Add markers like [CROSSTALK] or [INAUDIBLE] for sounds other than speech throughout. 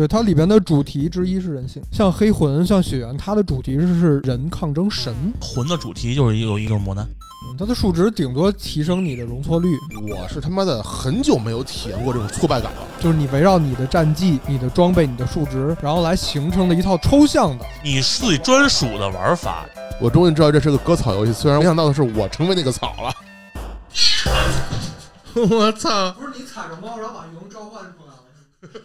对，它里边的主题之一是人性，像黑魂、像血缘，它的主题是人抗争神，魂的主题就是有一个磨难，嗯它的数值顶多提升你的容错率，我是他妈的很久没有体验过这种挫败感了。就是你围绕你的战绩、你的装备、你的数值，然后来形成的一套抽象的。你自己专属的玩法。我终于知道这是个割草游戏，虽然没想到的是我成为那个草了。我操！不是你踩着猫，然后把龙召唤出来了。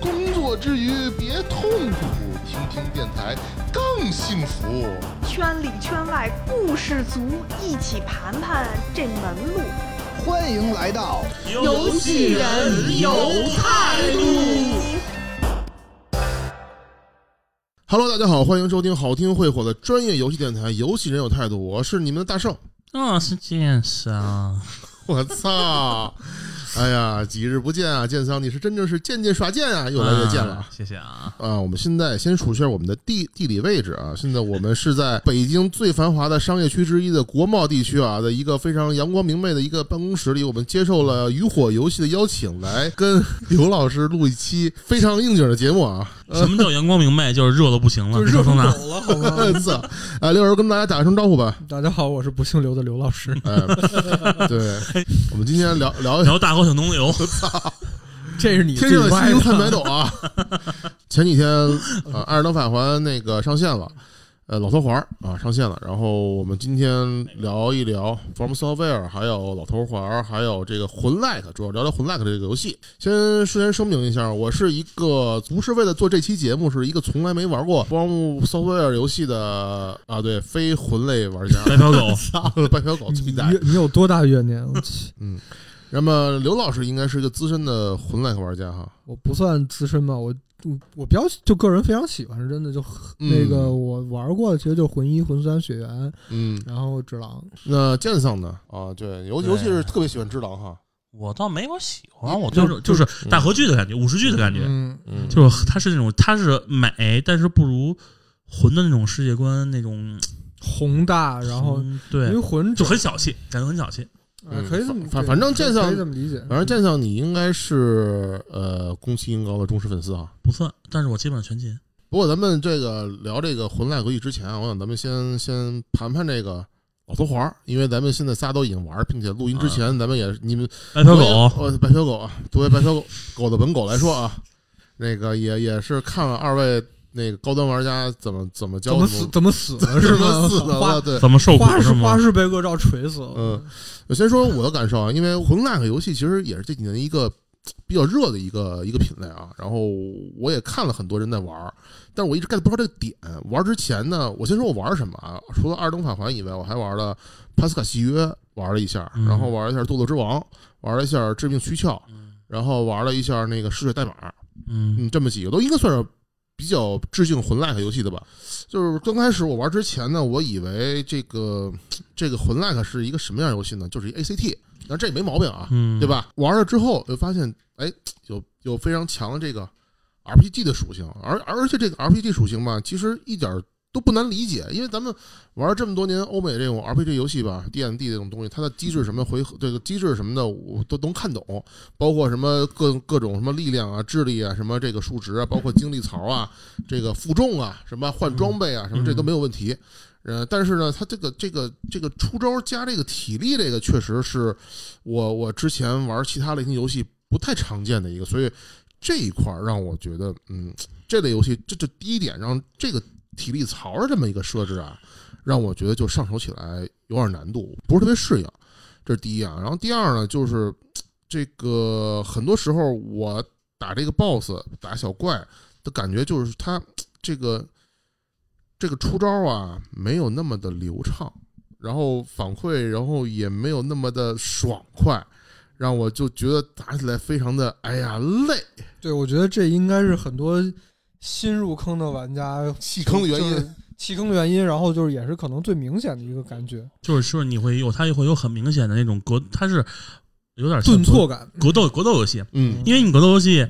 工作之余别痛苦，听听电台更幸福。圈里圈外故事足，一起盘盘这门路。欢迎来到游戏人有态度。 Hello，大家好，欢迎收听好听会火的专业游戏电台《游戏人有态度》，我是你们的大圣。啊，是啊剑伤， [LAUGHS] 我操！哎呀，几日不见啊，剑桑，你是真正是渐渐耍剑啊，越来越见贱了。谢谢啊。啊，我们现在先数一下我们的地地理位置啊。现在我们是在北京最繁华的商业区之一的国贸地区啊，的一个非常阳光明媚的一个办公室里，我们接受了渔火游戏的邀请，来跟 [LAUGHS] 刘老师录一期非常应景的节目啊。什么叫阳光明媚？就是热的不行了，就是热成狗哪？了，好吗？操！啊，刘老师跟大家打声招呼吧。 [LAUGHS] 大家好，我是不姓刘的刘老师。哎， [LAUGHS] 对，我们今天聊聊一下然后大河小东流， [LAUGHS] 这是你天最上的歪星的星看北斗啊！ [LAUGHS] 前几天呃，《艾尔登法环》那个上线了，呃，老头环儿啊上线了。然后我们今天聊一聊 From Software，还有老头环儿，还有这个魂 like，主要聊聊魂 like 这个游戏。先事先声明一下，我是一个不是为了做这期节目，是一个从来没玩过 From Software 游戏的啊，对，非魂类玩家，白嫖狗， [LAUGHS] 白嫖狗你最大。越你有多大怨念？我去那么刘老师应该是一个资深的魂 like 玩家哈，我不算资深吧，我我我比较就个人非常喜欢，是真的就很、嗯那个我玩过，其实就是魂一、魂三、血缘，嗯。然后只狼。那剑圣呢？啊，对，尤对尤其是特别喜欢只狼哈，我倒没有喜欢，我就就是就是大河剧的感觉，武士剧的感觉，嗯，嗯，就是它是那种它是美，但是不如魂的那种世界观那种，宏大，然后嗯因为对，魂就种很小气，感觉很小气。啊，可以这么嗯反对反正可以剑圣可以这么理解，反正剑圣你应该是呃宫崎英高的忠实粉丝啊。不算，但是我基本上全勤。不过咱们这个聊这个魂类游戏之前啊，我想咱们先先盘盘这个老头环儿，因为咱们现在仨都已经玩儿，并且录音之前咱们也你们白嫖狗，呃白小狗啊，作为白小狗狗的本狗来说啊，那个也也是看了二位那个高端玩家怎么怎么怎教么死怎么死的是怎吗？么死的花了，对，怎么受苦花是式吗花？式被恶兆锤死了。嗯，我先说我的感受啊，因为魂 like 游戏其实也是这几年一个比较热的一个一个品类啊。然后我也看了很多人在玩儿，但是我一直 get 不到这个点。玩之前呢，我先说我玩什么啊？除了《二等返还》以外，我还玩了《帕斯卡契约》，玩了一下，嗯然后玩了一下《堕落之王》，玩了一下《致命躯壳》，嗯然后玩了一下那个《嗜血代码》。嗯嗯，这么几个都应该算是比较致敬魂 like 游戏的吧。就是刚开始我玩之前呢，我以为这个这个魂 like 是一个什么样的游戏呢？就是一 ACT，那这也没毛病啊，嗯，对？吧？玩了之后就发现，哎，有有非常强的这个 RPG 的属性，而而且这个 RPG 属性吧，其实一点儿都不难理解，因为咱们玩这么多年欧美这种 RPG 游戏吧，D N D 这种东西，它的机制什么回合这个机制什么的，我都能看懂，包括什么各各种什么力量啊、智力啊、什么这个数值啊，包括精力槽啊、这个负重啊、什么换装备啊，什么这都没有问题。呃，但是呢，它这个这个这个出招加这个体力，这个确实是我我之前玩其他类型游戏不太常见的一个，所以这一块儿让我觉得，嗯，这类游戏这这第一点让这个体力槽的这么一个设置啊，让我觉得就上手起来有点难度，不是特别适应，这是第一啊。然后第二呢，就是这个很多时候我打这个 BOSS 打小怪的感觉就是他这个这个出招啊没有那么的流畅，然后反馈，然后也没有那么的爽快。让我就觉得打起来非常的，哎呀累，对，我觉得这应该是很多新入坑的玩家弃坑的原因，就是弃坑的原因，然后就是也是可能最明显的一个感觉，就是说你会有，它会有很明显的那种格，它是有点像顿挫感。格斗格斗游戏，嗯，因为你格斗游戏，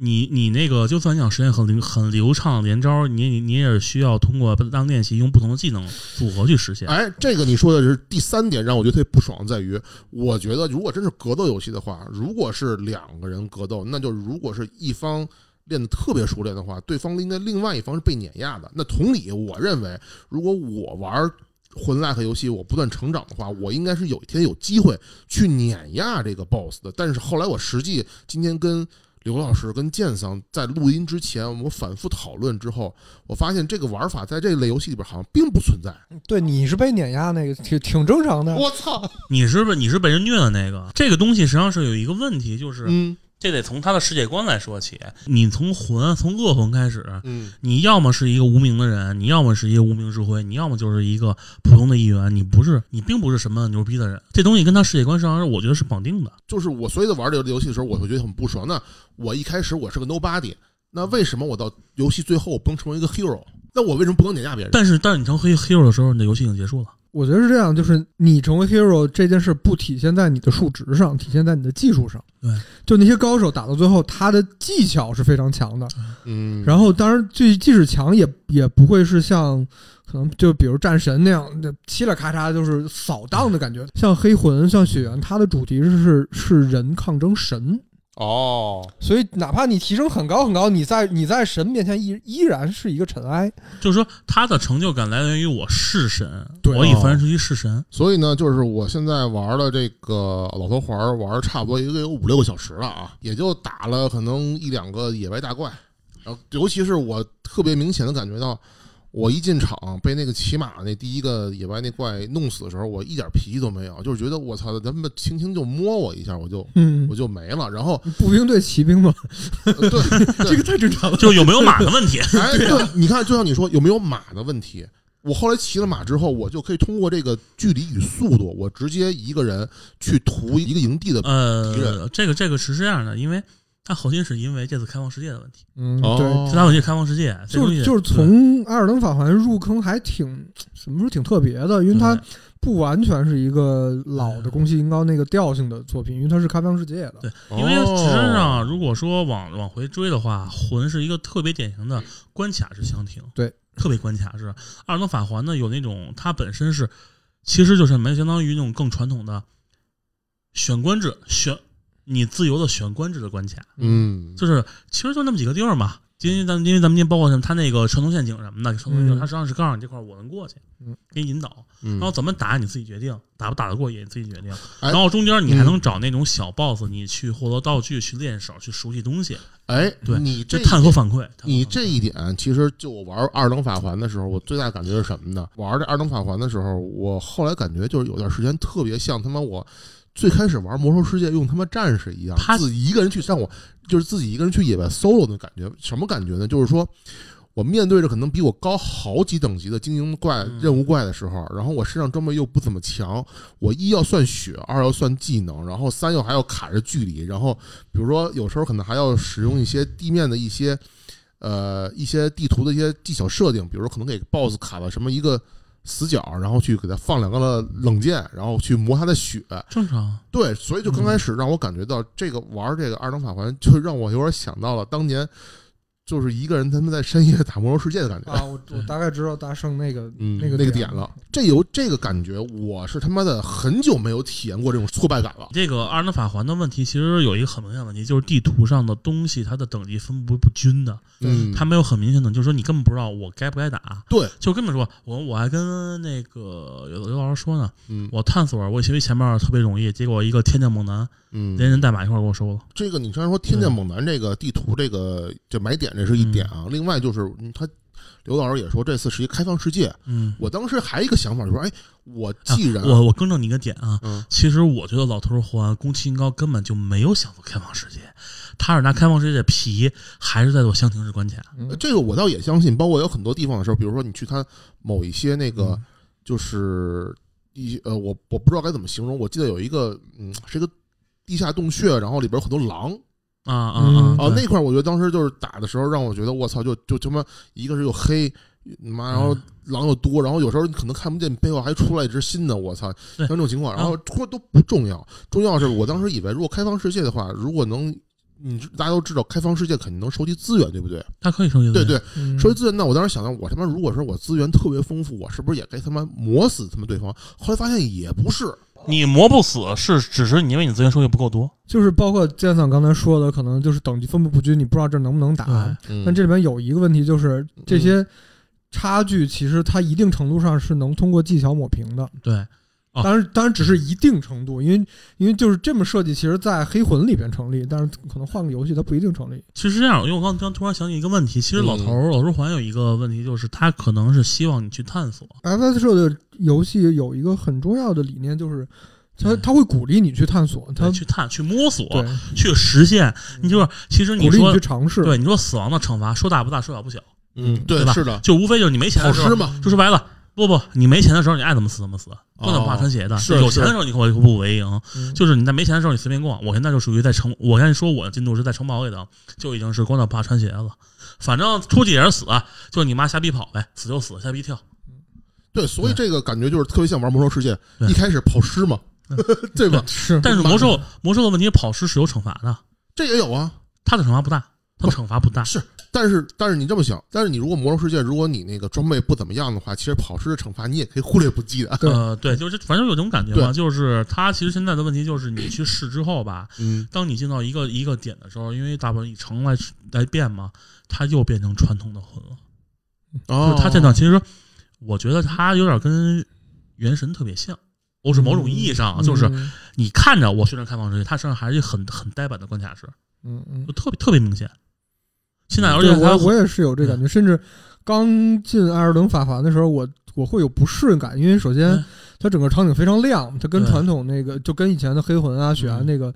你你那个就算你想实现很流很流畅连招，你你你也是需要通过当练习，用不同的技能组合去实现。哎，这个你说的是第三点，让我觉得特别不爽，在于我觉得如果真是格斗游戏的话，如果是两个人格斗，那就如果是一方练得特别熟练的话，对方应该另外一方是被碾压的。那同理，我认为如果我玩魂 like 游戏，我不断成长的话，我应该是有一天有机会去碾压这个 boss 的。但是后来我实际今天跟刘老师跟剑桑在录音之前，我们反复讨论之后，我发现这个玩法在这类游戏里边好像并不存在。对，你是被碾压那个，挺挺正常的。我操！你是不是你是被人虐的那个？这个东西实际上是有一个问题，就是、嗯这得从他的世界观来说起。你从魂从恶魂开始，嗯你要么是一个无名的人，你要么是一个无名之辉，你要么就是一个普通的一员。你不是你并不是什么牛逼的人，这东西跟他世界观实际上是我觉得是绑定的。，就是我所有的玩这个游戏的时候，我会觉得很不爽。那我一开始我是个 nobody，那为什么我到游戏最后我不能成为一个 hero？那我为什么不能碾压别人？但是当你成黑 hero 的时候，你的游戏已经结束了。我觉得是这样，就是你成为 hero 这件事不体现在你的数值上，体现在你的技术上。对，就那些高手打到最后，他的技巧是非常强的。嗯，然后，当然，即即使强也也不会是像可能就比如战神那样，那嘁了咔嚓就是扫荡的感觉。像黑魂、像血缘，它的主题是是人抗争神，哦，所以哪怕你提升很高很高，你在你在神面前依依然是一个尘埃。就是说，他的成就感来源于我是神，对我以凡是一是神。所以呢，就是我现在玩了这个老头环，玩了差不多一个有五六个小时了啊，也就打了可能一两个野外大怪，然后尤其是我特别明显的感觉到，我一进场被那个骑马那第一个野外那怪弄死的时候，我一点脾气都没有，就是觉得我操，他们轻轻就摸我一下，我就嗯我，就没了。然后步兵对骑兵嘛，呃对，这个太正常了。就有没有马的问题，哎，对，你看，就像你说，有没有马的问题？我后来骑了马之后，我就可以通过这个距离与速度，我直接一个人去屠一个营地的。敌呃，人这个这个是这样的，因为它核心是因为这次开放世界的问题，嗯，哦对，这它游戏开放世界，这就东西是就是从《艾尔登法环》入坑还挺怎么说挺特别的，因对为它对不完全是一个老的宫崎英高那个调性的作品，因为它是开放世界的。对因为实际上，如果说往往回追的话，魂是一个特别典型的关卡式相庭，嗯对，特别关卡式。二等法环呢，有那种它本身是，其实就是没相当于那种更传统的选官制，选你自由的选官制的关卡，嗯，就是其实就那么几个地儿嘛。因为咱们因为咱们今天包括什么，它那个传统陷阱什么的，传统陷阱嗯它实际上是告诉你这块儿我能过去嗯，给你引导。嗯然后怎么打你自己决定，打不打得过也你自己决定。哎然后中间你还能找那种小 boss，你去获得道具、去练手、去熟悉东西，哎，对你这这探索反馈。你探索这一点，其实就我玩二等法环的时候，我最大感觉是什么呢？玩这二等法环的时候，我后来感觉就是有段时间特别像他妈我最开始玩魔兽世界用他妈战士一样，他自己一个人去上我就是自己一个人去野外 solo 的感觉。什么感觉呢？就是说我面对着可能比我高好几等级的精英怪、嗯任务怪的时候，然后我身上装备又不怎么强，我一要算血，二要算技能，然后三又还要卡着距离，然后比如说有时候可能还要使用一些地面的一些呃一些地图的一些技巧设定，比如说可能给 BOSS 卡到什么一个死角，然后去给他放两个冷箭，然后去磨他的血。正常，对，所以就刚开始让我感觉到这个玩这个二等法环，就让我有点想到了当年就是一个人他们在深夜打魔兽世界的感觉。啊，我我大概知道大圣那个嗯，那个那个点了，这有这个感觉，我是他妈的很久没有体验过这种挫败感了。这个二等法环的问题其实有一个很明显的问题，就是地图上的东西它的等级分布不均的，嗯，它没有很明显的，就是说你根本不知道我该不该打。对，就跟你们说，我我还跟那个有的有老师说呢，嗯我探索我以为前面特别容易，结果一个天降猛男嗯，连人带马一块儿给我收了。这个你虽然说天降猛男这个地图这个这买点这是一点啊，另外就是嗯他刘老师也说这次是一开放世界，嗯，我当时还有一个想法，就是说哎，我既然、啊我我更正你一个点啊，嗯其实我觉得老头儿环宫崎英高根本就没有想做开放世界，他是拿开放世界的皮，还是在做箱庭式关卡。嗯这个我倒也相信，包括有很多地方的时候，比如说你去他某一些那个、就是一呃，我我不知道该怎么形容，我记得有一个嗯是一个地下洞穴，然后里边有很多狼，啊啊啊嗯！哦，对那块儿我觉得当时就是打的时候，让我觉得我操，就就他妈一个是又黑，妈，然后狼又多，然后有时候你可能看不见背后还出来一只新的，我操，对像这种情况，然后说都不重要，重要是我当时以为，如果开放世界的话，如果能。你知大家都知道，开放世界肯定能收集资源，对不对？他可以升级对对，嗯收集资源。那我当时想到，我他妈如果说我资源特别丰富，我是不是也该他妈磨死他妈对方？后来发现也不是，你磨不死是只是因为你资源收益不够多，就是包括建桑刚才说的，可能就是等级分布不均，你不知道这能不能打。对嗯但这里边有一个问题，就是这些差距其实它一定程度上是能通过技巧抹平的，对，哦当然当然只是一定程度，因为因为就是这么设计，其实在黑魂里边成立，但是可能换个游戏它不一定成立。其实这样，因为我刚刚突然想起一个问题，其实老头嗯儿、老头环有一个问题，就是他可能是希望你去探索， FS 社的游戏有一个很重要的理念，就是它它会鼓励你去探索，它对嗯去探、去摸索、对嗯去实现。你就是其实你鼓励你说去尝试。对你说死亡的惩罚，说大不大，说小不小，嗯，对对，吧是的，就无非就是你没钱好的时吃候，嗯嘛，就说白了。不不，你没钱的时候，你爱怎么死怎么死，不能哦挂穿鞋的。是有是钱的时候，你可不为营。嗯，就是你在没钱的时候，你随便逛。我现在就属于在城，我跟你说，我的进度是在城堡里头，就已经是光脚怕穿鞋了。反正出去也是死，啊就你妈瞎逼跑呗，死就死，瞎逼跳。对，所以这个感觉就是特别像玩魔兽世界，对嗯一开始跑尸嘛， [LAUGHS] 对吧？是，但是魔兽魔兽的问题，跑尸是有惩罚的，这也有啊，他的惩罚不大，他的惩罚不大。是，但是但是你这么想，但是你如果魔兽世界，如果你那个装备不怎么样的话，其实跑尸的惩罚你也可以忽略不计的。对呃，对，就是反正有这种感觉嘛，就是他其实现在的问题就是你去试之后吧，嗯，当你进到一个一个点的时候，因为大部分以城来来变嘛，它又变成传统的魂了。哦就是他这段其实，我觉得他有点跟原神特别像，我是某种意义上啊，就是嗯你看着我宣传开放世界，他身上还是一个很很呆板的关卡式，嗯嗯就，特别特别明显。现在而对且我他嗯我也是有这感觉，甚至刚进艾尔登法环的时候，我我会有不适应感，因为首先对它整个场景非常亮，它跟嗯对传统那个就跟以前的黑魂啊、血啊嗯那个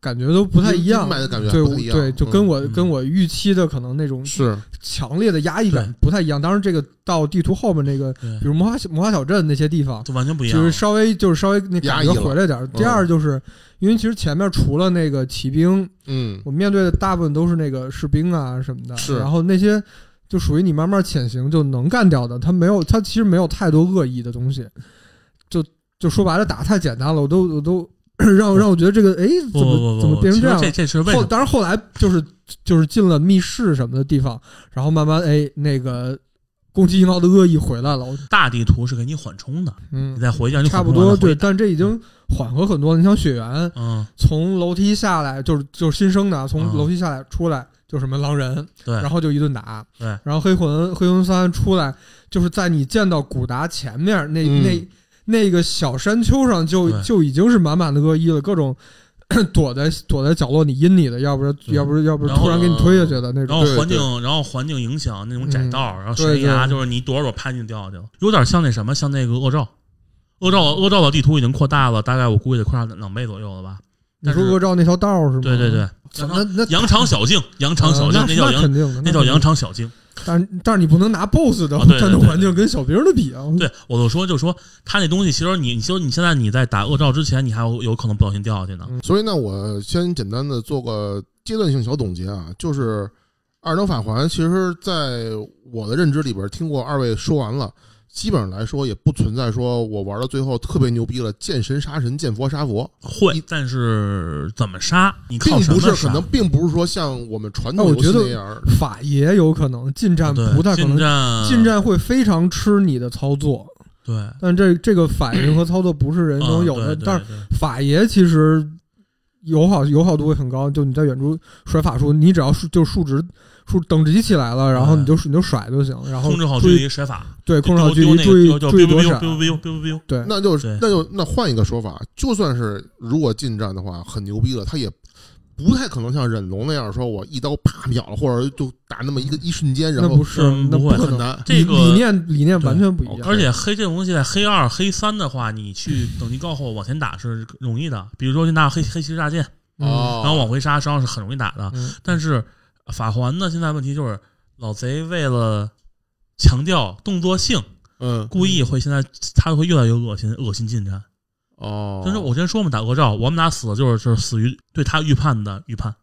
感觉都不太一样阴，霾的感觉对不太一样对，就跟嗯我嗯跟我预期的可能那种是强烈的压抑感不太一样。当然，这个到地图后面那个，对比如魔法小魔法小镇那些地方。就完全不一样就了，是稍微就是稍微那压感抑觉了回来点儿。第二就是因为其实前面除了那个骑兵嗯我面对的大部分都是那个士兵啊什么的，是然后那些就属于你慢慢潜行就能干掉的，他没有，他其实没有太多恶意的东西，就就说白了打太简单了，我都我都 [LAUGHS] 让我让我觉得这个哎不怎么不不怎不么不，变其成这实样这了？这是为什后么？当然后来就是就是进了密室什么的地方，然后慢慢哎那个攻击引导的恶意回来了，我大地图是给你缓冲的，嗯你。再回去让你差缓不冲完多了啊回对，，但这已经缓和很多了。你像雪原，嗯，从楼梯下来，就是就是新生的啊，从嗯楼梯下来出来就是什么狼人，对，然后就一顿打，对然后黑魂黑魂三出来，就是在你见到古达前面那、嗯那那个小山丘上就，就对已经是满满的恶意了，各种 [COUGHS] 躲在躲在角落里阴你的，要不然对要不然要不然然后突然给你推下去的那然种。后对环对境，然后环境影响那种嗯窄道，然后对悬崖，对就是你躲着躲，啪你就掉下去了，有点像那什么，像那个恶兆，恶兆恶兆的地图已经扩大了，大概我估计得扩大两倍左右了吧？你说但是恶兆那条道儿是吗？对对对，那，羊那那羊肠小径，羊肠小径啊，那叫那羊，肯定的，那叫羊肠小径。但但是你不能拿 BOSS 的啊对对战斗对环境对跟小兵儿的比啊。对，我就说就说他那东西，其实你你就你现在你在打恶兆之前，你还有有可能不小心掉下去呢。所以呢，我先简单的做个阶段性小总结啊，就是《二等法环》，其实在我的认知里边，听过二位说完了，基本上来说也不存在说我玩到最后特别牛逼了，见神杀神，见佛杀佛，会，但是怎么杀？你并靠什不么是可杀能？并不是说像我们传那统哦我游戏觉得那样，法爷有可能近战哦对不太可近能战嗯近战会非常吃你的操作，对，但这这个反应 [CLEARS THROAT] 和操作不是人能有的。嗯对对但是对法爷其实友好友好度会很高，就你在远处甩法术，你只要数就数值数等级起来了，然后对你就你就甩就行，然后哎控制好注距意离甩法，对控制好距丢离，那注个意叫注意躲闪。 biu biu biu biu biu biu，对，那就对那就那换一个说法，就算是如果近战的话，很牛逼了，他也不太可能像忍龙那样说我一刀啪秒了，或者就打那么一个一瞬间，然那后不是嗯那不会可很能，难。这理个哦理念理念完全不一样。而且黑这种东西在黑二、黑三的话，你去等级高后往前打是容易的，比如说去拿黑黑骑士大剑，嗯然后哦往回杀，实际上是很容易打的。嗯但是法环呢，现在问题就是老贼为了强调动作性，嗯故意会现在他会越来越恶心，恶心近战。哦，就是我之前说我们打恶兆，我们俩死的就是就是死于对他预判的预判，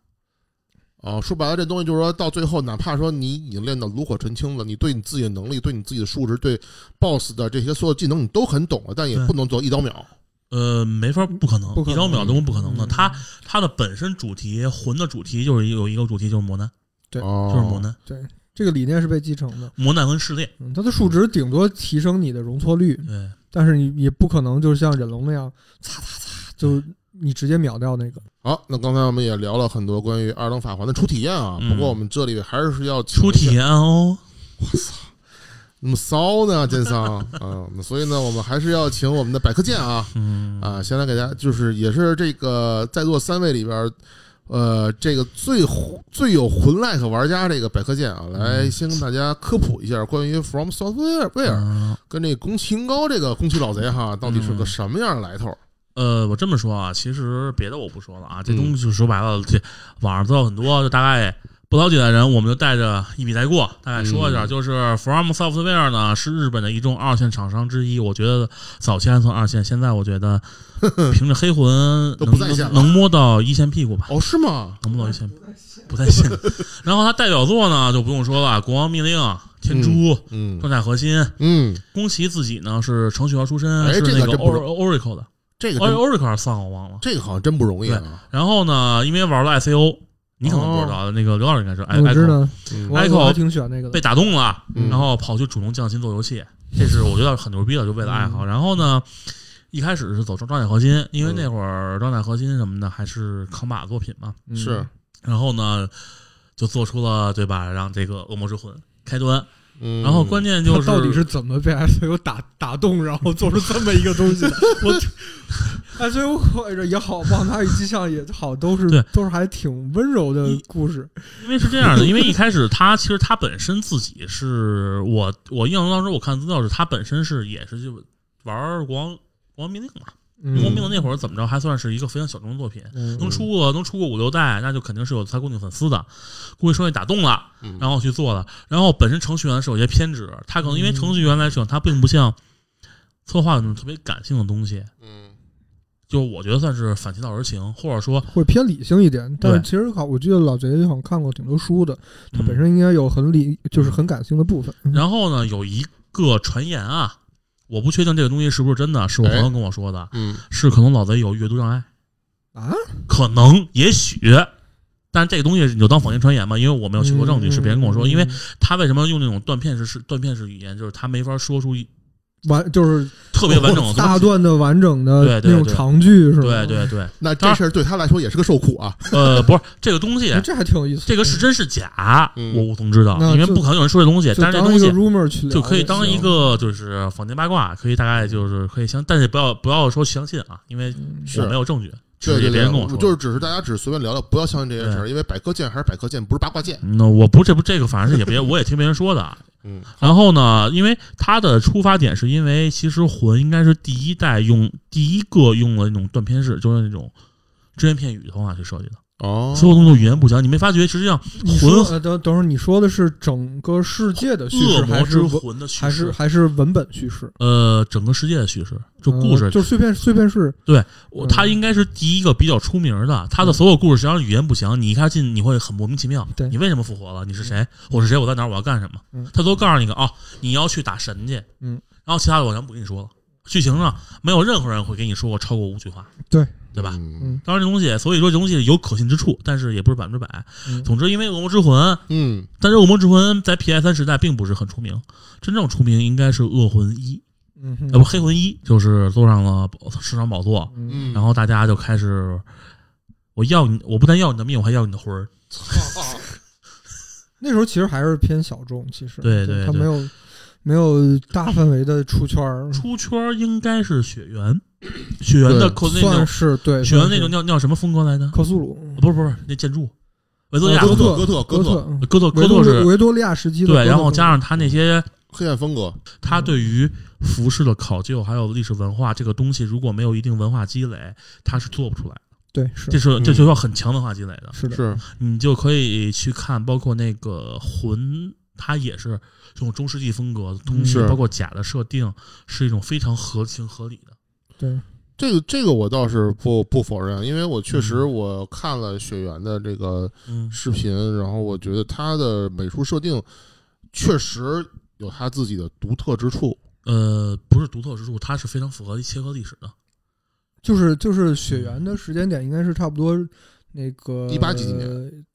啊，说白了，这东西就是说到最后，哪怕说你已经练到炉火纯青了，你对你自己的能力、对你自己的数值、对 BOSS 的这些所有技能你都很懂了，但也对不能做一刀秒。呃，没法，不可能不，可一能刀秒都不可能的。嗯它它的本身主题，魂的主题就是有一个主题就是磨难，对哦、就是磨难，对，这个理念是被继承的。磨难跟试炼。嗯，它的数值顶多提升你的容错率，对，但是你也不可能就是像忍龙那样擦擦擦，就是嗯你直接秒掉那个。好，那刚才我们也聊了很多关于《二等法环》的初体验啊，嗯不过我们这里还是要请出体验哦，那么骚呢，剑 [LAUGHS] 桑，嗯，那所以呢，我们还是要请我们的百科剑啊，嗯啊，先来给大家，就是也是这个在座三位里边儿，呃，这个最火最有魂 like 玩家这个百科剑啊，来先跟大家科普一下关于 From Software 嗯跟这宫崎英高这个宫崎老贼哈，到底是个嗯什么样的来头？呃，我这么说啊，其实别的我不说了嗯啊，这东西就说白了，这网上资料很多，就大概不了解的人，我们就带着一笔带过，大概说一下，嗯就是 From Software 呢是日本的一众二线厂商之一，我觉得早期还算二线，现在我觉 [LAUGHS] 得凭着黑魂都不能在线了能能摸到一线屁股吧。哦，是吗？能不能一线不在 [LAUGHS] 线？然后他代表作呢就不用说了，《国王命令》《天珠》嗯状态核心》。嗯，宫崎自己呢是程序员出身，哎是这个那真不知 Or- Oracle 的哎这个真，Oracle 还是 Sun 我忘了。这个好像真不容易啊。然后呢，因为玩了 ICO，你可能不知道，那个刘老师应该是 I 哦我知 ICO 道，嗯我哎 Echo 我还挺喜欢那个被的。打动了，嗯然后跑去主动降薪做游戏，这是我觉得很牛逼的，就为了爱好。嗯然后呢，一开始是走装装甲核心，因为那会儿装甲核心什么的还是康巴作品嘛。嗯是，然后呢，就做出了对吧，让这个恶魔之魂开端。嗯，然后关键就他是到底是怎么被 S U 打打动，然后做出这么一个东西的？ [LAUGHS] 我 S U 或者也好，望他与迹象也好，都是对都是还挺温柔的故事。因为是这样的，因为一开始他其实他本身自己是我我印象当中我看资料是他本身是也是就玩国王国王命令嘛，国嗯王命令那会儿怎么着还算是一个非常小众的作品，嗯能出过能出过五六代，那就肯定是有他固定粉丝的，估计说也打动了，嗯然后去做了。然后本身程序员是有些偏执，他可能因为程序员来讲，他并不像策划那种特别感性的东西，嗯就我觉得算是反其道而行，或者说会偏理性一点，但是对其实好，我记得老贼好像看过挺多书的，他嗯本身应该有很理，就是很感性的部分。嗯然后呢，有一个传言啊，我不确定这个东西是不是真的，是我朋友跟我说的，嗯是可能老贼有阅读障碍，啊，可能也许，但是这个东西你就当坊间传言吧，因为我没有取过证据，嗯是别人跟我说，嗯因为他为什么用那种断片式是断片式语言，就是他没法说出一嗯完就是特别完整的东大西。段的完整的对对那种对长句是吧？对对对，那这事儿对他来说也是个受苦啊。呃，不是这个东西哎，，这还挺有意思。这个是真是假，嗯我无从知道，那因为就不可能有人说这东西，就但是这当东一西个 rumor 去聊就可以当一行个就是坊间八卦，可以大概就是可以相，但是不要不要说相信啊，因为嗯是我没有证据， [LAUGHS] 只对是对别对，人跟我说。就是只是大家只是随便聊聊，不要相信这些事儿，因为百科剑还是百科剑，不是八卦剑。那我不这不这个，反正是也别我也听别人说的。啊 [LAUGHS] 嗯然后呢，因为它的出发点是因为其实魂应该是第一代用第一个用了那种断片式，就是那种只言片语的方法去设计的，哦所有东西都语言不详。你没发觉实际上你说魂呃等等会儿你说的是整个世界的叙事恶还魔是之文魂的叙还是事，还是文本叙事？呃，整个世界的叙事，就故呃事就是碎片碎片式，我他嗯应该是第一个比较出名的，他的所有故事实际上语言不详，你一开始进你会很莫名其妙对，你为什么复活了？你是谁？我是谁？我在哪儿？我要干什么嗯？他都告诉你个哦，你要去打神去，嗯，然后其他的我全不跟你说了。剧情上没有任何人会跟你说过超过五句话，对对吧？嗯当然这东西，所以说这东西有可信之处，但是也不是百分之百。嗯总之，因为《恶魔之魂》，嗯但是《恶魔之魂》在 PS 三时代并不是很出名，真正出名应该是《恶魂一嗯》呃不，《哼，黑魂一》，就是坐上了市场宝座，嗯，嗯，然后大家就开始，我要你，我不但要你的命，我还要你的魂儿。那时候其实还是偏小众，其实对对他对没有没有大范围的出圈儿，出圈儿应该是血缘，血缘的扣那算种，是对血缘那种算是叫叫什么风格来着？克苏鲁，不是不是，那建筑，维多利亚哥哥特特哥特哥特，嗯哥特维哥多特利是维多利亚嗯时期的哥特对，风，然后加上他那些黑暗风格，他对于服饰的考究，还有历史文化这个东西，如果没有一定文化积累，他是做不出来的。对是这是嗯这就要很强文化积累的，是的，是你就可以去看，包括那个魂，它也是这种中嗯世纪风格，同时是包括甲的设定是一种非常合情合理的。对，这个这个我倒是不不否认，因为我确实我看了雪原的这个嗯视频，然后我觉得他的美术设定确实有他自己的独特之处。呃，不是独特之处，它是非常符合切合历史的。就是就是雪原的时间点应该是差不多那个18几几年，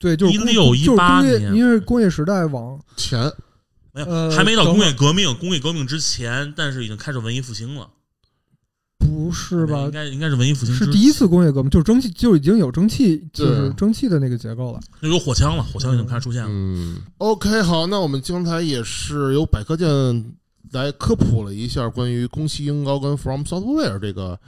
对，就是工16就是工业18年因为工业时代往钱没有，呃还没到等工会儿业革命。工业革命之前，但是已经开始文艺复兴了，不是吧应？该应该是文艺复兴之是第一次工业革命，就是蒸汽就已经有蒸汽，就是对蒸汽的那个结构了。就有火枪了，火枪已经开始出现了。嗯，OK，好，那我们刚才也是由百科键来科普了一下关于宫崎英高跟 From Software 这个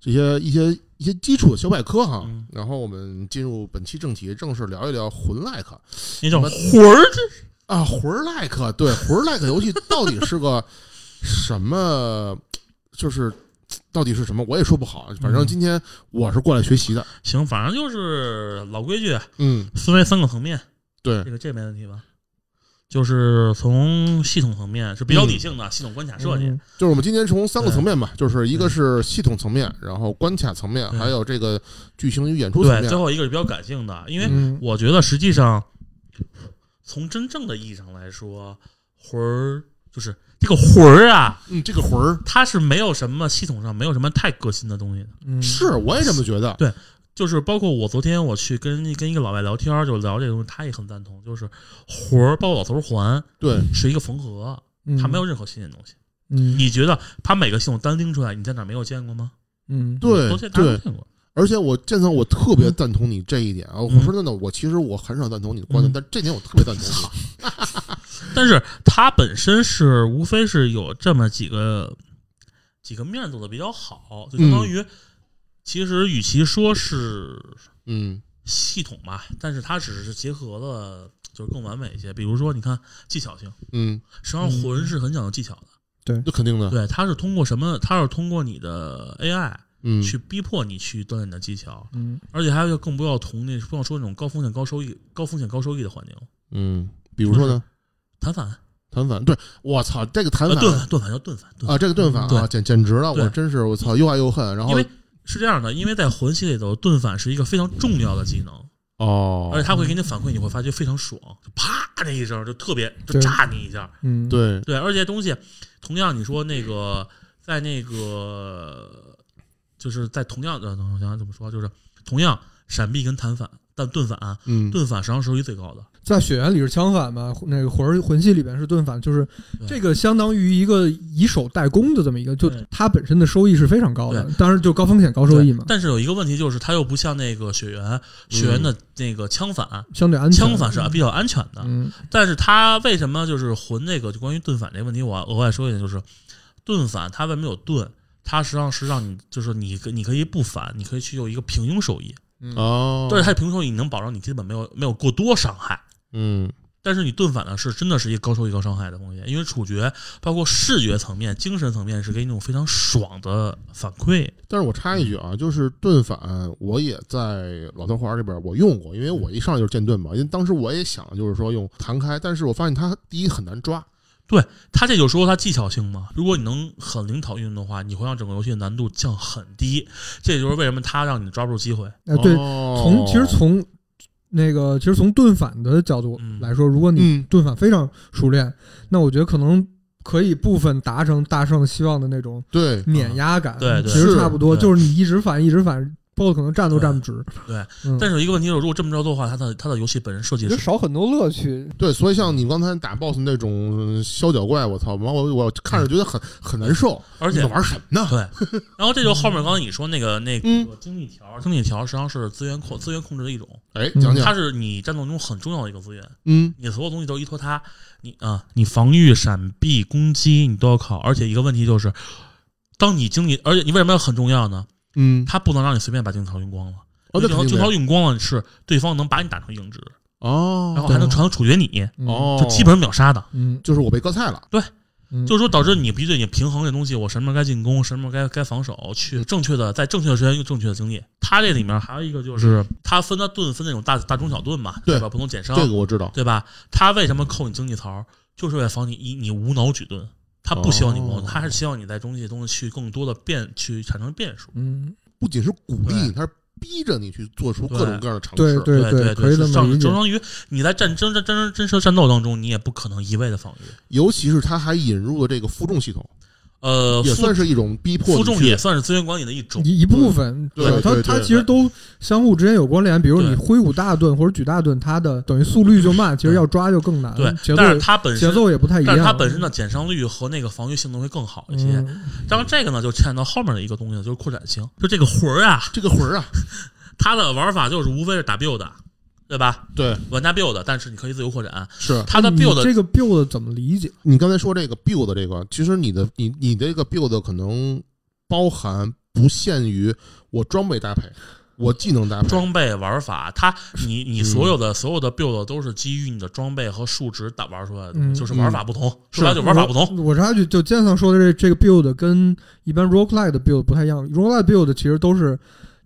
这些一些一些基础的小百科哈。嗯然后我们进入本期正题，正式聊一聊魂 like 那叫嗯什么魂儿啊，魂 like 对 [LAUGHS] 魂 like 游戏到底是个什么？就是到底是什么？我也说不好，反正今天我是过来学习的。行，反正就是老规矩，啊嗯，分为三个层面，对这个这没问题吧？就是从系统层面是比较理性的、系统关卡设计，嗯就是我们今天从三个对嗯层面吧，就是一对个是系统层面，然后关卡层面，对还有这个剧情与演出层嗯对，最面。后一个是比较感性的，因为嗯，我觉得实际上，从真正的意义上来说，魂儿就是这个魂儿啊，嗯，这个魂儿它是没有什么系统上没有什么太革新的东西的。嗯是，我也这么觉得。就是包括我昨天我去跟跟一个老外聊天儿，就聊这个东西，他也很赞同，就是魂儿包括老头环对，是一个缝合，嗯它没有任何新鲜的东西。嗯你觉得它每个系统单拎出来，你在哪儿没有见过吗？嗯对都见大家都对见过。而且我见到我特别赞同你这一点啊！我嗯说真的，我其实我很少赞同你的观点，嗯但这点我特别赞同你。但是它本身是无非是有这么几个几个面儿做的比较好，就相当于、其实与其说是嗯系统吧，但是它只是结合了就是更完美一些。比如说，你看技巧性，嗯，实际上魂是很讲究技巧的，那肯定的。对，它是通过什么？它是通过你的 AI 嗯，去逼迫你去锻炼你的技巧，嗯而且还有就更不要同那不要说那种高风险高收益、高风险高收益的环境，嗯，比如说呢，弹反，弹反，对我操，这个弹呃，反盾反，盾反叫盾反，盾反呃啊，这个盾反啊，对简简直了，我对真是我操，又爱又恨。然后因为是这样的，因为在魂系里头，盾反是一个非常重要的技能，而哦且，它会给你反馈，你会发觉非常爽，就啪那一声就特别就对炸你一下。嗯，对，对，而且东西同样你说那个在那个就是在同样的，呃我想想怎么说，就是同样闪避跟弹反，但盾反嗯，盾反实际上收益最高的。在血缘里是枪反嘛，那个魂儿魂系里边是盾反，就是对这个相当于一个以守代攻的这么一个，就对它本身的收益是非常高的对，当然就高风险高收益嘛对，但是有一个问题就是，它又不像那个血缘，血缘的那个枪反，相嗯对安全。枪反是比较安全的。嗯但是它为什么就是魂那个就关于盾反这个问题，我额外说一点，就是盾反它为什么有盾？它实际上是让你就是你可你可以不反，你可以去有一个平庸收益，啊哦，但是它的平庸收益你能保证你基本没有没有过多伤害。嗯但是你盾反呢，是真的是一个高收益高伤害的东西，因为处决包括视觉层面、精神层面是给你一种非常爽的反馈。，但是我插一句啊，就是盾反，我也在老头环这边我用过，因为我一上来就是剑盾嘛，因为当时我也想就是说用弹开，但是我发现它第一很难抓，它这就说它技巧性嘛，如果你能很灵巧运用的话，你会让整个游戏的难度降很低。这就是为什么它让你抓不住机会。哎对，从从其实从那个其实从盾反的角度来说，如果你嗯盾反非常熟练，那我觉得可能可以部分达成大圣希望的那种对碾压感，嗯对对其实是差不多，对就是你一直反一直反，包括可能站都站不直。对嗯，但是有一个问题就是，如果这么着做的话，它的它的游戏本身设计我觉得是少很多乐趣。对，所以像你刚才打 BOSS 那种呃削脚怪，我操，完我我看着觉得很很难受，而且你玩什么呢？ [LAUGHS] 对，然后这就后面刚才你说那个那嗯个经济条，经济条实际上是资源控资源控制的一种，哎，嗯讲它讲，是你战斗中很重要的一个资源，嗯你所有东西都依托它，你啊，你防御、闪避、攻击你都要靠，而且一个问题就是，当你经济，而且你为什么要很重要呢？嗯，它不能让你随便把经济条用光了。哦，经那济条经肯定济的条呀用光了是对方能把你打成硬直，哦，然后还能传处决你，嗯，哦，就基本上秒杀的。嗯，就是我被割菜了，嗯就是说导致你必须得你平衡这东西，我什么时候该进攻，什么时候该该防守，去正确的在正确的时间用正确的经济。它这里面还有一个就是它分它盾分那种大大中小盾嘛，对吧？不同减伤，这个我知道，对吧？它为什么扣你经济槽，就是为了防你一你无脑举盾。它他不希望你磨，哦他是希望你在东西中去更多的变，去产生变数。嗯，不仅是鼓励对你，他是逼着你去做出各种各样的尝对试。对对可以这是么上理解相。当于你在战争、战争、真实战斗当中，你也不可能一味的防御。尤其是他还引入了这个负重系统，呃，也负算是一种逼迫负你重去也算是资源管理的一种。一一部分，对吧对它对它对其实都相互之间有关联。比如你对挥舞大盾或者举大盾，它的等于速率就慢，其实要抓就更难。对节，奏但是它嗯本节身，奏也不太一样。但是它本身的减伤率和那个防御性能会更好一些。嗯当然，这个呢就牵扯到后面的一个东西，就是扩展性。就这个魂儿啊，这个魂儿啊，它的玩法就是无非是打 build，对吧？对，玩家 build，但是你可以自由扩展。是它的哎你 build 这个 build 怎么理解？你刚才说这个 build 这个，其实你的你你的这个 build 可能包含不限于我装备搭配，我技能搭配，装备玩法，它你你嗯所有的、所有的 build 都是基于你的装备和数值打玩出来的，嗯就是玩法不同，说白了就玩法不同。我我插句，就剑桑说的这这个 build 跟一般 roguelike 的 build 不太一样。roguelike build 其实都是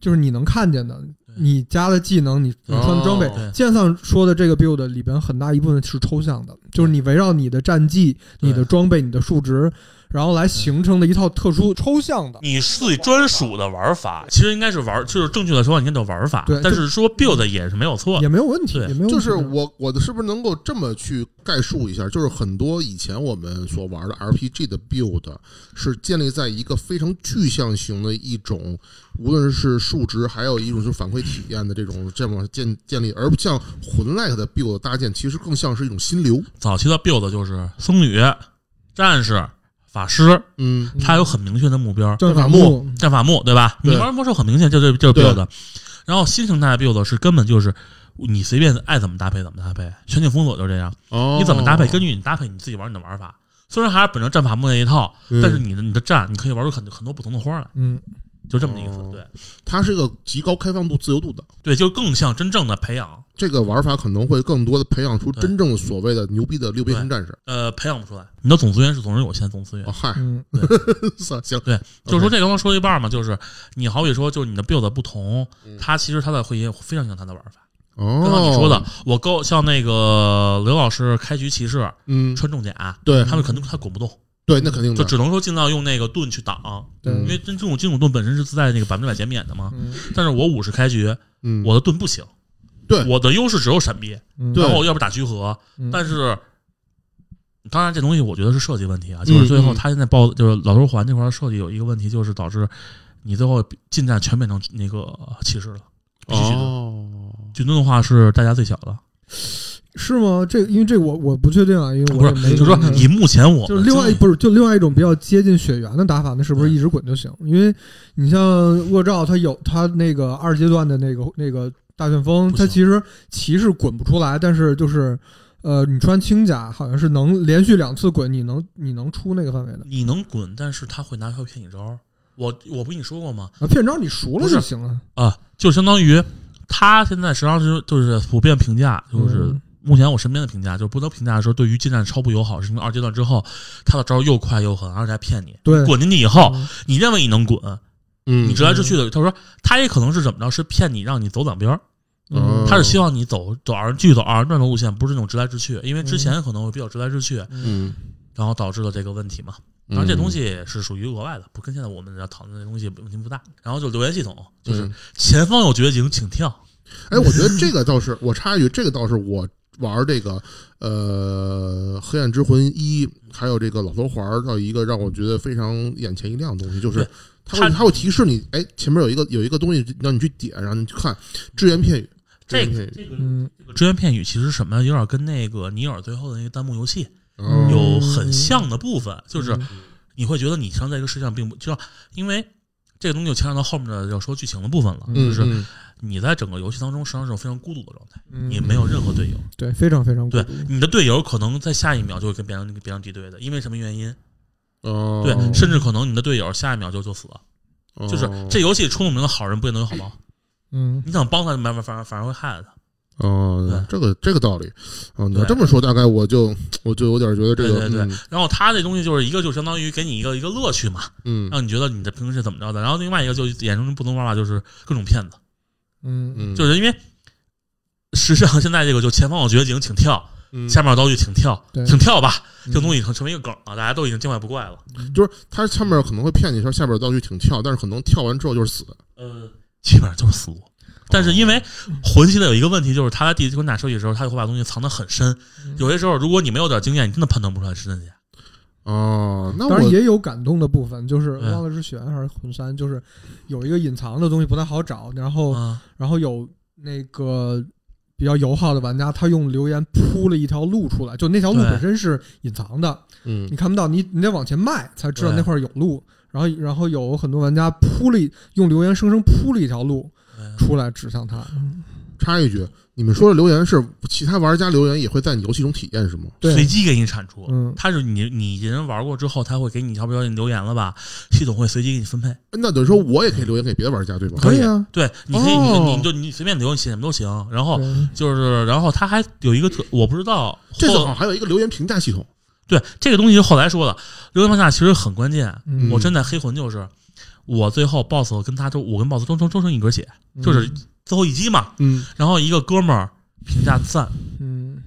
就是你能看见的，你加的技能，你你穿的装备哦。对剑桑说的这个 build 里边很大一部分是抽象的，就是你围绕你的战绩、对你的装备、你的数值，然后来形成的一套特殊抽象的。你自己专属的玩法，其实应该是玩，就是正确的说法应该叫玩法对，但是说 build 也是没有错也的。没有问题，对也没有问题就是我我的是不是能够这么去概述一下？就是很多以前我们所玩的 RPG 的 build 是建立在一个非常具象型的一种，无论是数值，还有一种就是反馈体验的这种这么建建立，而不像魂 like 的 build 的搭建，其实更像是一种心流。早期的 build 就是僧侣、战士、法师，嗯，它有很明确的目标。正法反木木，战法木，对吧？对你玩魔兽很明显，就这就是对 build。然后新形态的 build 是根本就是你随便爱怎么搭配怎么搭配，全境封锁就这样。哦你怎么搭配，根据你搭配你自己玩你的玩法。虽然还是本着战法木那一套，嗯但是你的你的战你可以玩出很很多不同的花来，嗯，就这么一个意思。哦对它是一个极高开放度、自由度的。对，就更像真正的培养，这个玩法可能会更多的培养出对真正所谓的牛逼的六边形战士。呃，培养不出来。你的总资源是总是有限，总资源哦，。嗨，嗯，算行，对，就是说这刚刚说一半嘛，就是你好比说，就是你的 build 不同，它其实它的会也非常影响它的玩法。嗯哦，刚刚你说的，，我够像那个刘老师开局骑士嗯，穿重甲，对他们肯定他滚不动，对，那肯定就的，只能说尽量用那个盾去挡，对，嗯因为真这种金属盾本身是自带那个百分之百减免的嘛。嗯但是我五十开局，嗯，我的盾不行，对我的优势只有闪避，嗯对然后要不打聚合嗯，但是。当然，这东西我觉得是设计问题啊，就是最后嗯他现在报就是老头环这块儿设计有一个问题，就是导致你最后近战全变成那个骑士了，必须举盾。哦，举盾的话是代价最小的，是吗？这个因为这我我不确定啊，因为不我也没是，就是说看以目前我就们是另外经一历不是就另外一种比较接近血缘的打法，那是不是一直滚就行？因为你像恶兆，他有他那个二阶段的那个那个大旋风，不行他其实骑士滚不出来，但是就是呃，你穿轻甲好像是能连续两次滚，你能你能出那个范围的。你能滚，但是他会拿票骗你招儿。我我不跟你说过吗？啊，骗招你熟了不是就行了。啊，就相当于他现在实际上是就是普遍评价，就是嗯目前我身边的评价，就是不能评价说对于近战超不友好，是因为二阶段之后他的招儿又快又狠，而且还骗你。对，滚哦进去以后，嗯你认为你能滚，嗯，你直来直去的。他说他也可能是怎么着，是骗你让你走两边儿，嗯他是希望你走走二继续走二人转的路线，不是那种直来直去，因为之前可能会比较直来直去，嗯，然后导致了这个问题嘛。当然，这东西是属于额外的，不跟现在我们要讨论的东西问题不大。然后就留言系统，嗯就是前方有绝境，请跳。哎，我觉得这个倒是，我插一句，这个倒是我玩这个呃《黑暗之魂一》还有这个《老头环》的一个让我觉得非常眼前一亮的东西，就是对它会它它会提示你，哎，前面有一个有一个东西让你去点，然后你去看只言片语，只这言个片语，这个嗯，这个只言片语其实什么，有点跟那个尼尔最后的那个弹幕游戏哦嗯有很像的部分，就是嗯你会觉得你实际上在这个世界上并不，就像因为这个东西就牵扯到后面的要说剧情的部分了，嗯就是嗯你在整个游戏当中实际上是非常孤独的状态，嗯你没有任何队友，对，非常非常孤对独。你的队友可能在下一秒就会跟别人别人敌对的，因为什么原因？哦，对，甚至可能你的队友下一秒就就死了。哦就是这游戏出了名的好人不一定有好报，嗯，你想帮他，反反反而反而会害了他。哦对，这个这个道理啊，你要对这么说，大概我就我就有点觉得这对对个，对嗯然后他这东西就是一个就相当于给你一个一个乐趣嘛，嗯让你觉得你的平时是怎么着的。然后另外一个就衍生出不同玩法就是各种骗子，嗯，嗯，就是因为实际上现在这个就前方有绝境，请跳。嗯下面有道具请跳对， [LAUGHS] 请跳吧，嗯这种东西已经成为一个梗了，大家都已经见怪不怪了。就是它上面可能会骗你说下边有道具挺跳，但是可能跳完之后就是死的。嗯呃，基本上就是死哦路。但是因为魂系的有一个问题，就是他在地图打设计的时候，他会把东西藏得很深。嗯有些时候，如果你没有点经验，你真的判断不出来是真假。哦，那当然我也有感动的部分，就是嗯忘了是雪原还是魂三，就是有一个隐藏的东西不太好找，然后、啊，然后有那个比较友好的玩家，他用留言铺了一条路出来，就那条路对本身是隐藏的，嗯你看不到，你你得往前迈才知道对那块儿有路。然后，然后有很多玩家铺了一用留言生生铺了一条路嗯出来指向他，插一句，你们说的留言是其他玩家留言也会在你游戏中体验是吗？对随机给你产出。嗯他是你你人玩过之后，他会给你要不要你留言了吧？系统会随机给你分配。那等于说我也可以留言给别的玩家对吗？可以啊，对，你可以你哦你就你随便留，你写什么都行。然后对就是，然后他还有一个特，我不知道这次好后像还有一个留言评价系统。对这个东西是后来说的，留言评价其实很关键。嗯我真的黑魂就是，我最后 BOSS 跟他都我跟 BOSS 都成都成一格血，嗯就是最后一击嘛。嗯，然后一个哥们儿评价赞，嗯，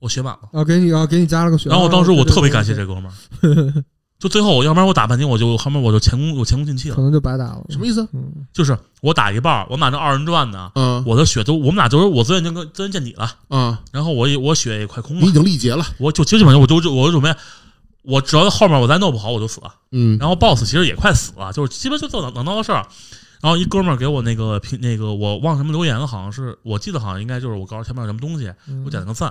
我血满了。啊，给你啊，给你加了个血。然后当啊时我特别感谢个，这哥们儿，就最后我要不然我打半天我就后面我就前功我前功尽弃可了，能就白打了。什么意思？嗯，就是我打一半儿，我们俩这二人转呢，啊我的血都我们俩就是我自愿就跟自愿见底了，啊，然后我也我血也快空你已了，经力竭了。我就基本上我就我就准备。我只要后面我再弄不好我就死了，嗯，然后 boss 其实也快死了，就是基本就做能能到的事儿。然后一哥们儿给我那个评那个我忘什么留言了，好像是我记得好像应该就是我告诉前面有什么东西，嗯我点了个赞，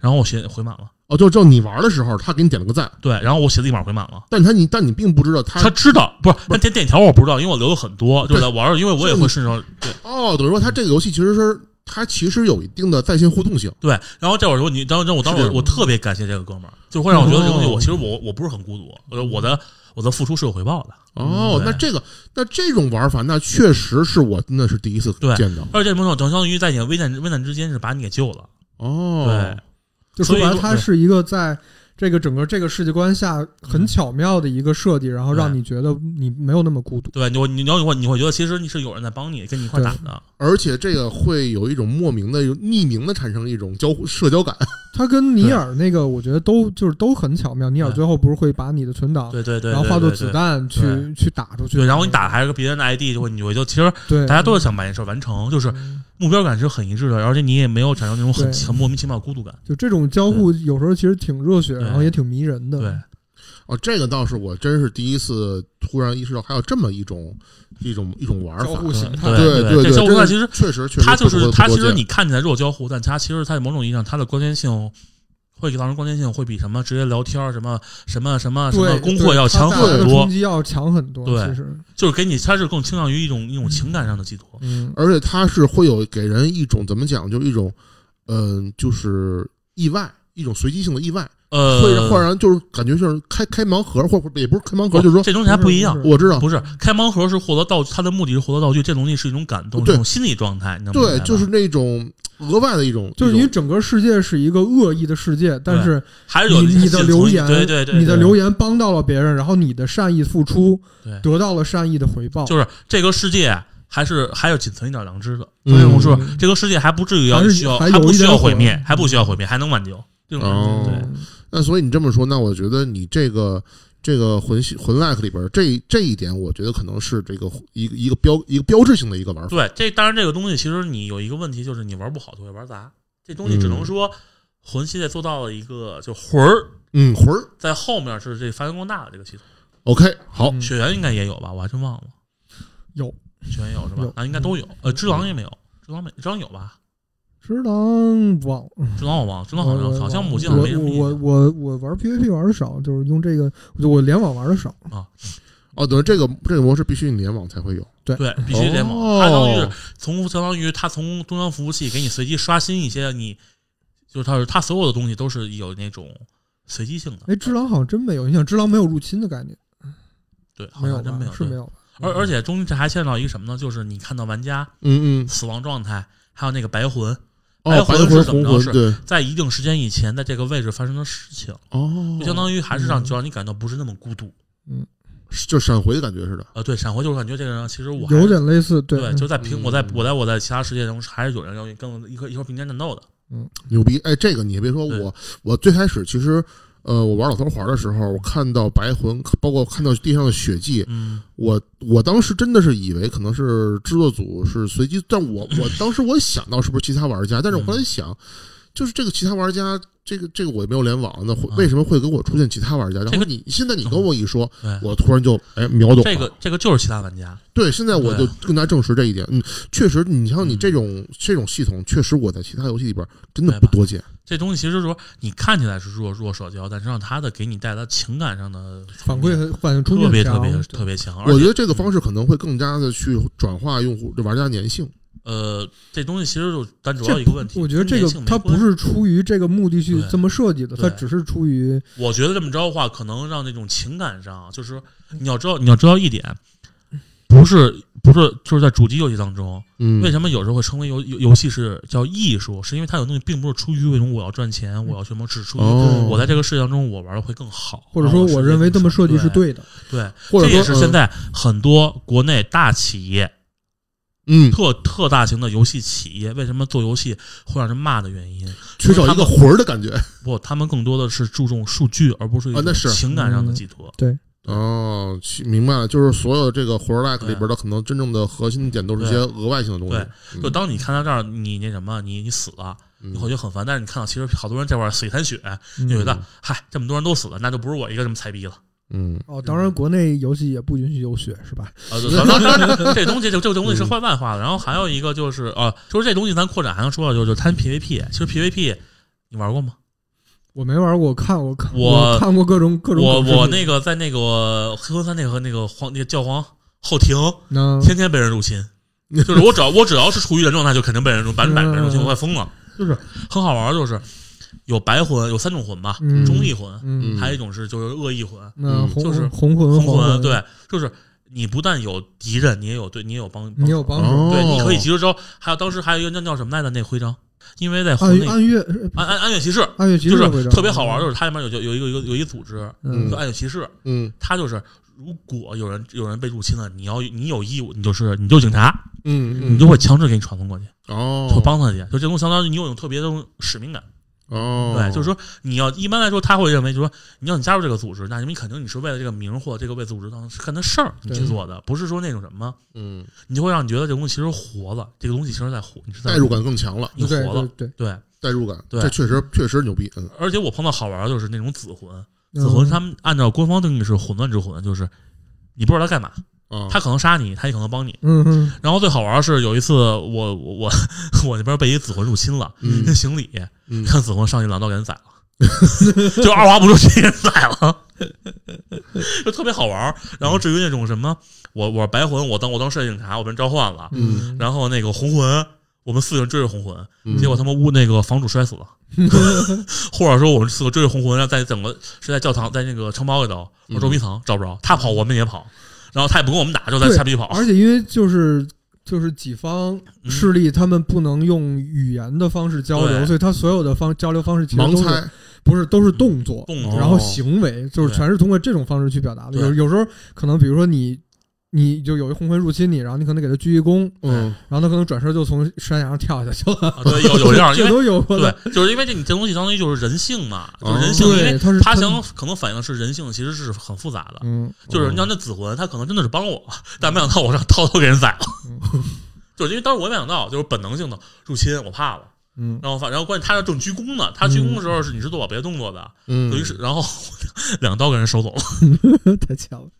然后我血回满了，哦，就就你玩的时候，他给你点了个赞，对，然后我血立马回满了。但他你但你并不知道他他知道不是？那点点条我不知道，因为我留了很多，对吧？我要是因为我也会顺手对哦，等于说他这个游戏其实是它其实有一定的在线互动性。对。然后这会儿说你，当时我当时是我的我特别感谢这个哥们儿，就会让我觉得这东西哦我其实我我不是很孤独，我我的我的付出是有回报的。哦，嗯对那这个那这种玩法，那确实是我真的是第一次对见到。而且这种程度相当于在你的危难危难之间是把你给救了，哦，对，就说白所了，以它是一个在这个整个这个世界观下嗯很巧妙的一个设计，然后让你觉得你没有那么孤独。对吧？你我你你要你会觉得其实你是有人在帮你，跟你一块打的，而且这个会有一种莫名的、有匿名的产生一种交互社交感。它跟尼尔那个，我觉得都就是都很巧妙。尼尔对最后不是会把你的存档，对对对，然后化作对子。弹去对去打出去，对，对然后你打还是别人的 ID，就会你会就其实对，大家都是想把这事儿完成，就是嗯目标感是很一致的，而且你也没有产生那种很对很莫名其妙的孤独感。就这种交互，有时候其实挺热血，对然后也挺迷人的。对，哦，这个倒是我真是第一次突然意识到还有这么一种一种一种玩交法互。形态，对对这对，交互真的赛其实确实确实它就不是多它，不其多实见你看起来弱交互，但它其实它某种意义上它的关键性会给造成关键性会比什么直接聊天儿什么什么什么什么对，工会对要它强带来很的多冲，击要强很多。对其实，就是给你它是更倾向于一种一种情感上的寄托。嗯，而且它是会有给人一种怎么讲，就是一种嗯、就是意外，一种随机性的意外，呃，会让会让人就是感觉就是开开盲盒，或者也不是开盲盒，不就是说哦这东西还不一样不。我知道，不是开盲盒是获得道具，它的目的是获得道具，这东西是一种感动，对是一种心理状态，你能明白对，吧就是那种额外的一种，就是一你种整个世界是一个恶意的世界，但是还是有你你的一些留从言，对对对，你的对嗯留言帮到了别人，然后你的善意付出对得到了善意的回报，就是这个世界还是还有仅存一点良知的，嗯所以我说这个世界还不至于要还是需要还还有不一需点要毁灭火，嗯还不需要毁灭，还能挽救这种感哦觉。对，那所以你这么说，那我觉得你这个这个魂系魂 like 里边这这一点，我觉得可能是这个一个一个标一个标志性的一个玩法。对，这当然这个东西其实你有一个问题，就是你玩不好就会玩砸。这东西只嗯能说、魂系列做到了一个就魂儿嗯，魂儿在后面是这发扬光大的这个系统。 OK，好，嗯雪原应该也有吧？我还真忘了，有雪原有是吧有？嗯啊，应该都有。呃，只狼也没有，只狼没，只狼有吧？只能忘了，只狼我忘了，只狼好我像好像母嗯哦我鸡好像没什么印我象我我玩 PVP 玩的少，就是用这个，就我联网玩的少，哦，等于这个这个模式必须你联网才会有，对，必须联网，它相当于是哦，从相当于它从中央服务器给你随机刷新一些你，就是它是它所有的东西都是有那种随机性的。哎，只狼好像真没有，你想只狼没有入侵的概念，对，好没有像真吧没有，是没对。有吧，而而且中间还牵扯到一个什么呢？就是你看到玩家嗯嗯，死亡状态，还有那个白魂，哦，白白哎魂是魂怎么红着魂是对，在一定时间以前，在这个位置发生的事情，哦，就相当于还是让嗯就让你感到不是那么孤独。就闪回的感觉似的。呃，对，闪回就是感觉这个人其实我还有点类似，对，就在嗯平我在我在我在其他世界中还是有人要跟我一块一块并肩战斗的。牛逼！哎，这个你别说对我，我最开始其实，呃，我玩老头环的时候，我看到白魂，包括看到地上的血迹，嗯，我我当时真的是以为可能是制作组是随机，但我我当时我想到是不是其他玩家，但是我嗯后来想，就是这个其他玩家，这个这个我也没有联网，那会啊为什么会给我出现其他玩家？然这后个你现在你跟我一说，对，我突然就哎秒懂了这个这个就是其他玩家，对，现在我就对更加证实这一点。嗯，确实，你像你嗯这种、这种系统，确实我在其他游戏里边真的对不吧多见。这东西其实说你看起来是弱弱手交，但实际上它的给你带来情感上的反馈很反应冲击特别很特强别特别强，而我觉且得这个方式可能会更加的去转化用户、玩家粘性。呃，这东西其实就单主要一个问题，我觉得跟这粘个性没它关不系，是出于这个目的去对这么设计的，它对只是出于我觉得这么着的话，可能让那种情感上，就是说你要知道你要知道一点，嗯不是不是就是在主机游戏当中，嗯，为什么有时候会成为游游游戏是叫艺术？是因为它有东西并不是出于为什么我要赚钱，我要什么，只出于哦我在这个世界当中我玩的会更好，或者说然后我认为这么设计是对对的，对，或者这也嗯说是现在很多国内大企业、嗯，特特大型的游戏企业为什么做游戏会让人骂的原因。缺少一个魂儿的感觉。不，他们更多的是注重数据，而不是一啊那种是情感上的寄托。哦，其明白了，就是所有这个魂儿 like 对里边的可能真正的核心的点都是一些额外性的东西。嗯就当你看到这儿，你那什么，你你死了，嗯你会觉得很烦。但是你看到其实好多人这块儿死一滩血，嗯你觉得嗨，这么多人都死了，那就不是我一个这么菜逼了。嗯，哦，当然国内游戏也不允许有血是吧？啊，对反正这东西就这个东西是外化的。然后还有一个就是啊，就是这东西咱扩展还能说到，就是就是它 PVP，其实 PVP 你玩过吗？我没玩过，我看我看我看过各种各种我狗视频。我那个在那个黑魂三那个和那个皇那个教皇后庭，那天天被人入侵。 [LAUGHS] 就是我只要我只要是处于人状态，就肯定被人入，百分之百被人入侵，我快疯了。 [LAUGHS] 就是很好玩儿，就是有白魂，有三种魂吧，嗯中立魂，嗯，还有一种是就是恶意魂，那嗯红就是红魂红黄魂，对，就是你不但有敌人，你也有对，你也有帮，你有帮手。哦，对，你可以及时招。还有当时还有一个那叫什么来着？那徽章，因为在暗魂那暗月呃暗暗暗月骑士，暗月骑就士会是长特别好玩儿，就是它里面有有有一个有一个有一组织嗯叫暗月骑士，嗯它就是。如果有人有人被入侵了，你要你有义务，你就是你就是警察，嗯嗯，你就会强制给你传送过去，会哦帮他去。就这种相当于你有一种特别的使命感。哦，对，就是说你要一般来说，他会认为就是说你要你加入这个组织，那你肯定你是为了这个名或者这个为组织当是干的事儿你去对做的，不是说那种什么，嗯，你就会让你觉得这个东西其实活了，这个东西其实在活，你是在代入，感更强了，你对活对了，对，对。代入感，对这确实确实牛逼。嗯，而且我碰到好玩的就是那种子魂，嗯子魂他们按照官方定义是混乱之魂，就是你不知道他干嘛，啊，他可能杀你，他也可能帮你。嗯嗯然后最好玩的是有一次我我我 [LAUGHS] 我那边被一子魂入侵了，嗯那行礼， [LAUGHS] 嗯看子魂上去两刀给人宰了， [LAUGHS] 就二话不说直接给人宰了， [LAUGHS] 就特别好玩儿。然后至于那种什么，我我白魂，我当我当摄影警察，我被人召唤了，嗯，然后那个红魂。我们四个人追着红魂，嗯结果他妈屋那个房主摔 [LAUGHS] 死了，或者说我们四个追着红魂，然后在整个是在教堂，在那个城堡里头嗯玩捉迷藏，找不着，他跑我们也跑，然后他也不跟我们打，就在对下逼跑。而且因为就是就是几方嗯势力，他们不能用语言的方式交流，对所以他所有的方交流方式其实盲都是猜，不是都是动作，动作然后行为就是哦对全是通过这种方式去表达的。对有有时候可能比如说你。你就有一红魂入侵你，然后你可能给他鞠一躬，嗯然后他可能转身就从山崖上跳下去了。啊对，有有这 [LAUGHS] 样，因这为都有过的。对，就是因为这你这东西相当于就是人性嘛，就哦是人性，因对，为他是他他想可能反映的是人性，其实是很复杂的。嗯，就是你像那子魂，他可能真的是帮我，但没想到我让涛涛给人宰了嗯。 [LAUGHS] 就是因为当时我也没想到，就是本能性的入侵，我怕了。嗯，然后反然后关键他是正鞠躬呢，他鞠躬的时候是你是做保别的动作的，嗯等于是然后 [LAUGHS] 两刀给人收走了。太强了。嗯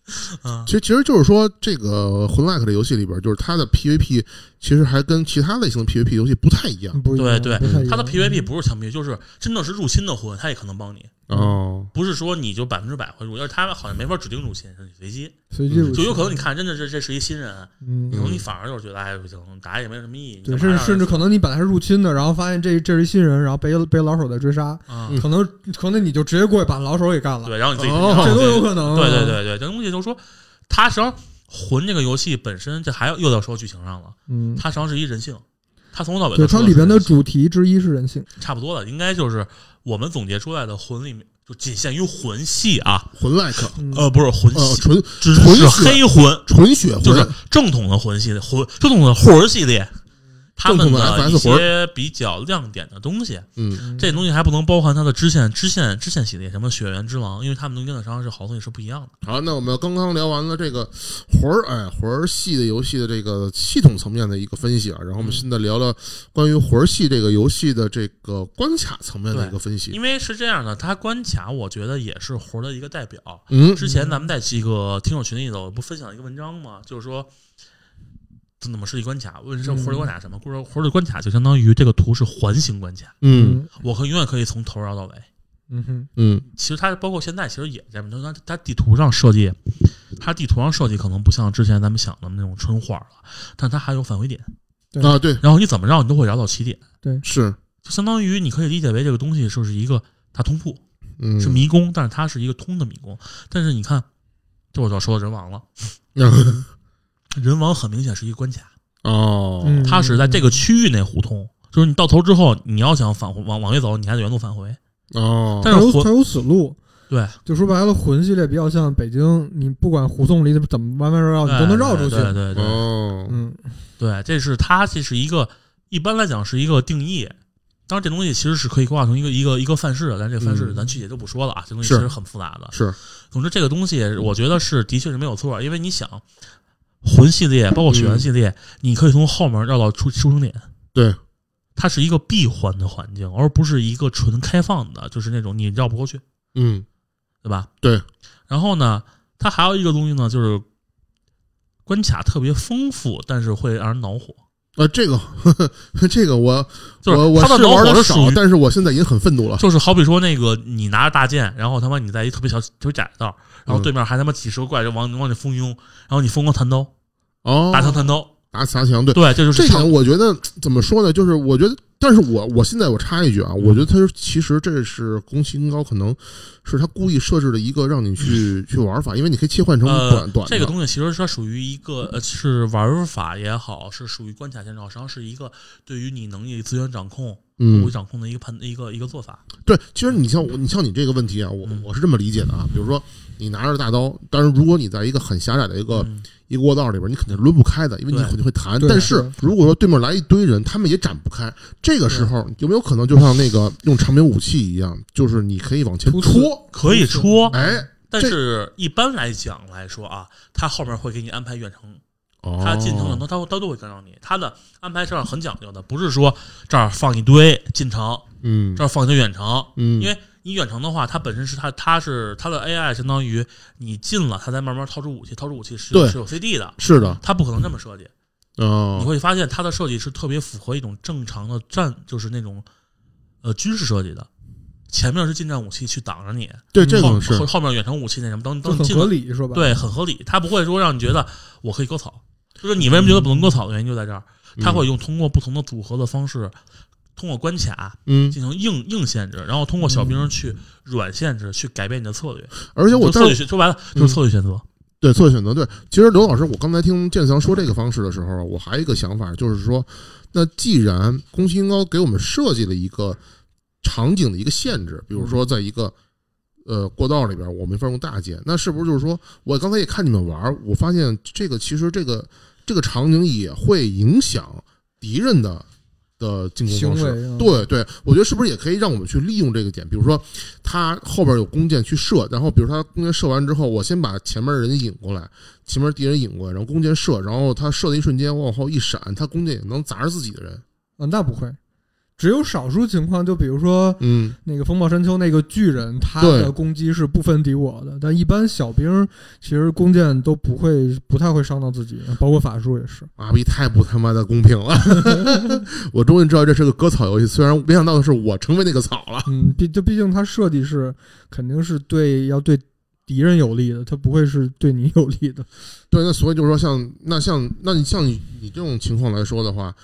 其，实其实就是说，这个魂 like 这游戏里边，就是它的 PVP 其实还跟其他类型的 PVP 游戏不太一样不一样对对不太一样 [LAUGHS] 他的 PVP 不是强 PVP，就是真正是入侵的魂，他也可能帮你，哦。不是说你就百分之百会入，而且他好像没法指定入侵，是你随机，随机入嗯就有侵可能你，看真的是这是一新人，嗯可，能你反而就是觉得哎不行，打也没什么意义，对，甚至甚至可能你本来是入侵的，然后发现这这是一新人，然后被被老手在追杀，啊，嗯可能可能你就直接过去把老手给干了，对，然后你自己哦这都有能。可能。啊对对，对对，这东西就是说，它实际上魂这个游戏本身，这还要又要说剧情上了，嗯，它实际上是一人性，它从头到尾对，都它说里边的是主题之一是人性，差不多了，应该就是我们总结出来的魂里面就仅限于魂系啊，魂 like，嗯呃，不是魂呃，系，啊纯只纯是血黑魂，纯血魂，就是正统的魂系列，魂正统的魂系列。他们正统的的一 FS 魂些比较亮点的东西。嗯，这些东西还不能包含它的支线、支线、支线系列，什么血缘之王，因为他们能跟得上是好东西是不一样的。好，那我们刚刚聊完了这个魂儿，哎，魂儿系的游戏的这个系统层面的一个分析啊，然后我们嗯现在聊聊关于魂儿系这个游戏的这个关卡层面的一个分析。因为是这样的，它关卡我觉得也是活的一个代表。嗯之前咱们在这个听友群里头我不分享一个文章吗？就是说怎么设计关卡，为什么活的关卡是什么？或者活的关卡就相当于这个图是环形关卡，嗯我可以永远可以从头绕到尾。嗯哼，嗯其实它包括现在其实也在，就是它它地图上设计，它地图上设计可能不像之前咱们想的那种春画了，但它还有返回点，对啊，对，然后你怎么绕你都会绕到起点，是，就相当于你可以理解为这个东西就是一个大通铺，嗯，是 [LAUGHS] 迷宫，但是它是一个通的迷宫。但是你看，这我就要说到人王了， [LAUGHS] 人王很明显是一个关卡，哦，嗯它是在这个区域内互通。就是你到头之后，你要想返回往往回走，你还得原路返回。哦，但它是有魂它有死路，对，就说白了，魂系列比较像北京，你不管胡同里怎么弯弯绕绕，哦你都能绕出去哎对。对对对哦，嗯对，这是它这是一个一般来讲是一个定义。当然，这东西其实是可以规划成一个一个一个范式的，但是这个范式嗯咱具体就不说了啊，这东西是其实很复杂的。是，总之，这个东西我觉得是的确是没有错，因为你想，魂系列包括血缘系列，你可以从后面绕到出出生点，嗯对，它是一个闭环的环境，而不是一个纯开放的，就是那种你绕不过去，嗯对吧？对。然后呢，它还有一个东西呢，就是关卡特别丰富，但是会让人恼火。啊，这个 [LAUGHS] 呵呵这个我就是我我它的是恼玩火的是属少，于但是我现在已经很愤怒了。就是好比说那个你拿着大剑，然后他妈你在一特别小特别窄的道儿，然嗯后对面还他妈几十个怪就往往你蜂拥，然后你疯狂弹刀，哦，打墙弹刀，打砸墙，对，对，这就是这上点我觉得怎么说呢？就是我觉得，但是我我现在我插一句啊，我觉嗯得他其实这是宫崎英高可能是他故意设置的一个让你 [LAUGHS] 去去玩法，因为你可以切换成呃短短的这个东西其实它属于一个呃是玩法也好，是属于关卡建造商，是一个对于你能力资源掌控、物嗯理，掌控的一个判一个一个做法。对，其实你像我，你像你这个问题啊，我嗯我是这么理解的啊，比如说你拿着大刀，当然如果你在一个很狭窄的一个嗯一个过道里边，你肯定抡不开的，因为你对肯定会弹。对但是是如果说对面来一堆人，他们也展不开，这个时候有没有可能就像那个用长柄武器一样，就是你可以往前突刺戳？可以戳，哎，但是一般来讲来说啊，它后面会给你安排远程哦他进城很多，他他都会干扰你。他的安排上很讲究的，不是说这儿放一堆近程，嗯这儿放一堆远程，嗯，因为你远程的话，它本身是它它是它的 AI 相当于你进了，它再慢慢掏出武器，掏出武器是有对是有 CD 的，是的，它不可能这么设计。你哦，会发现它的设计是特别符合一种正常的战，就是那种呃军事设计的。前面是近战武器去挡着你，对，这后种是后后面远程武器那什么，等就等很进合了理，说白了，对，很合理。他不会说让你觉得我可以割草，就是你为什么觉得不能割草的原因就在这儿，嗯他会用通过不同的组合的方式，通过关卡嗯，进行硬硬限制，然后通过小兵去软限制，去改变你的策略。而且我嗯就哦策但略是选说白了就是策略选择。对做选择对，其实刘老师，我刚才听建强说这个方式的时候，我还有一个想法，就是说，那既然宫崎英高给我们设计了一个场景的一个限制，比如嗯说在一个。呃，过道里边我没法用大剑，那是不是就是说，我刚才也看你们玩，我发现这个其实这个这个场景也会影响敌人的的进攻行方式，为啊，对对，我觉得是不是也可以让我们去利用这个点？比如说，他后边有弓箭去射，然后比如他弓箭射完之后，我先把前面人引过来，前面敌人引过来，然后弓箭射，然后他射的一瞬间，我往后一闪，他弓箭也能砸着自己的人。嗯，那不会。只有少数情况，就比如说嗯，那个风暴山丘那个巨人，他对的攻击是不分敌我的，但一般小兵其实弓箭都不会，不太会伤到自己，包括法术也是。妈逼，啊太不他妈的公平了！ [LAUGHS] 我终于知道这是个割草游戏，虽然没想到的是我成为那个草了。嗯，毕就毕竟它设计是肯定是对要对敌人有利的，它不会是对你 [LAUGHS] 有利的。对，那所以就是说像，那像那你像你你这种情况来说的话，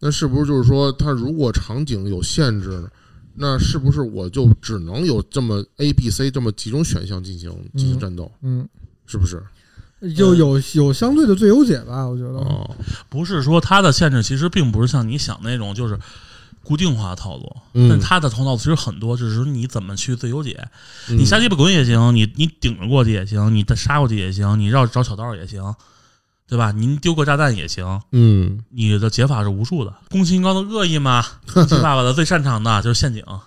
那是不是就是说，它如果场景有限制，那是不是我就只能有这么 A、B、C 这么几种选项进行进行嗯战斗，嗯，是不是？就嗯有有相对的最优解吧，我觉得。哦，不是说它的限制其实并不是像你想那种就是固定化的套路，嗯但它的头脑其实很多，只是你怎么去最优解。嗯你瞎鸡巴滚也行，你你顶着过去也行，你杀过去也行，你绕找小道也行。对吧？您丢个炸弹也行，嗯，你的解法是无数的。宫崎英高的恶意 [LAUGHS] 嘛，宫崎爸爸的最擅长的就是陷阱，啊，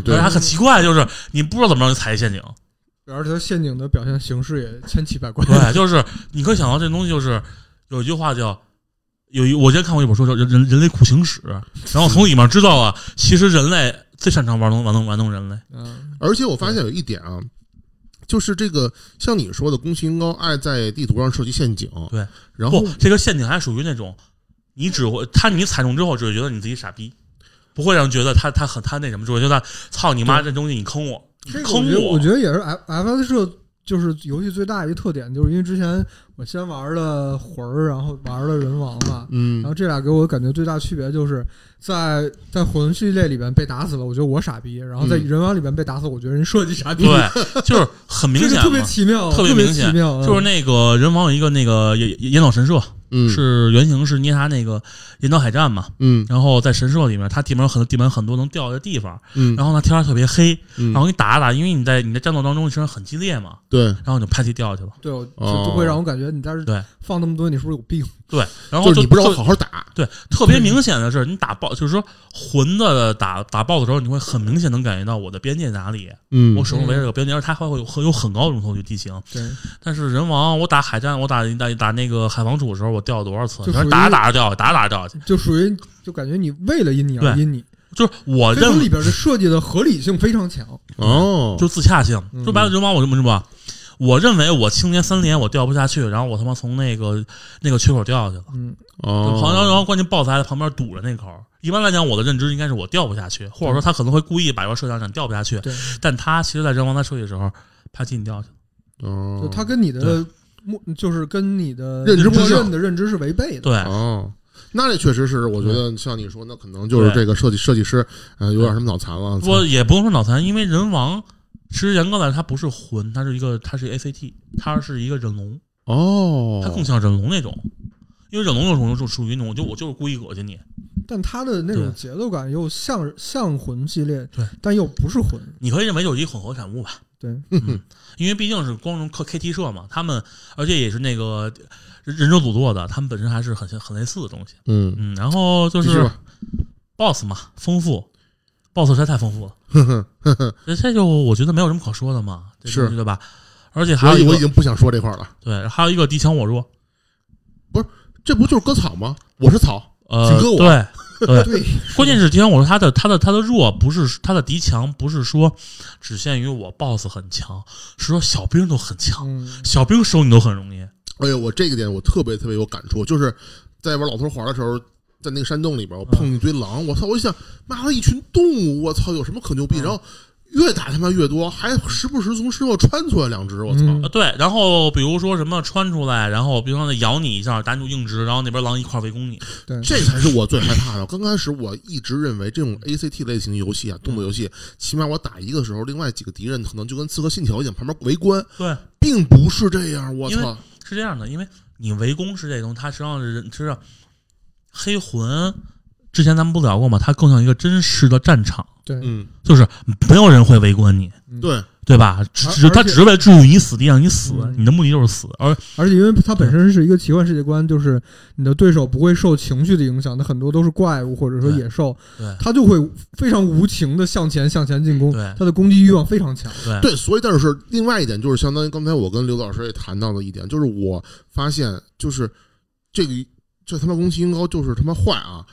对而且，还很奇怪，就是你不知道怎么让你踩一 [LAUGHS] 陷阱。而且它陷阱的表现形式也千奇百怪。对，就是你可以想到这东西，就是有一句话叫。有一，我之前看过一本书叫《人人人类苦行史》，然后从里面知道啊，其实人类最擅长玩弄玩弄玩弄人类。嗯，而且我发现有一点啊，就是这个像你说的，宫崎英高爱在地图上设计陷阱，对，然后不，这个陷阱还属于那种，你只会他你踩中之后，只会觉得你自己傻逼，不会让人觉得他他很他那什么，只会觉得操你妈这东西你坑我，你这个我坑觉得我觉得也是 F F S 社就是游戏最大一个特点，就是因为之前我先玩了魂儿，然后玩了人王嘛，嗯然后这俩给我感觉最大区别就是在在魂系列里边被打死了，我觉得我傻逼；然后在嗯人王里边被打死，我觉得人设计傻逼。对，就是很明这显个嘛，特别奇妙，特别别明显奇妙，嗯就是那个人王有一个那个岩岩岩岛神社，嗯是原型是捏他那个岩岛海战嘛，嗯然后在神社里面，它地面有很多地面很多能掉的地方，嗯，然后呢天儿特别黑，嗯然后给你打打，因为你在你在战斗当中其实很激烈嘛，对，然后你就啪叽掉下去了，对，我就哦就会让我感觉你在这对放那么多，你是不是有病？对，然后就是你不知道特好好打，对，特别明显的是，你打爆，就是说魂的打打爆的时候，你会很明显能感觉到我的边界哪里，嗯我手中围着这个边界，而它还会有很有很高的容错率地形。对，但是人王，我打海战，我打打打那个海王主的时候，我掉了多少次？就你说属于打着打着掉，打着打着掉下去，就属于就感觉你为了阴你而对阴你，就是我所以认它为里边的设计的合理性非常强。哦，就是自洽性。嗯说白了，人王我这么这么，我认为我青年三连我掉不下去，然后我他妈从那个那个缺口掉下去了。嗯，哦，旁然后关键 BOSS 还在旁边堵着那口儿。一般来讲，我的认知应该是我掉不下去，或者嗯说他可能会故意把这设计让你掉不下去。对，但他其实，在人王他设计的时候，他替你掉下去了。哦，嗯就它跟你的默就是跟你的认知不默像认的认知是违背的。对，哦。那这确实是，我觉得像你说，那可能就嗯是对这个设计设计师，呃，有点什么脑残了。不过也不用说脑残，因为人王其实严格来说他不是魂，他是一个他是 ACT，他是一个忍龙，哦，他更像忍龙那种。因为忍龙那种就属于那种，就我就是故意恶心你，但它的那种对节奏感又像像魂系列，对，但又不是魂，你可以认为就是一混合产物吧。对，因为毕竟是光荣 K K T 社嘛，他们而且也是那个人手组做的，他们本身还是很很类似的东西。嗯，嗯，然后就继续是吧， boss 嘛，丰富，boss 实在太丰富了，这这就我觉得没有什么可说的嘛，这是东西对吧？而且还我有已一我已个经不想说这块儿了。对，还有一个敌强我弱，这不就是割草吗？我是草，呃请，割我 [LAUGHS] 对，对，关键是敌强我弱，他的他的他的弱不是他的敌强不是说只限于我 boss 很强，是说小兵都很强，嗯，小兵收你都很容易，哎呦，我这个点我特别特别有感触，就是在玩老头环的时候，在那个山洞里边，嗯我碰见一堆狼，我操！我一想，妈的，一群动物，我操，有什么可牛嗯逼？然后越打他妈越多，还时不时从身后穿出来两只，我操！嗯啊，对，然后比如说什么穿出来，然后比如说咬你一下，打你硬直，然后那边狼一块儿围攻你，对，这才是我最害怕的。刚开始我一直认为这种 A C T 类型游戏啊，动作游戏，起码我打一个时候，另外几个敌人可能就跟《刺客信条》一样，旁边围观，对，并不是这样。我因为操！是这样的，因为你围攻是这种，它实际上是人，实际上黑魂之前咱们不聊过吗？它更像一个真实的战场，对，嗯，就是没有人会围观你，对，对吧？只而只而且他只是为了置入你死地，让你死，嗯你的目的就是死。而而且因为它本身是一个奇幻世界观，就是你的对手不会受情绪的影响，它很多都是怪物或者说对野兽，对它就会非常无情的向前向前进攻对，它的攻击欲望非常强。对对，所以但是另外一点就是，相当于刚才我跟刘老师也谈到的一点，就是我发现就是这个这他妈宫崎英高就是他妈坏啊！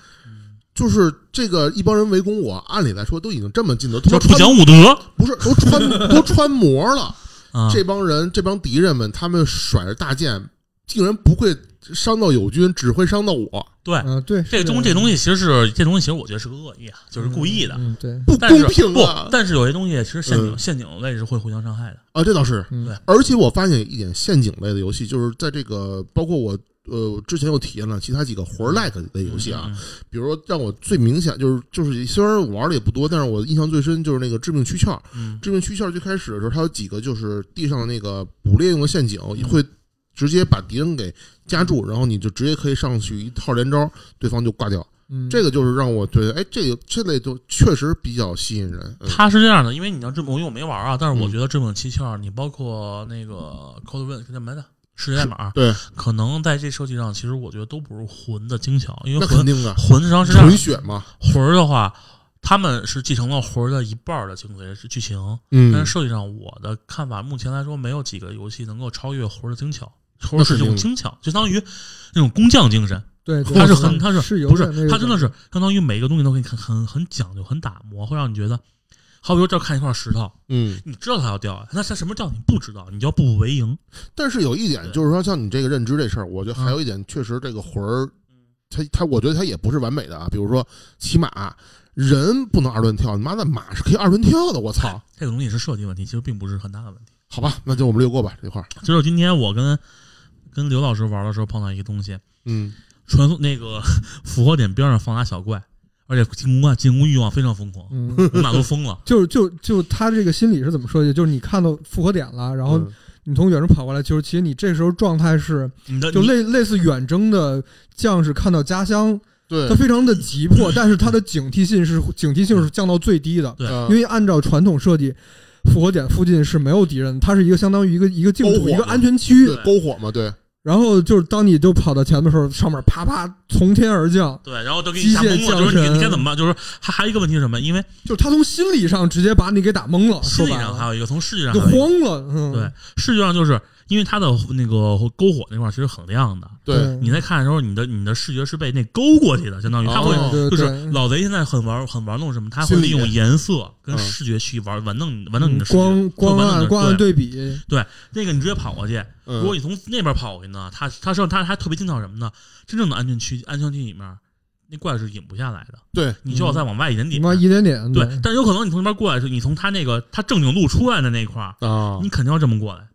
就是这个一帮人围攻我，按理来说都已经这么近了，都就不穿讲武德不是都穿都穿模了，啊，这帮人这帮敌人们，他们甩着大剑，竟然不会伤到友军，只会伤到我，对。嗯，对，这东这东西其实是这东西，其实我觉得是个恶意啊，就是故意的。嗯，对，不但是公平不啊，！但是有些东西其实陷阱、嗯陷阱类是会互相伤害的。啊，这倒是，嗯对而且我发现一点，陷阱类的游戏就是在这个，包括我呃之前又体验了其他几个活儿 like 的游戏啊，嗯，比如说让我最明显就是就是虽然我玩的也不多，但是我印象最深就是那个致命躯壳。嗯，致命躯壳最开始的时候，它有几个就是地上的那个捕猎用的陷阱，会嗯直接把敌人给夹住，然后你就直接可以上去一套连招，对方就挂掉。嗯，这个就是让我觉得，哎，这个这类就确实比较吸引人。嗯它是这样的，因为你要这么，因为我没玩啊，但是我嗯觉得这种七窍，你包括那个 Cold Wind 是什么来着？世界代码，对，可能在这设计上，其实我觉得都不如魂的精巧，因为那肯魂定啊，魂实际上是这样纯，血嘛，魂儿的话，他们是继承了魂儿的一半儿的精髓是剧情，但是，嗯设计上我的看法，目前来说没有几个游戏能够超越魂儿的精巧。那魂儿是肯一种定精巧，就相当于那种工匠精神， [LAUGHS] 对，对它是很它是是有不点那是个它真的是相当于每一个东西都可以很很很讲究、很打磨，会让你觉得，好比说这儿看一块石头，嗯，你知道它要掉啊，那它什么掉你不知道，你叫步步为营。但是有一点对嗯就是说，像你这个认知这事儿，我觉得还有一点，确实这个魂儿，它它，我觉得它也不是完美的啊。比如说骑马，人不能二轮跳，你妈的马是可以二轮跳的，我操！这个东西是设计问题，其实并不是很大的问题。好吧，那就我们略过吧这块儿。只有今天我跟跟刘老师玩的时候碰到一个东西，嗯，传送那个 [LAUGHS] 复活点边上放俩小怪，而且进攻啊进攻欲望非常疯狂，嗯，我们俩都疯 [LAUGHS] 了。就是就就他这个心理是怎么设计？就是你看到复活点了，然后嗯你从远处跑过来，就是其实你这时候状态是你的就呃你类类似远征的将士看到家乡，对他，非常的急迫，但是他的警惕性是警惕性是降到最低的，对呃因为按照传统设计，复活点附近是没有敌人，它是一个相当于一个一个净篝土火一个嘛安全区对。篝火嘛，对，然后就是当你就跑到前面的时候，上面啪啪从天而降，对，然后都给你吓懵了，就是机械你降你该神怎么办？就是还还有一个问题是什么？因为就是他从心理上直接把你给打懵了，心说理白上还了有一个，从视觉上就还有一个慌了。嗯，对，视觉上就是因为它的那个篝火那块儿其实很亮的，对，嗯你在看的时候，你的你的视觉是被那勾过去的，相当于它会哦嗯对就对是老贼现在很玩很玩弄什么，他会心理利用颜色跟嗯视觉去玩玩弄玩弄你的视觉嗯光光就玩弄你暗的光暗对对比，那个你直接跑过去，嗯如果你从那边跑过去呢，他他说他还特别精巧什么呢？真正的安全区安全区里面，那怪是引不下来的，对，你就要再往外一点你点。妈一点点对，但是有可能你从那边过来的时候，你从他那个他正经路出来的那块儿，啊你，肯定要这么过来，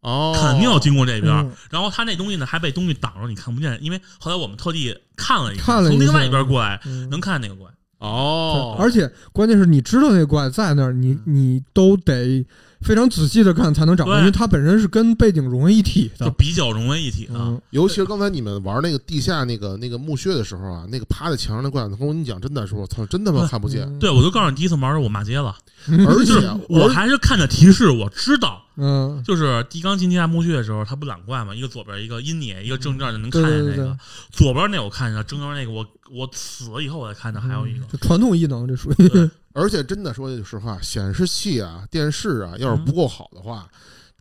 哦，肯定要经过这边。嗯然后他那东西呢还被东西挡着，你看不见。因为后来我们特地看了一下，看了一从下另外一边过来，嗯能看见那个怪。哦，而且关键是你知道那怪在那儿，你你都得非常仔细的看才能掌握，嗯对因为它本身是跟背景融为一体就的。比较融为一体啊。嗯，尤其是刚才你们玩那个地下那个那个墓穴的时候啊，那个趴在墙上的怪，我跟你讲，真的是我操，真他妈看不见。嗯对，我就告诉你，第一次玩的时候我骂街了，[LAUGHS] 就而且是我还是看着提示，我知道，嗯，就是第一刚进地下墓穴的时候，它不两怪嘛，一个左边一个阴孽，一个正面的能看对见那对对个对，左边那我看见了，正面那个我我死了以后我才看见还有一个，就传统异能，这属于对而且真的说句实话，显示器啊、电视啊，要是不够好的话，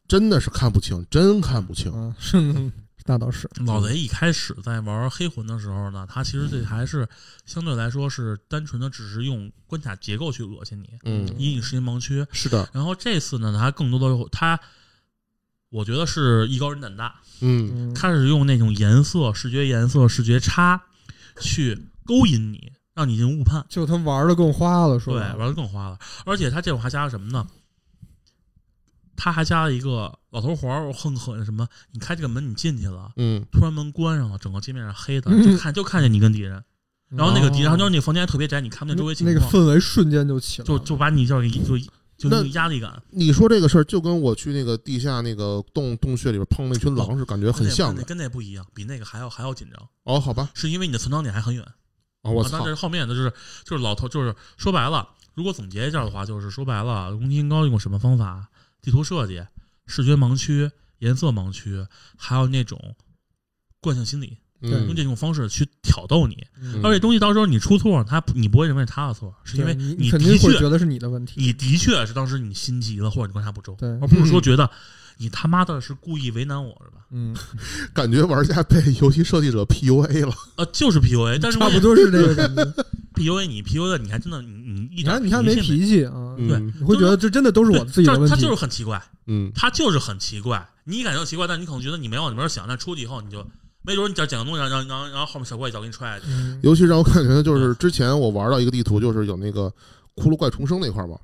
真的是看不清，真看不清。啊，是嗯嗯那倒是，老雷一开始在玩黑魂的时候呢，他其实这还是相对来说是单纯的，只是用关卡结构去恶心你，嗯引你视线盲区。是的，然后这次呢，他更多的他，我觉得是艺高人胆大，嗯，嗯他是用那种颜色、视觉颜色、视觉差去勾引你，让你进行误判。就他玩的更花了，对，说白玩了的更花了。而且他这会儿还加了什么呢？他还加了一个老头环儿，横狠什么？你开这个门，你进去了，嗯，突然门关上了，整个界面上黑的，嗯就看就看见你跟敌人，然后那个敌人，然后哦就是那个房间还特别窄，你看不见周围情那个况，氛围瞬间就起来就了，就把你叫给就就那那个压力感你说这个事儿就跟我去那个地下那个洞洞穴里边碰那群狼是感觉很像跟那的。跟那不一样，比那个还要还要紧张，哦，好吧，是因为你的存档点还很远。啊，我啊但操是，后面的就是就是老头，就是说白了，如果总结一下的话，就是说白了，宫崎英高用什么方法？地图设计、视觉盲区、颜色盲区，还有那种惯性心理，用嗯，这种方式去挑逗你。嗯而且东西到时候你出错，他不你不会认为是他的错，是因为对你你肯的定会确觉得是你的问题，你的确是当时你心急了，或者你观察不周，对而不是说觉得你他妈的是故意为难我是吧？嗯，感觉玩家被游戏设计者 PUA 了。呃，就是 PUA，但是差我不也多是这个感觉。 PUA 你 PUA 你还真的你你一你点看，你看没性脾气啊，对嗯你会觉得这真的都是我自己这的问他题就是，很奇怪，嗯，他就是很奇怪。你感觉奇怪，但你可能觉得你没往里面想，但出去以后你就没准你讲讲个东西，然后然后然后后面小怪一脚给你踹下去。嗯尤其让我感觉就是之前我玩到一个地图，就是有那个骷髅怪重生那块儿吧，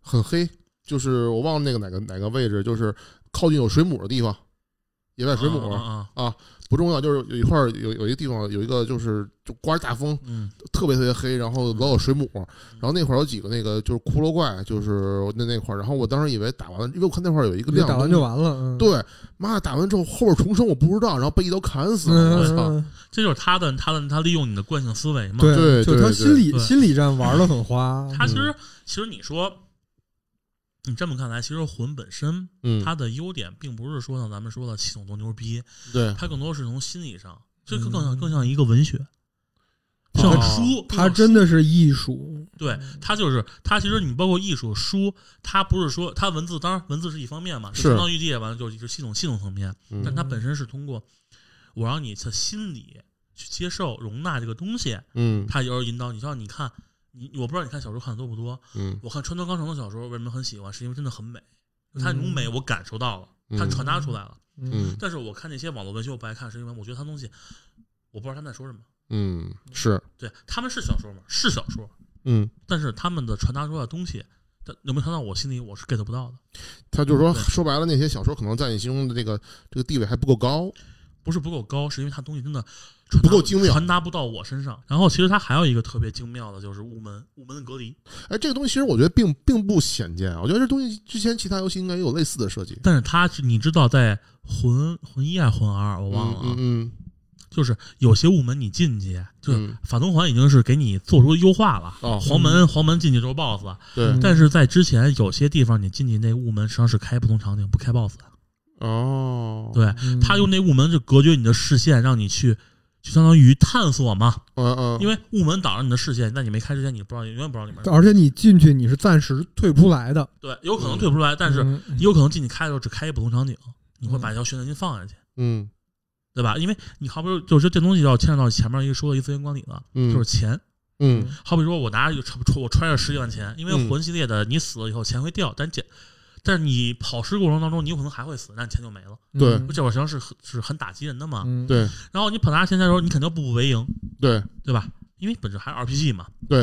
很黑，就是我忘了那个哪个哪个位置，就是靠近有水母的地方，野外水母、啊啊啊！不重要，就是有一块儿有有一个地方有一个就是就刮着大风，嗯，特别特别黑，然后老有水母，然后那块儿有几个那个就是骷髅怪，就是那那块儿，然后我当时以为打完了，因为我看那块儿有一个你亮打光完就。完了，嗯，对，妈的，打完之后后边重生我不知道，然后被一刀砍死了，嗯，我嗯操！嗯这就是他的他的他利用你的惯性思维嘛。对就是他对心理嗯对心理战玩的很花，他其实其实你说你这么看来，其实魂本身嗯，它的优点并不是说像咱们说的系统多牛逼，对，它更多是从心理上，这更嗯更像更像一个文学，哦像书，它真的是艺术，对它就是它，其实你包括艺术书，它不是说它文字，当然文字是一方面嘛，就是相当于理解完了就是就是系统系统层面，嗯但它本身是通过我让你的心理去接受容纳这个东西，嗯它有时候引导你，像你看你我不知道你看小说看的多不多，嗯我看川端康成的小说为什么很喜欢，是因为真的很美，它那种嗯美我感受到了，它嗯传达出来了。嗯但是我看那些网络文学我不爱看，是因为我觉得他东西我不知道他们在说什么。嗯是，对他们是小说吗？是小说，嗯，但是他们的传达出来的东西，它有没有传到我心里，我是 get 不到的。他就是说对说白了，那些小说可能在你心中的这个这个地位还不够高，不是不够高，是因为它东西真的传不达够精妙传达不到我身上。然后其实它还有一个特别精妙的，就是雾门雾门的隔离，哎，这个东西其实我觉得并并不鲜见，啊我觉得这东西之前其他游戏应该也有类似的设计，但是它是你知道在魂魂一还是魂二我忘了啊，嗯嗯就是有些雾门你进去，就是嗯法东环已经是给你做出优化了。哦黄门黄门进去就是 BOSS，了对嗯但是在之前有些地方你进去那雾门实际上是开不同场景不开 BOSS 的。哦，对嗯他用那雾门就隔绝你的视线，让你去就相当于探索嘛，嗯嗯，因为雾门挡着你的视线，那你没开之前你不知道，永远不知道里面是。而且你进去你是暂时退不出来的，对，有可能退不出来，但是嗯也有可能进去开的时候只开一普通场景，你会把一条悬念音放下去，嗯对吧？因为你好比说就是这东西要牵扯到前面一个说的一个资源管理了，嗯就是钱。嗯好比说我拿着一个揣揣我揣着十几万钱，因为嗯魂系列的你死了以后钱会掉，但减。但是你跑尸过程当中，你有可能还会死，那钱就没了。对这会儿实际上是很是很打击人的嘛。嗯，对然后你跑拿钱的时候，你肯定步步为营，对对吧？因为本质还是 RPG 嘛，对，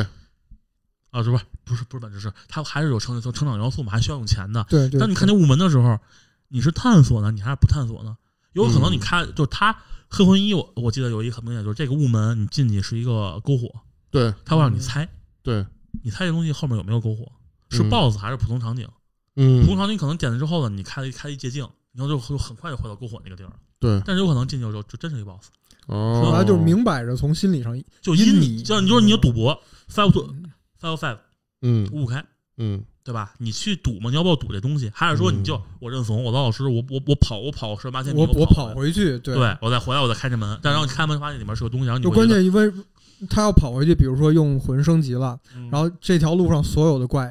啊，是不是不是不是本质是它还是有成成成长元素嘛，还需要用钱的。对对。当你看见雾门的时候，你是探索呢，你还是不探索呢？有可能你嗯开、就它黑魂一，我我记得有一个很明显，就是这个雾门你进去是一个篝火，对它会让你猜，对，你猜这东西后面有没有篝火，是嗯 BOSS 还是普通场景？嗯普通场景可能点了之后呢，你开了一开一捷径，然后就就很快就回到篝火那个地儿了。对但是有可能进去的时候就真是一个 BOSS，哦，说白了就是明摆着从心理上，就阴阴你，你就你就是你就赌博 five to 嗯 five five 嗯五五开。嗯对吧？你去赌吗？你要不要赌这东西？还是说你就、我认怂，我老老实实，我我我跑，我跑十八千嗯米，我我跑回回去，来，对对我再回来，我再开这门。但然后你开门发现里面是个东西，然后你就会觉关得，键因为他要跑回去，比如说用魂升级了，嗯然后这条路上所有的怪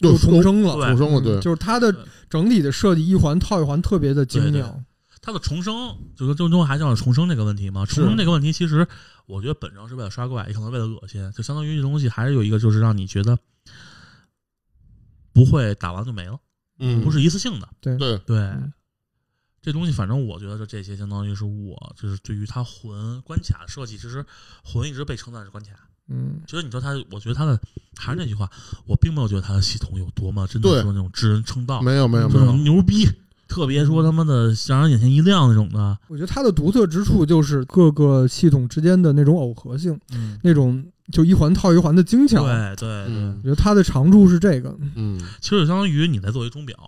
又又重生对了，嗯重生了，对嗯，就是它的整体的设计一环套一环特别的精妙，它的重生，就跟最终还是要重生这个问题嘛。重生这个问题，其实我觉得本质上是为了刷怪，也可能为了恶心，就相当于这东西还是有一个就是让你觉得不会打完就没了，嗯不是一次性的。对对，这东西反正我觉得就这些，相当于是我就是对于它魂关卡的设计，其实魂一直被称赞是关卡。嗯其实你说它，我觉得它的还是那句话，我并没有觉得它的系统有多么真的对说那种知人称道，没有没有没就是有，牛逼，特别说他妈的让人眼前一亮那种的。我觉得它的独特之处就是各个系统之间的那种耦合性，嗯，那种就一环套一环的精巧。我对对对，嗯觉得它的长处是这个，嗯其实就相当于你在做一钟表。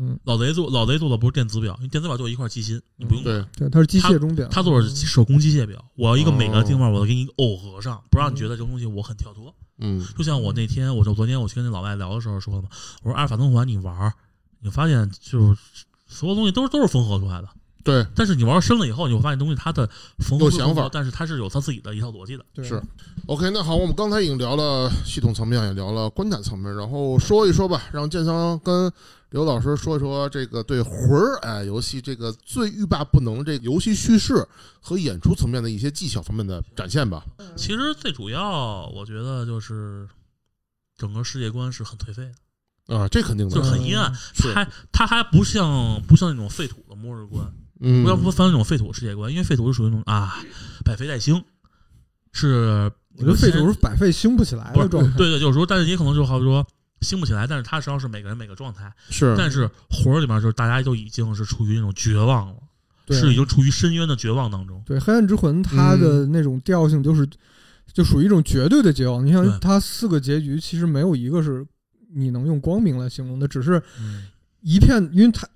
嗯，老贼做老贼做的不是电子表，因为电子表就是一块机芯，你不用管。嗯对对，它是机械钟表，嗯他做的是手工机械表，我要一个每个哦地方我都给你耦合上，不让你觉得这个东西我很跳脱。嗯就像我那天，我就昨天我去跟那老外聊的时候说了嘛，我说哎阿尔法灯环你玩儿，你发现就是所有东西都是都是缝合出来的，对但是你玩深了以后，你会发现东西它的缝合有归想缝合法但是它是有它自己的一套逻辑的。对是 OK，那好，我们刚才已经聊了系统层面，也聊了观感层面，然后说一说吧，让建商跟刘老师说一说这个对魂儿哎游戏这个最欲罢不能这个游戏叙事和演出层面的一些技巧方面的展现吧。其实最主要，我觉得就是整个世界观是很颓废的，啊，这肯定的，就是很阴嗯暗。它是还它还不像不像那种废土的末日观，嗯不要不翻那种废土世界观，因为废土是属于那种啊百废待兴，是我觉得废土是百废兴不起来不的是状态。对对，有时候但是也可能就好比说兴不起来，但是它实际上是每个人每个状态，是但是魂儿里面就是大家都已经是处于那种绝望了，对是已经处于深渊的绝望当中。对，黑暗之魂它嗯的那种调性就是，就属于一种绝对的绝望。你对像它四个结局，其实没有一个是你能用光明来形容的，只是嗯一片，因为它，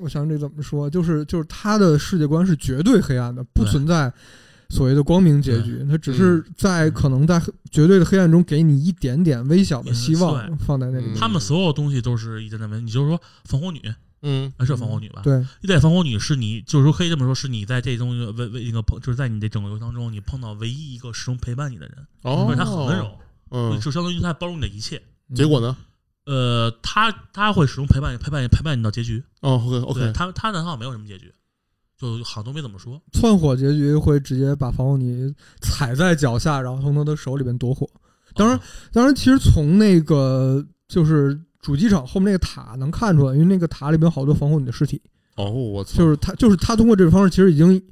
我想这怎么说，就是就是它的世界观是绝对黑暗的，不对嗯存在所谓的光明结局，它只是在可能在黑绝对的黑暗中给你一点点微小的希望对放在那里。他们所有东西都是一针见血。你就说防火女，嗯啊，是防火女吧？对，一代防火女是你，就是说可以这么说，是你在这中为为那个碰，就是在你的整个游戏当中，你碰到唯一一个始终陪伴你的人，哦而且她很温柔，嗯，就相当于她包容你的一切。结果呢？呃，她她会始终陪伴你，陪伴你，陪伴你到结局。哦，OK 对 OK，她她男好像没有什么结局，就好像都没怎么说。窜火结局会直接把防火泥踩在脚下，然后从他的手里边夺火。当然啊，当然，其实从那个就是主机厂后面那个塔能看出来，因为那个塔里边有好多防火女的尸体，哦，我操，就是他就是他通过这种方式其实已经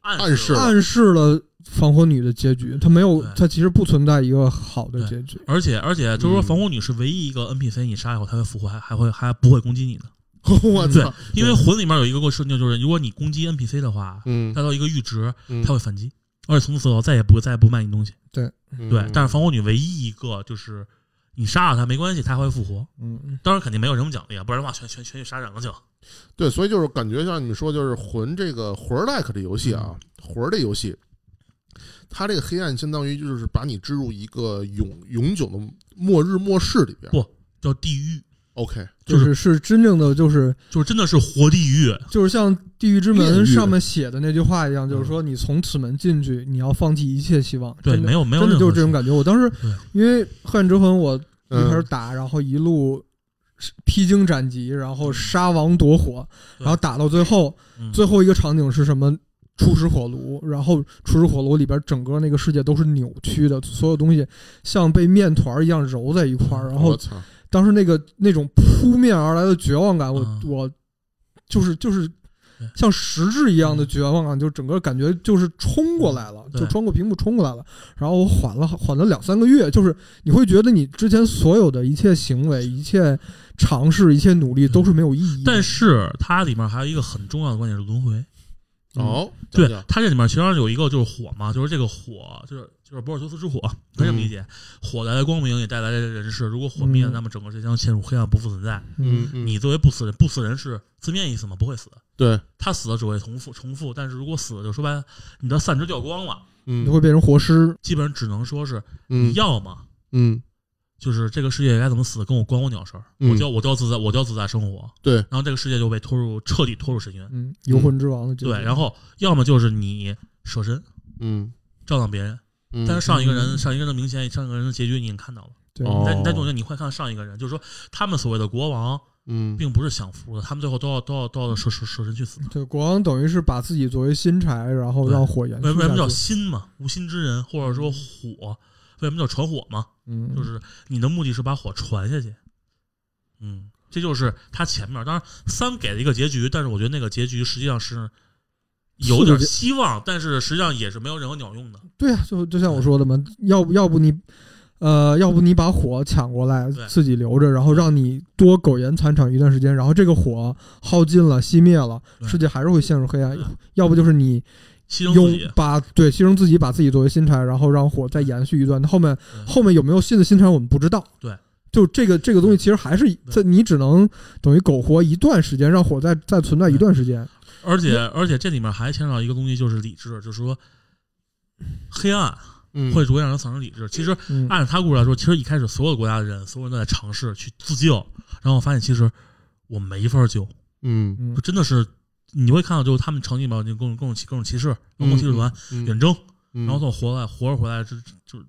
暗暗示了了暗示了防火女的结局，他没有对他其实不存在一个好的结局。而且而且就是说，嗯防火女是唯一一个 NPC，你杀以后她会复活，还还会还不会攻击你的。 [LAUGHS] 我对操，，因为魂里面有一个设定，就是如果你攻击 NPC 的话，嗯带到一个阈值，嗯他会反击，而且从此以后再也不再也不卖你东西。嗯对，但是防火女唯一一个就是你杀了她没关系，她还会复活。嗯，当然肯定没有什么奖励啊，不然的话全全全去杀人了就。对，所以就是感觉像你们说，就是魂这个魂儿 like 这游戏啊，嗯魂儿这游戏，它这个黑暗相当于就是把你置入一个永永久的末日末世里边。不叫地狱， OK，就就是是真正的就是就是真的是活地狱。就是像《地狱之门炼》狱上面写的那句话一样，就是说你从此门进去，你要放弃一切希望。嗯对，真的没有没有真的任就何是这种希望感觉。我当时对因为《黑暗之魂》，我一开始嗯，打，然后一路披荆斩棘，然后杀王夺火，嗯对然后打到最后，嗯最后一个场景是什么？初始火炉，然后初始火炉里边整个那个世界都是扭曲的，所有东西像被面团一样揉在一块儿。然我后操，当时那个那种扑面而来的绝望感，我、嗯我就是就是对嗯像实质一样的绝望感，就整个感觉就是冲过来了，对就穿过屏幕冲过来了。然后我缓了缓了两三个月，就是你会觉得你之前所有的一切行为、一切尝试、一切努力都是没有意义的。但是它里面还有一个很重要的观点是轮回。哦，嗯对讲讲，它这里面其实有一个就是火嘛，就是这个火，就是就是博尔修斯之火，可以这么理解。火带来光明，也带来了人世。如果火灭了，嗯那么整个这将陷入黑暗，不复存在。嗯，嗯，你作为不死人，不死人是字面意思嘛，不会死。对，他死了只会重复重复，但是如果死了，就说白了，你的散值掉光了，你嗯会变成活尸。基本上只能说是你嗯要么嗯，就是这个世界该怎么死跟我关我鸟事儿，嗯我就要我就要自在，我就要自在生活，对然后这个世界就被拖入彻底拖入深渊，嗯，游魂之王的对，后然后要么就是你舍身嗯照亮别人，嗯，但是上一个人嗯上一个人的明显上一个人的结局你已经看到了，对，哦但但总觉得你会看到上一个人，就是说他们所谓的国王嗯并不是享福的，他们最后都要都要都要舍舍舍身去死，对，国王等于是把自己作为新柴，然后对让火延续为为什么下叫去心嘛？无心之人，或者说火，为什么叫传火嘛？嗯，就是你的目的是把火传下去。嗯，这就是他前面。当然，三给了一个结局，但是我觉得那个结局实际上是有点希望，但是实际上也是没有任何鸟用的。对呀、就就像我说的嘛，要不要不你，呃，要不你把火抢过来对自己留着，然后让你多苟延残喘一段时间，然后这个火耗尽了、熄灭了，对世界还是会陷入黑暗对。要不就是你牺牲用自己，把对牺牲自己，把自己作为新柴，然后让火再延续一段。后面对后面有没有新的新柴，我们不知道。对。就这个这个东西，其实还是在你只能等于苟活一段时间，让火再再存在一段时间。而且而且这里面还牵扯到一个东西，就是理智，就是说黑暗嗯会逐渐让人丧失理智。其实嗯，按照他故事来说，其实一开始所有国家的人，所有人都在尝试去自救，然后发现其实我没法救，嗯嗯就真的是你会看到，就是他们城里面就各种各种骑各种骑士、各种骑士团嗯远征，嗯然后从活来活着回来，这就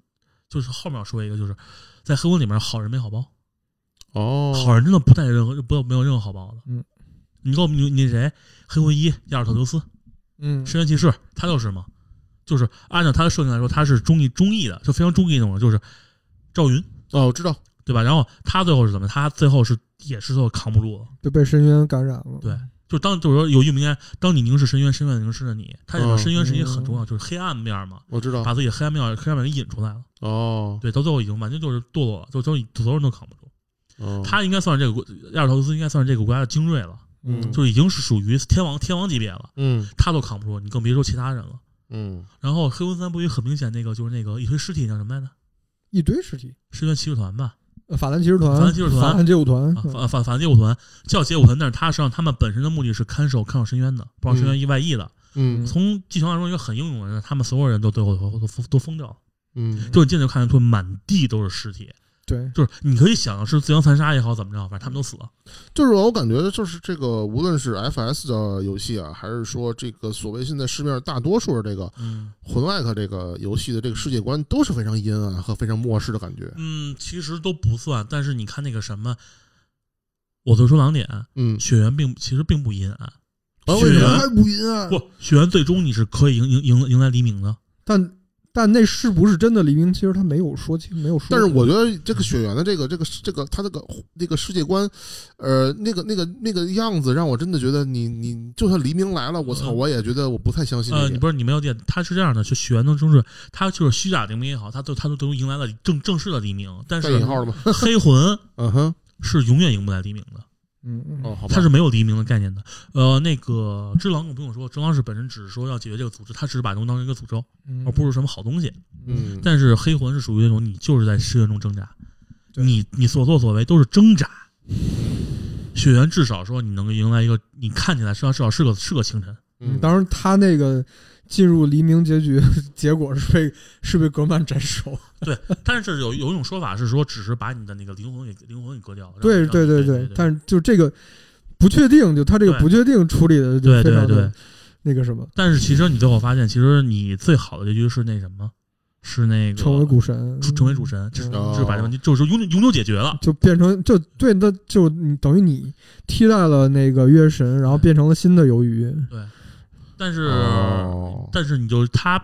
就是后面说一个，就是在黑魂里面，好人没好报，哦，好人真的不带任何不有没有任何好报的。嗯，你给我你你谁？黑魂一亚尔特留斯嗯，深渊骑士，他就是嘛，就是按照他的设定来说，他是忠义忠义的，就非常忠义那种人，就是赵云。哦，我知道，对吧？然后他最后是怎么？他最后是也是最后扛不住了。就被深渊感染了。对就当就是说有一句名言：当你凝视深渊，深渊凝视着你。它里面嗯深渊是一个很重要，就是黑暗面嘛，我知道把，自己黑暗面黑暗面给引出来了。哦，对，到最后已经完全就是堕落了，就就所有人都扛不住。哦他应该算是这个国亚尔陶斯应该算是这个国家的精锐了，嗯，就已经是属于天王天王级别了，嗯他都扛不住，你更别说其他人了。嗯然后黑魂三部也很明显，那个就是那个一堆尸体叫什么来着？一堆尸体。深渊骑士团吧，呃法兰骑士团、法兰骑士团法兰街舞团，啊嗯反反反街舞团叫街舞团，但是他实际上他们本身的目的是看守看守深渊的，不让深渊意外意的。嗯从继承来说，一个很英勇的人，他们所有人都最后都都都疯掉了，嗯，就你进去看，就满地都是尸体，对，就是你可以想象是自相残杀也好，怎么着，反正他们都死了。就是我感觉就是这个，无论是 FS 的游戏啊，还是说这个所谓现在市面上大多数的这个嗯魂外克这个游戏的这个世界观，都是非常阴暗和非常末世的感觉。嗯，其实都不算，但是你看那个什么，我就说两点，嗯，血缘并其实并不阴暗，啊血缘不阴暗？不，血缘最终你是可以迎迎迎迎来黎明的。但但那是不是真的黎明？其实他没有说清，没有说。但是我觉得这个血缘的这个这个这个他这个那个世界观，呃，那个那个那个样子，让我真的觉得你你就算黎明来了，我操，嗯我也觉得我不太相信这呃，一你点。不是你没有见，他是这样的，就血缘当中是，他就是虚假黎明也好，他都他都都迎来了正正式的黎明，但带是引号了吗？黑魂嗯哼，是永远迎不来黎明的，嗯嗯哦，好吧，它是没有黎明的概念的。呃，那个只狼更不用说，只狼是本身只是说要解决这个诅咒，他只是把东西当成一个诅咒，嗯，哦而不是什么好东西。嗯，但是黑魂是属于那种你就是在深渊中挣扎，对你你所作所为都是挣扎。血缘至少说你能够迎来一个，你看起来至少至少是个是个清晨，嗯嗯，当然他那个进入黎明结局， [LAUGHS] 结果是被是被格曼斩啊首。但是有有一种说法是说，只是把你的那个灵魂给灵魂给割掉了。对让对你让你啊对对，但是是就这个不确定，就他这个对不确定处理的就对非常对的对，那个什么，但是其实你最后发现，其实你最好的结局是那什么，是那个成为股神，成为主神，就是哦嗯就是把这个问题就是永久永久解决了。就变成就对，那就你等于你替代了那个月神，然后变成了新的鱿鱼。但是哦但是你就他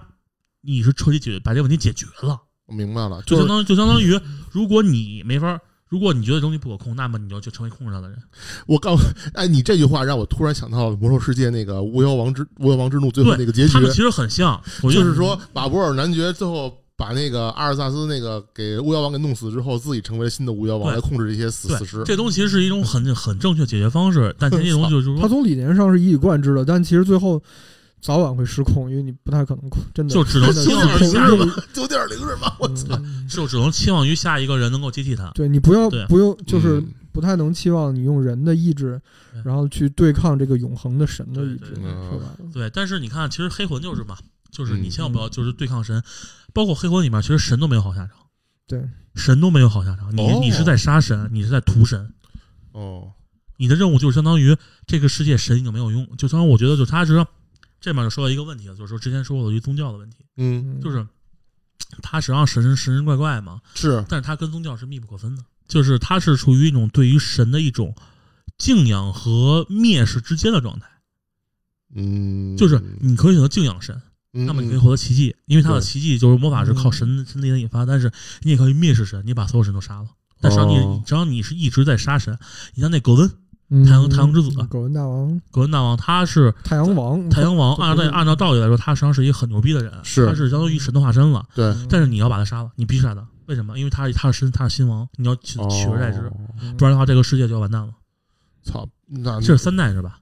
你是彻底解决把这个问题解决了，我明白了，就就相是当于就相当于如果你没法。如果你觉得东西不可控，那么你就就成为控制他的人。我告诉，哎，你这句话让我突然想到了《魔兽世界》那个巫妖王之巫妖王之怒最后那个结局他，们其实很像，我觉就得是说把博尔男爵最后。把那个阿尔萨斯那个给巫妖王给弄死之后，自己成为新的巫妖王对来控制这些死对死尸。这东西其实是一种很很正确解决方式，但前提东西就是他说，从理念上是一以贯之的，但其实最后早晚会失控，因为你不太可能控真的就只能真的希望控制下一个九点零是吧？嗯就只能期望于下一个人能够接替他。对你不要对不用，就是嗯不太能期望你用人的意志对，然后去对抗这个永恒的神的对意志。对对说白了，对，但是你看，其实黑魂就是嘛，就是你嗯千万不要就是对抗神，包括黑魂里面，其实神都没有好下场，对，神都没有好下场。你、哦你是在杀神，你是在屠神，哦，你的任务就是相当于这个世界神已经没有用，就相当于我觉得就他实际上这面就说到一个问题了，就是说之前说过的一个宗教的问题，嗯，嗯就是他实际上神神神神怪怪嘛，是，但是他跟宗教是密不可分的，就是他是处于一种对于神的一种敬仰和蔑视之间的状态，嗯，就是你可以选择敬仰神。嗯，那么你可以嗯获得奇迹，因为他的对奇迹就是魔法是靠嗯神神力的引发，但是你也可以蔑视神，你把所有神都杀了。但实际上你哦只要你是一直在杀神，你像那葛温，嗯太阳太阳之子嗯狗文大王、葛温大王，他是太阳嗯王、太阳王，这按照这按照道理来说，他实际上是一个很牛逼的人，是他是相当于神的化身了。对，嗯但是你要把他杀了，你必须杀他，为什么？因为他他是神，他是新王，你要取取而代之，哦嗯不然的话这个世界就要完蛋了。操，那这是三代是吧？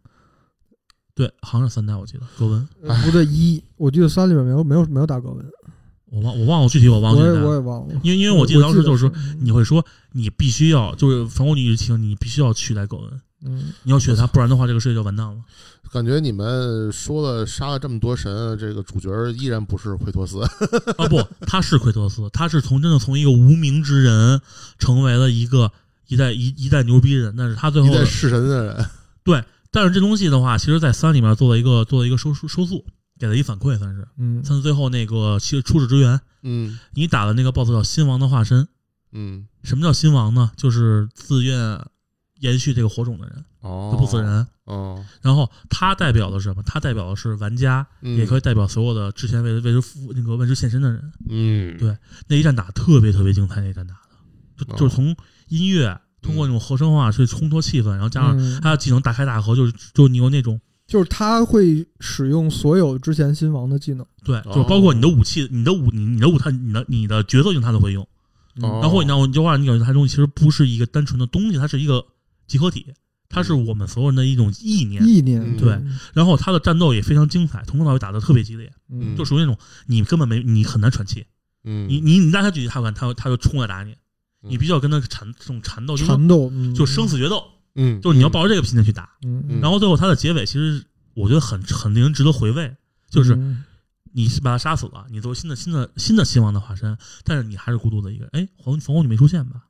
对，好像是三代，我记得葛温，呃不对一，我记得三里面没有没有没有大葛文，我忘我忘了具体，我忘我了也几代了我也忘了。因为因为我我记得当时就是是说，，你会说你必须要就是反攻你日清，你必须要取代葛文，嗯，你要取代他，不然的话这个世界就完蛋了。感觉你们说了杀了这么多神，这个主角依然不是奎托斯。啊不，他是奎托斯，他是从真的从一个无名之人成为了一个一代一一代牛逼人，但是他最后一代弑神的人，但是这东西的话，其实在三里面做了一个做了一个收收收束，给了一反馈，算是嗯算是最后那个其实初始之源，嗯你打的那个 BOSS 叫新王的化身，嗯，什么叫新王呢？就是自愿延续这个火种的人，哦就，不死人。哦，然后它代表的是什么？它代表的是玩家，嗯也可以，代表所有的之前为为之服那个为之献身的人。嗯，对那一战打得特别特别精彩，那一战打的，就哦就是从音乐通过那种合声化去烘托气氛，然后加上嗯还有技能大开大合，就是就你有那种就是他会使用所有之前新王的技能，对，哦就是包括你的武器、你的武、你你的武他、你的你的角色性他都会用。哦然后你让你就话，你感觉它东西其实不是一个单纯的东西，它是一个集合体，它是我们所有人的一种意念。意念嗯对，然后它的战斗也非常精彩，从头到尾打得特别激烈。嗯嗯就属于那种你根本没你很难喘气，嗯，你你你拉他几句他敢他他就冲来打你，嗯你必须要跟他缠这种缠斗，就是缠斗就生，死决斗，嗯，就是你要抱着这个心情去打。嗯嗯嗯然后最后他的结尾其实我觉得很很令人值得回味，就是嗯你把他杀死了，你作为新的新的新的希望的化身，但是你还是孤独的一个人。哎，黄黄昏你没出现吧？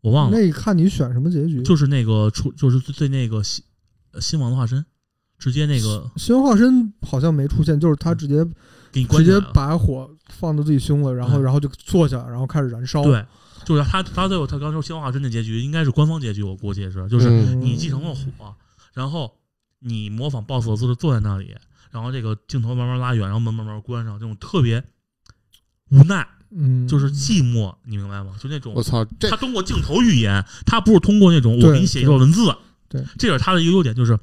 我忘了，那看你选什么结局。就是那个出，就是最最那个新呃新王的化身，直接那个新化身好像没出现，就是他直接给你关直起来接了。把火放到自己胸了，然后嗯然后就坐下，然后开始燃烧。对，就是他他最后他刚说新王化身的结局应该是官方结局，我估计是就是嗯，你继承了火，然后你模仿 BOSS 的姿势坐在那里，然后这个镜头慢慢拉远，然后门慢慢关上，这种特别无奈，嗯，就是寂寞，你明白吗？就那种嗯我操，这他通过镜头语言，他不是通过那种我对给你写一段文字。对对这是他的一个优点，就是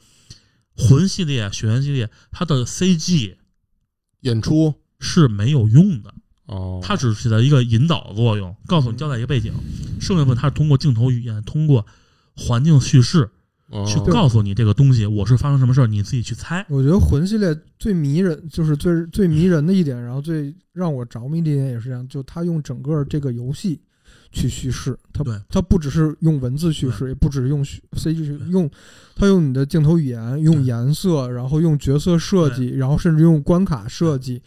魂系列、血缘系列，它的 CG 演出是没有用的，哦，它只是起到一个引导作用，告诉你交代一个背景。剩下部分它是通过镜头语言，通过环境叙事哦去告诉你这个东西我是发生什么事儿，你自己去猜。我觉得魂系列最迷人，就是最最迷人的一点，然后最让我着迷的一点也是这样，就他用整个这个游戏去叙事，他对他不只是用文字叙事，也不只是用叙 CG，叙用他用你的镜头语言，用对颜色，然后用角色设计，然后甚至用关卡设计，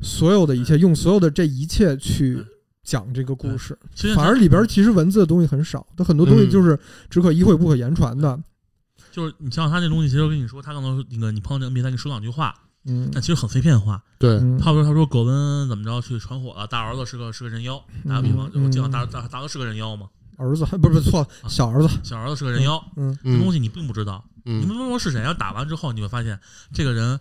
所有的一切，用所有的这一切去对讲这个故事。其实反而里边其实文字的东西很少，它很多东西嗯就是只可意会不可言传的。就是你像他这东西，其实我跟你说，他可能那个你碰到这个 NPC，他给你说两句话，嗯但其实很碎片化。对，嗯他说：“他说葛温怎么着去传火了？大儿子是个是个人妖，打个比方，嗯我见到大大大哥是个人妖嘛，儿子， [LAUGHS] 不是不是错，啊小儿子，小儿子是个人妖，嗯这东嗯西你并不知道，你们嗯不说是谁，然后打完之后你会发现这个人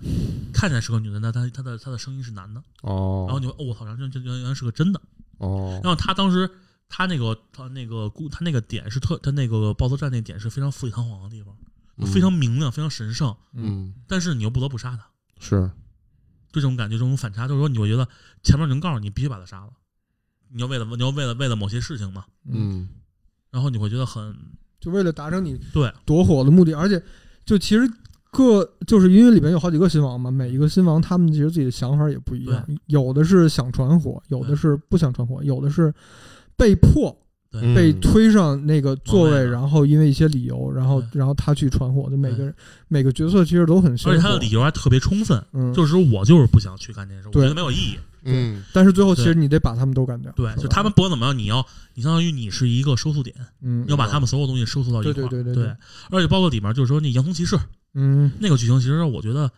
看起来是个女的，但他他的他的声音是男的，然后哦你会哦我操，然后这这原来是个真的。哦然后他当时他那个他那个故他那个点是特他那个 BOSS 战那点是非常富丽堂皇的地方，嗯非常明亮，非常神圣，嗯但是你又不得不杀他，是就这种感觉，这种反差，就是说你会觉得前面已经告诉你必须把他杀了，你要为了你要为了为了某些事情嘛，嗯然后你会觉得很就为了达成你对夺火的目的，而且就其实各就是因为里边有好几个新王嘛，每一个新王他们其实自己的想法也不一样，有的是想传火，有的是不想传火，有的是被迫嗯被推上那个座王位位，了然后因为一些理由，然后对然后他去传火，就每个人每个角色其实都很辛而苦且他的理由还特别充分，嗯，就是说我就是不想去干这件事，我觉对得没有意义。嗯但是最后其实你得把他们都干掉，对，是吧就他们不管怎么样，你要你相当于你是一个收束点，嗯要把他们所有东西收束到一块儿。对对对对对而且包括里面就是说那洋葱骑士嗯那个剧情，其实我觉得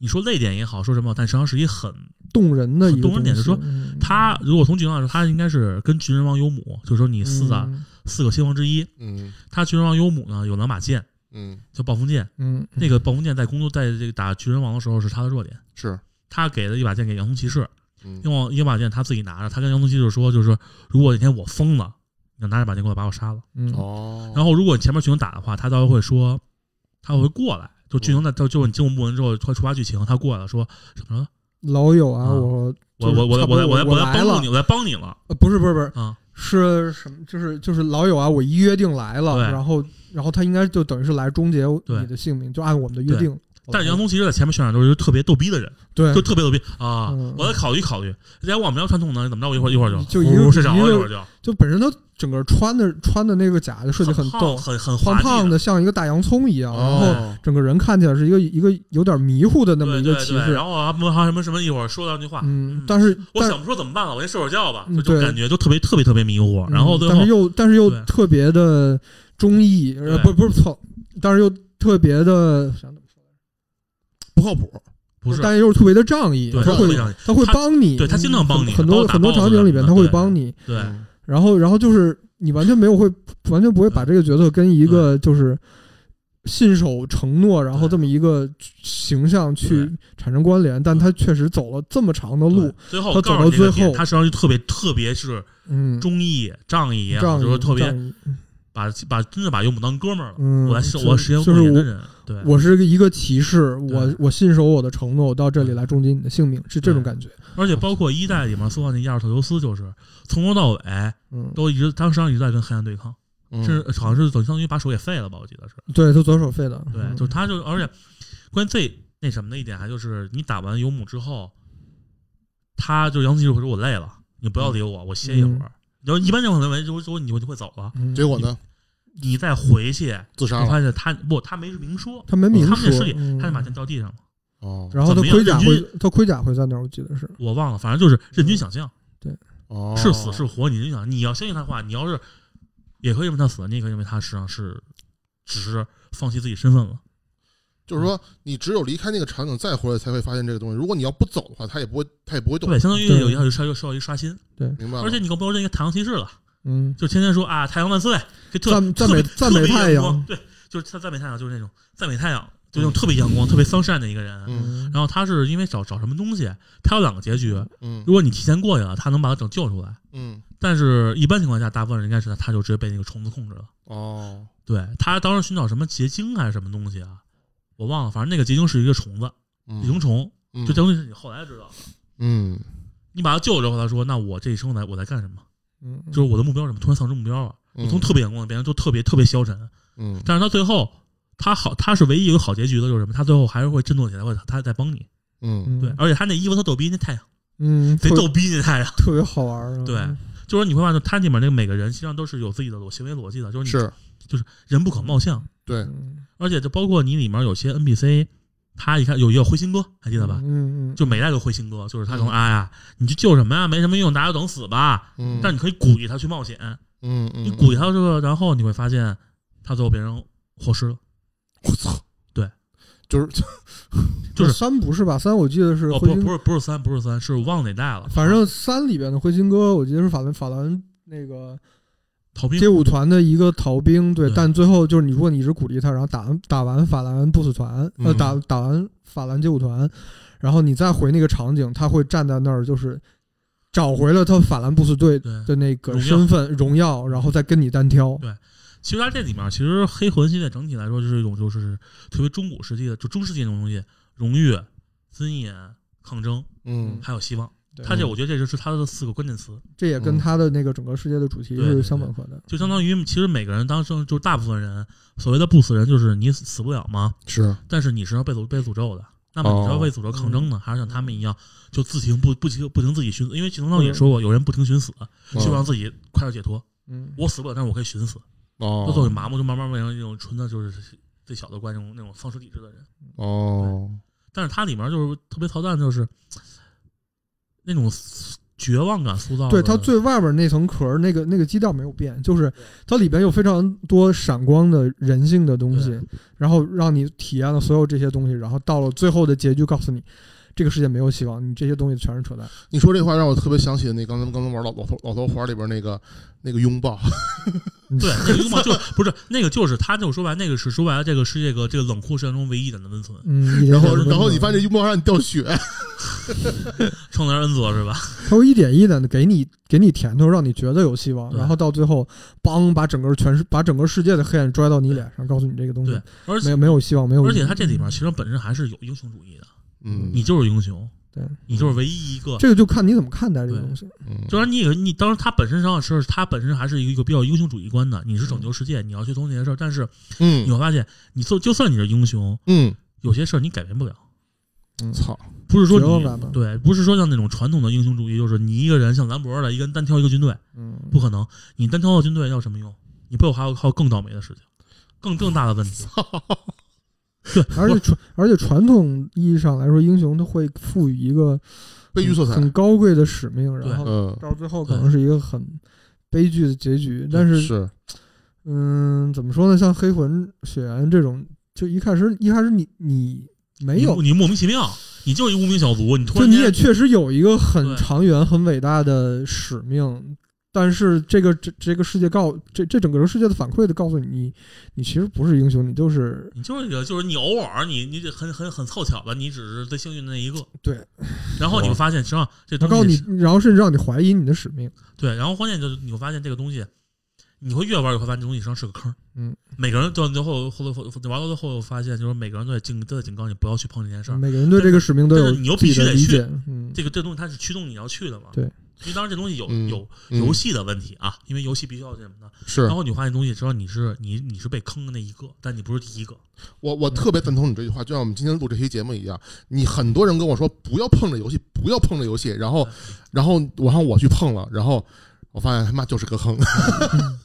你说泪点也好，说什么，但实际上是一很动人的一个动人点是说东西，嗯他如果从剧情上来说，他应该是跟巨人王尤姆，就是说你四大、嗯四个新王之一，嗯他巨人王尤姆呢有两把剑，嗯叫暴风剑，嗯那个暴风剑在工作在这个打巨人王的时候是他的弱点。是他给了一把剑给洋葱骑士，嗯因为一把剑他自己拿着，他跟洋葱骑士说，就是如果哪天我疯了，你就拿这把剑过来把我杀了。嗯哦，然后如果前面剧情打的话，他到时候会说，他会过来，就剧情嗯在就就你进入幕门之后会触发剧情，他过来了说什么了？老友啊，啊我我就是我我差来不我多来我我来我来来帮助了你，，我来帮你了呃不是不是不是啊！是什么？就是就是老友啊，我一约定来了，对然后然后他应该就等于是来终结对你的性命，就按我们的约定。但是洋葱骑士在前面渲染都是特别逗逼的人，对就特别逗逼啊嗯！我来考虑考虑，在我们家传统呢，怎么着？我一会儿一会儿就就一个呜睡着一了，个一会儿就就本身他整个穿的穿的那个甲就设计很逗胖，很很胖滑胖稽的，的，像一个大洋葱一样，然后哦整个人看起来是一个一个有点迷糊的那么对一个对骑对。士然。后啊，还什么什么，一会儿说两句话，嗯，但是我但想不出怎么办了，我先睡会儿觉吧，嗯就这种对感觉就特别特别特别迷糊。然后嗯最但后是又但是又对特别的中意，呃不对不是错，但是又特别的，想怎么说不靠谱，不是但是又是特别的仗义，对他他会会让你他会他帮你，对他经常帮你很很包括多打很多 boss 场景里边什他么的会嗯对帮你，对嗯然后然后就是你完全没有会完全不会把这个角色跟一个就是信守承诺，然后对这么一个形象去对嗯产生关联，但他确实走了这么长的路对，最后他我走到告诉你这个最点，后他实际上就特别特别是嗯，忠义仗义也好，仗啊就是义说特别仗义把把真的把尤姆当哥们儿了。嗯，我来是就我实验就过是人的我人，对，我是一个骑士，我对我信守我的承诺，我到这里来终结你的性命，是这种感觉。而且包括一代里面塑造那亚尔特尤斯，就是从头到尾嗯，都一直，他实际上一直在跟黑暗对抗，嗯甚至好像是等相当于把手也废了吧，我记得是。对他左手废的，对，嗯就是他就而且关于最那什么的一点还就是你打完游牧之后，他就杨子就会说我累了，你嗯不要理我，我歇一会儿。然后一般情况下，为如果你就会走了，嗯结果呢你再回去，自杀你了，发现他不，他没明说，啊他没明他说，们那尸体，嗯他就把钱掉地上了，哦然后他怎么样盔甲任会君，他盔甲会在那儿，我记得是。我忘了，反正就是任君想象，哦，是死是活，你任君想象。你要相信他的话，你要是也可以认为他死了，你也可以认为他实际上是只是放弃自己身份了。就是说你只有离开那个场景再回来，才会发现这个东西。如果你要不走的话，它也不会，它也不会动。对，相当于对有要需要需要一刷新，明白了。而且你更不要认一个太阳骑士了，嗯，就天天说啊太阳万岁，给特赞赞美特赞别美太阳光阳，对，就是他赞美太阳就是那种赞美太阳，就那种特别阳光、特别 sunshine 的一个人。啊嗯然后他是因为找找什么东西，他有两个结局。嗯如果你提前过去了，他能把他整救出来，嗯但是一般情况下，大部分人应该是他他就直接被那个虫子控制了。哦对他当时寻找什么结晶还是什么东西啊，我忘了，反正那个结晶是一个虫子，嗯寄生虫，嗯就这东西是你后来知道的。嗯你把他救了之后，他说：“那我这一生来我在干什么？嗯，就是我的目标是什么？突然丧失目标了，我从特别阳光变成就特别特别消沉。”嗯但是他最后他好，他是唯一一个好结局的，就是什么？他最后还是会振作起来，会他在帮你。嗯嗯对，，而且他那衣服特逗逼，那太阳嗯，贼特逗逼，那太阳。特别好玩儿啊。对就是说你会发现，他里面那个每个人实际上都是有自己的行为逻辑的，就是你是人不可貌相，对嗯，而且就包括你里面有些 NPC，他一看有一个灰心哥，还记得吧？嗯嗯，就每代都灰心哥，就是他可能嗯哎呀，你去救什么呀？没什么用，大家都等死吧。嗯，但你可以鼓励他去冒险，嗯嗯你鼓励他这个，然后你会发现他最后变成活尸了。我操，对，就是 [LAUGHS] 就是三不是吧？三我记得是哦，灰不，心不是，不是三，不是三，是忘了哪代了。反正三里边的灰心哥，我记得是法兰法兰那个逃兵街舞团的一个逃兵，对，嗯对但最后就是你，如果你一直鼓励他，然后打打完法兰不死团，呃，嗯打打完法兰街舞团，然后你再回那个场景，他会站在那儿，就是找回了他法兰不死队对的那个荣耀身份荣耀，然后再跟你单挑。其实它这里面，其实黑魂系列整体来说就是一种就是特别中古世纪的，就中世纪那种东西，荣誉、尊严、抗争，嗯还有希望。对它这我觉得这就是它的四个关键词，这也跟他的那个整个世界的主题对对是对相吻合的。就相当于其实每个人当时就大部分人所谓的不死人，就是你死死不了嘛，是但 [LAUGHS] 是你是要被诅被诅咒的。那么你是要为诅咒抗争呢，还是像他们一样就自行不不停不停自己寻死？因为秦东道也说过，有人不停寻死，嗯就让自己快乐解脱。嗯，我死不了，但是我可以寻死。哦到最后麻木，就慢慢变成一种纯的，就是最小的观众那种丧失理智的人。哦但是它里面就是特别操蛋，就是那种绝望感塑造的。嗯对，它最外边那层壳儿，那个那个基调没有变，就是它里边有非常多闪光的人性的东西对，然后让你体验了所有这些东西，然后到了最后的结局，告诉你这个世界没有希望，你这些东西全是扯淡。你说这话让我特别想起那刚才刚才玩老老头老头环里边那个那个拥抱，对那个拥抱就不是那个，就是他就说白，那个是说白了，这个是这个这个冷酷世界中唯一一点的温存，嗯，然后 [LAUGHS] 然后你发现这拥抱让你掉血，称得上恩泽是吧？它会一点一点的给你给你甜头，让你觉得有希望，对然后到最后，梆把整个全是把整个世界的黑暗拽到你脸上，告诉你这个东西对，而没且有没有希望，没有而且他这里面其实本身还是有英雄主义的，嗯，你就是英雄，对，你就是唯一一个。这个就看你怎么看待这个东西。嗯就然你有你当然他本身上是他本身还是一个比较英雄主义观的，你是拯救世界，你要去做那些事儿，但是你嗯会发现，你就就算你是英雄，嗯，有些事儿你改变不了。嗯操，不是说绝望感你吧对，不是说像那种传统的英雄主义，就是你一个人像兰博的，一个人单挑一个军队，嗯，不可能。你单挑一个军队要什么用？你背后还有还有更倒霉的事情，更更大 [LAUGHS] 的问题。而且传而且传统意义上来说，英雄他会赋予一个悲剧色彩，很高贵的使命，然后嗯到最后可能是一个很悲剧的结局。但是，是嗯，怎么说呢？像黑魂、血缘这种，就一开始一开始你你没你有，你莫名其妙，你就是一无名小卒，你突就然你也间确实有一个很对长远、很伟大的使命。但是这个这这个世界告这这整个世界的反馈的告诉你，你你其实不是英雄，你就是你就是一个就是你偶尔你你这很很很凑巧吧，你只是最幸运的那一个。对。然后你会发现，实际上这他东告诉西你是，然后甚至让你怀疑你的使命。对，然后关键就是你会发现这个东西，你会越玩越会发现这东西实际上是个坑。嗯，每个人到最后后头玩到最后发现，就是每个人都在警都在警告你不要去碰这件事儿。每个人对这个使命都但有是你又自己必须的得理去解，嗯，这个这东西它是驱动你要去的嘛？对，因为当然这东西有、嗯有嗯游戏的问题啊，因为游戏必须要这什么的。是然，后你发现东西，知道你是你你是被坑的那一个，但你不是第一个。我我特别赞同你这句话，就像我们今天录这期节目一样，你很多人跟我说不要碰这游戏，不要碰这游戏，然后然后我让我去碰了，然后我发现他妈就是个坑，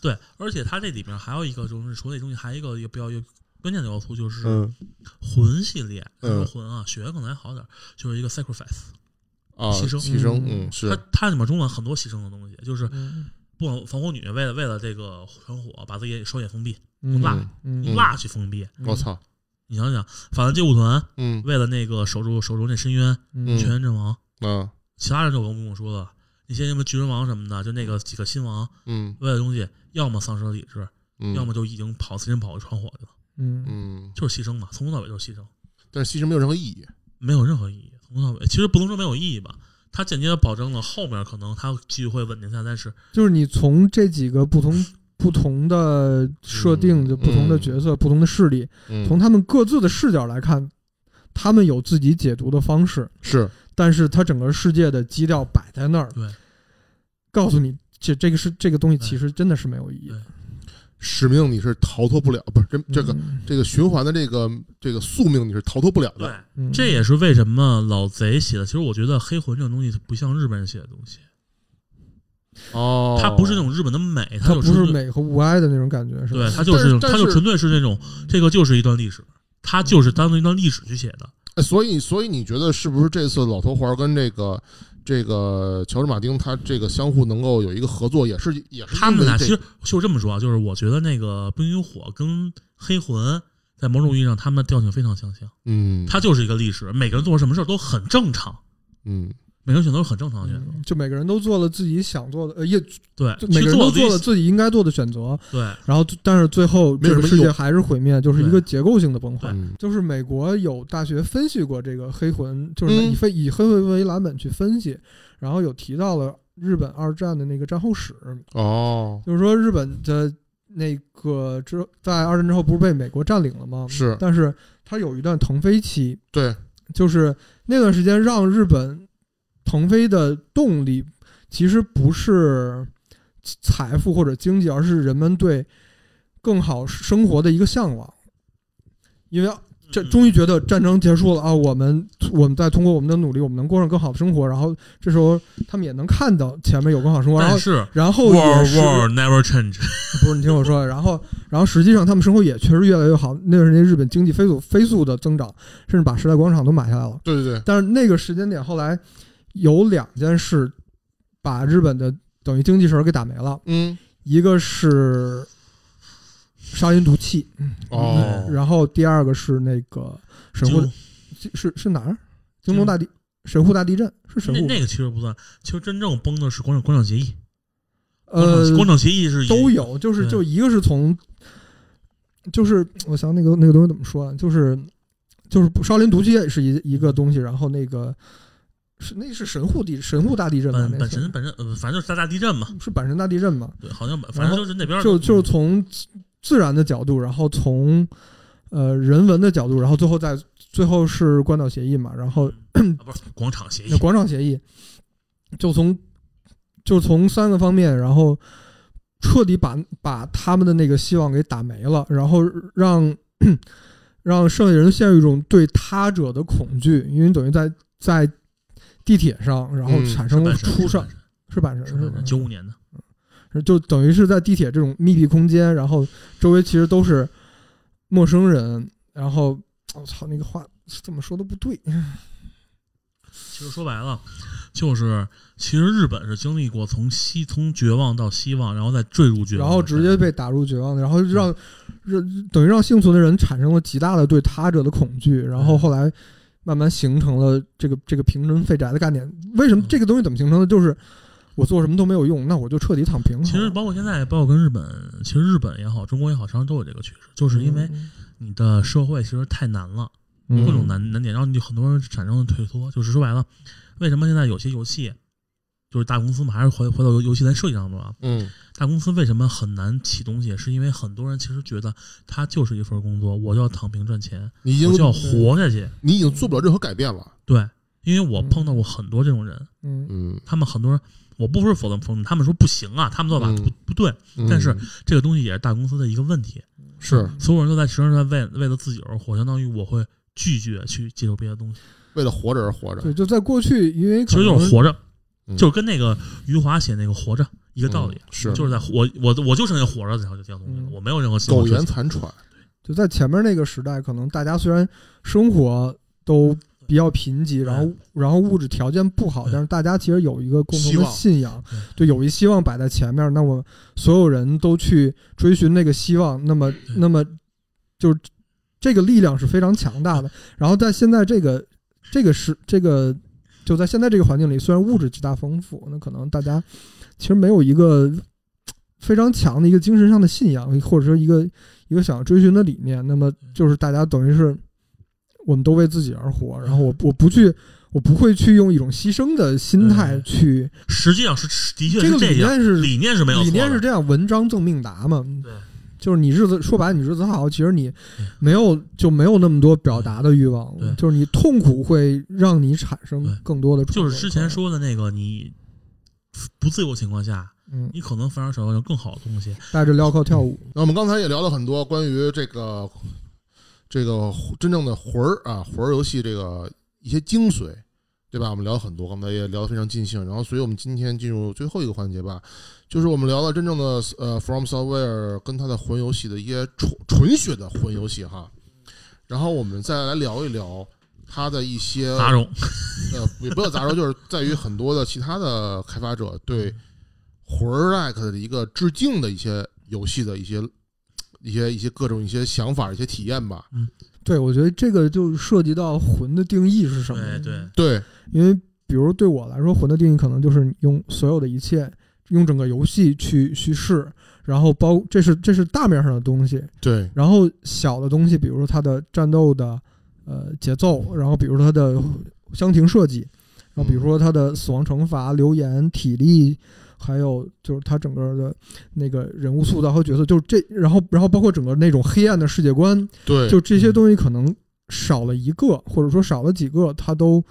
对，而且它这里面还有一个就是说那东西，还有一个也比较有关键的要素就是嗯魂系列，嗯不是魂啊，血缘可能还好点儿，就是一个 sacrifice，啊，牺牲牺牲，嗯嗯，是它它里面中文很多牺牲的东西，就是嗯不管防火女为了为了这个团火，把自己双眼封闭，嗯辣嗯用蜡去封闭。我操，你想想，法兰街舞团嗯为了那个守住守住那深渊，嗯全员阵亡，啊其他人就跟我说了，那些什么巨人王什么的，就那个几个新王嗯为了东西，要么丧失了理智，嗯，要么就已经跑死人跑去团火去了，嗯嗯，就是牺牲嘛，从头到尾就是牺牲，但是牺牲没有任何意义，没有任何意义，从头到尾其实不能说没有意义吧。它间接地保证了后面可能它继续会稳定下来，但是就是你从这几个不同不同的设定，嗯就不同的嗯角色、不同的势力，嗯，从他们各自的视角来看，他们有自己解读的方式，是但是它整个世界的基调摆在那儿，对，告诉你这这个是这个东西其实真的是没有意义对的。使命你是逃脱不了，不是这这个嗯这个循环的这个这个宿命你是逃脱不了对的，，嗯这也是为什么老贼写的。其实我觉得黑魂这种东西它不像日本人写的东西，哦它不是那种日本的美，嗯它它不就纯是粹美和无爱的那种感觉，是吧？对，它就是那种，但是它就纯粹是那种，这个就是一段历史，它就是当做一段历史去写的。哎，所以所以你觉得是不是这次老头环儿跟这个这个乔治马丁他这个相互能够有一个合作，也是也是他们因为俩这其实就这么说啊，就是我觉得那个冰与火跟黑魂在某种意义上，他们的调性非常相像，嗯，它就是一个历史，每个人做什么事儿都很正常，嗯每个人选择是很正常的选择。嗯就每个人都做了自己想做的，呃，也就对，每去个人都自做了己自己应该做的选择，对然后但是最后没这有什么个世界用还是毁灭，就是一对个结构性的崩坏。嗯就是美国有大学分析过这个黑魂，就是嗯以非以黑魂为蓝本去分析，然后有提到了日本二战的那个战后史，哦就是说日本的那个之在二战之后不是被美国占领了吗？是但是它有一段腾飞期，对就是那段时间让日本腾飞的动力，其实不是财富或者经济，而是人们对更好生活的一个向往。因为这嗯终于觉得战争结束了啊，我们我们再通过我们的努力，我们能过上更好的生活。然后这时候他们也能看到前面有更好生活，然后但是然后 war 也是 war never change，不是你听我说，然后然后实际上他们生活也确实越来越好，那段时间日本经济飞速飞速的增长，甚至把时代广场都买下来了。对对对，但是那个时间点后来有两件事把日本的等于经济绳儿给打没了，嗯一个是杀菌毒气，嗯哦然后第二个是那个神户就是是哪儿？京东大地神户大地震是神那户那个其实不算，其实真正崩的是广场广场协议，广呃场广场协议是都有，就是对就一个是从，就是我想那个那个东西怎么说啊？就是就是少林毒气也是一一个东西，然后那个是那是神户地神户大地震吧？本那本是身本身呃，反正就是大大地震嘛，是阪神大地震嘛？对，好像反正就是那边儿就就是从自自然的角度，然后从呃人文的角度，然后最后再最后是关岛协议嘛，然后嗯啊不是广场协议那，广场协议，就从就从三个方面，然后彻底把把他们的那个希望给打没了，然后让 [COUGHS] 让剩下人陷入一种对他者的恐惧，因为等于在在地铁上，然后嗯产生了本身出上、是是阪神是吧九五年的，就等于是在地铁这种密闭空间，然后周围其实都是陌生人，然后我操、那个话怎么说都不对，其实说白了，就是其实日本是经历过从希从绝望到希望，然后再坠入绝望，然后直接被打入绝望，然后让让等于让幸存的人产生了极大的对他者的恐惧，然嗯后后来慢慢形成了这个这个平dân废宅的概念。为什么嗯这个东西怎么形成的？就是我做什么都没有用，那我就彻底躺平好了。其实包括现在，包括跟日本，其实日本也好，中国也好，常常都有这个趋势，就是因为你的社会其实太难了，嗯各种难难点，然后你很多人产生了退缩。就是说白了，为什么现在有些游戏，就是大公司嘛，还是回回到游游戏在设计上面啊，嗯大公司为什么很难起东西，是因为很多人其实觉得它就是一份工作，我就要躺平赚钱，你已经我就要活下去。你已经做不了任何改变了，对，因为我碰到过很多这种人，嗯嗯，他们很多人，我不是否定否定，他们说不行啊，他们做法嗯不不对，嗯但是这个东西也是大公司的一个问题，是所有人都在实际上在为为了自己而活，相当于我会拒绝去接受别的东西，为了活着而活着对，，就在过去，因为其可实就是能活着，嗯就是跟那个余华写那个活着一一个道理，嗯是就是在活我我就剩下活着这条这条东西了，嗯我没有任何新的苟追延求残喘，就在前面那个时代，可能大家虽然生活都比较贫瘠，然后然后物质条件不好，嗯但是大家其实有一个共希同的望信仰嗯，就有一希望摆在前面。那我所有人都去追寻那个希望，那么那么就是这个力量是非常强大的。然后在现在这个这个是这个就在现在这个环境里，虽然物质极大丰富，那可能大家其实没有一个非常强的一个精神上的信仰，或者说一个一个想要追寻的理念。那么嗯就是大家等于是我们都为自己而活，然后我我不去，我不会去用一种牺牲的心态嗯去。实际上是是的确这是个这理样，念是理念是没有错理的，嗯念是这样，文章正命达嘛。对，就是你日子说白，了，你日子好，其实你嗯没有就没有那么多表达的欲望对，就是你痛苦会让你产生对更多的冲就动。是之前说的那个，你不自由情况下，嗯，你可能反而找到更好的东西。带着镣铐跳舞，那我们刚才也聊了很多关于这个这个真正的魂儿啊，魂儿游戏这个一些精髓，对吧？我们聊了很多，刚才也聊得非常尽兴。然后，所以我们今天进入最后一个环节吧，就是我们聊了真正的呃，From Software 跟它的魂游戏的一些纯纯血的魂游戏哈。然后我们再来聊一聊它的一些杂种，呃，也不叫杂糅，就是在于很多的其他的开发者对魂儿 like 的一个致敬的一些游戏的一些一些一些各种一些想法、一些体验吧。对我觉得这个就涉及到魂的定义是什么。嗯哎对对，对，因为比如对我来说，魂的定义可能就是你用所有的一切，用整个游戏去叙事，然后包这是这是大面上的东西，对，然后小的东西，比如说它的战斗的呃节奏，然后比如说它的箱庭设计，然后比如说它的死亡惩罚、留言、体力，还有就是它整个的那个人物塑造和角色，就是这，然后然后包括整个那种黑暗的世界观，对，嗯就这些东西可能少了一个，或者说少了几个，它都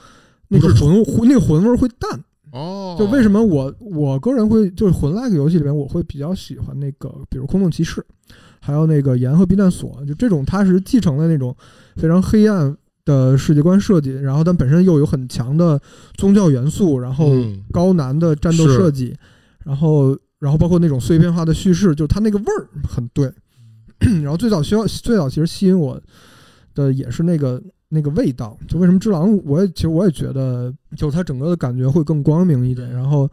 那个魂魂那个魂味儿会淡。哦，就为什么我我个人会就是魂 like 游戏里面，我会比较喜欢那个，比如空洞骑士，还有那个盐和避难所，就这种它是继承了那种非常黑暗的世界观设计，然后但本身又有很强的宗教元素，然后嗯高难的战斗是设计，然后然后包括那种碎片化的叙事，就是它那个味儿很对。[CLEARS THROAT] 嗯然后最早需要最早其实吸引我的也是那个那个味道，就为什么《只狼》我也其实我也觉得，就是它整个的感觉会更光明一点。然后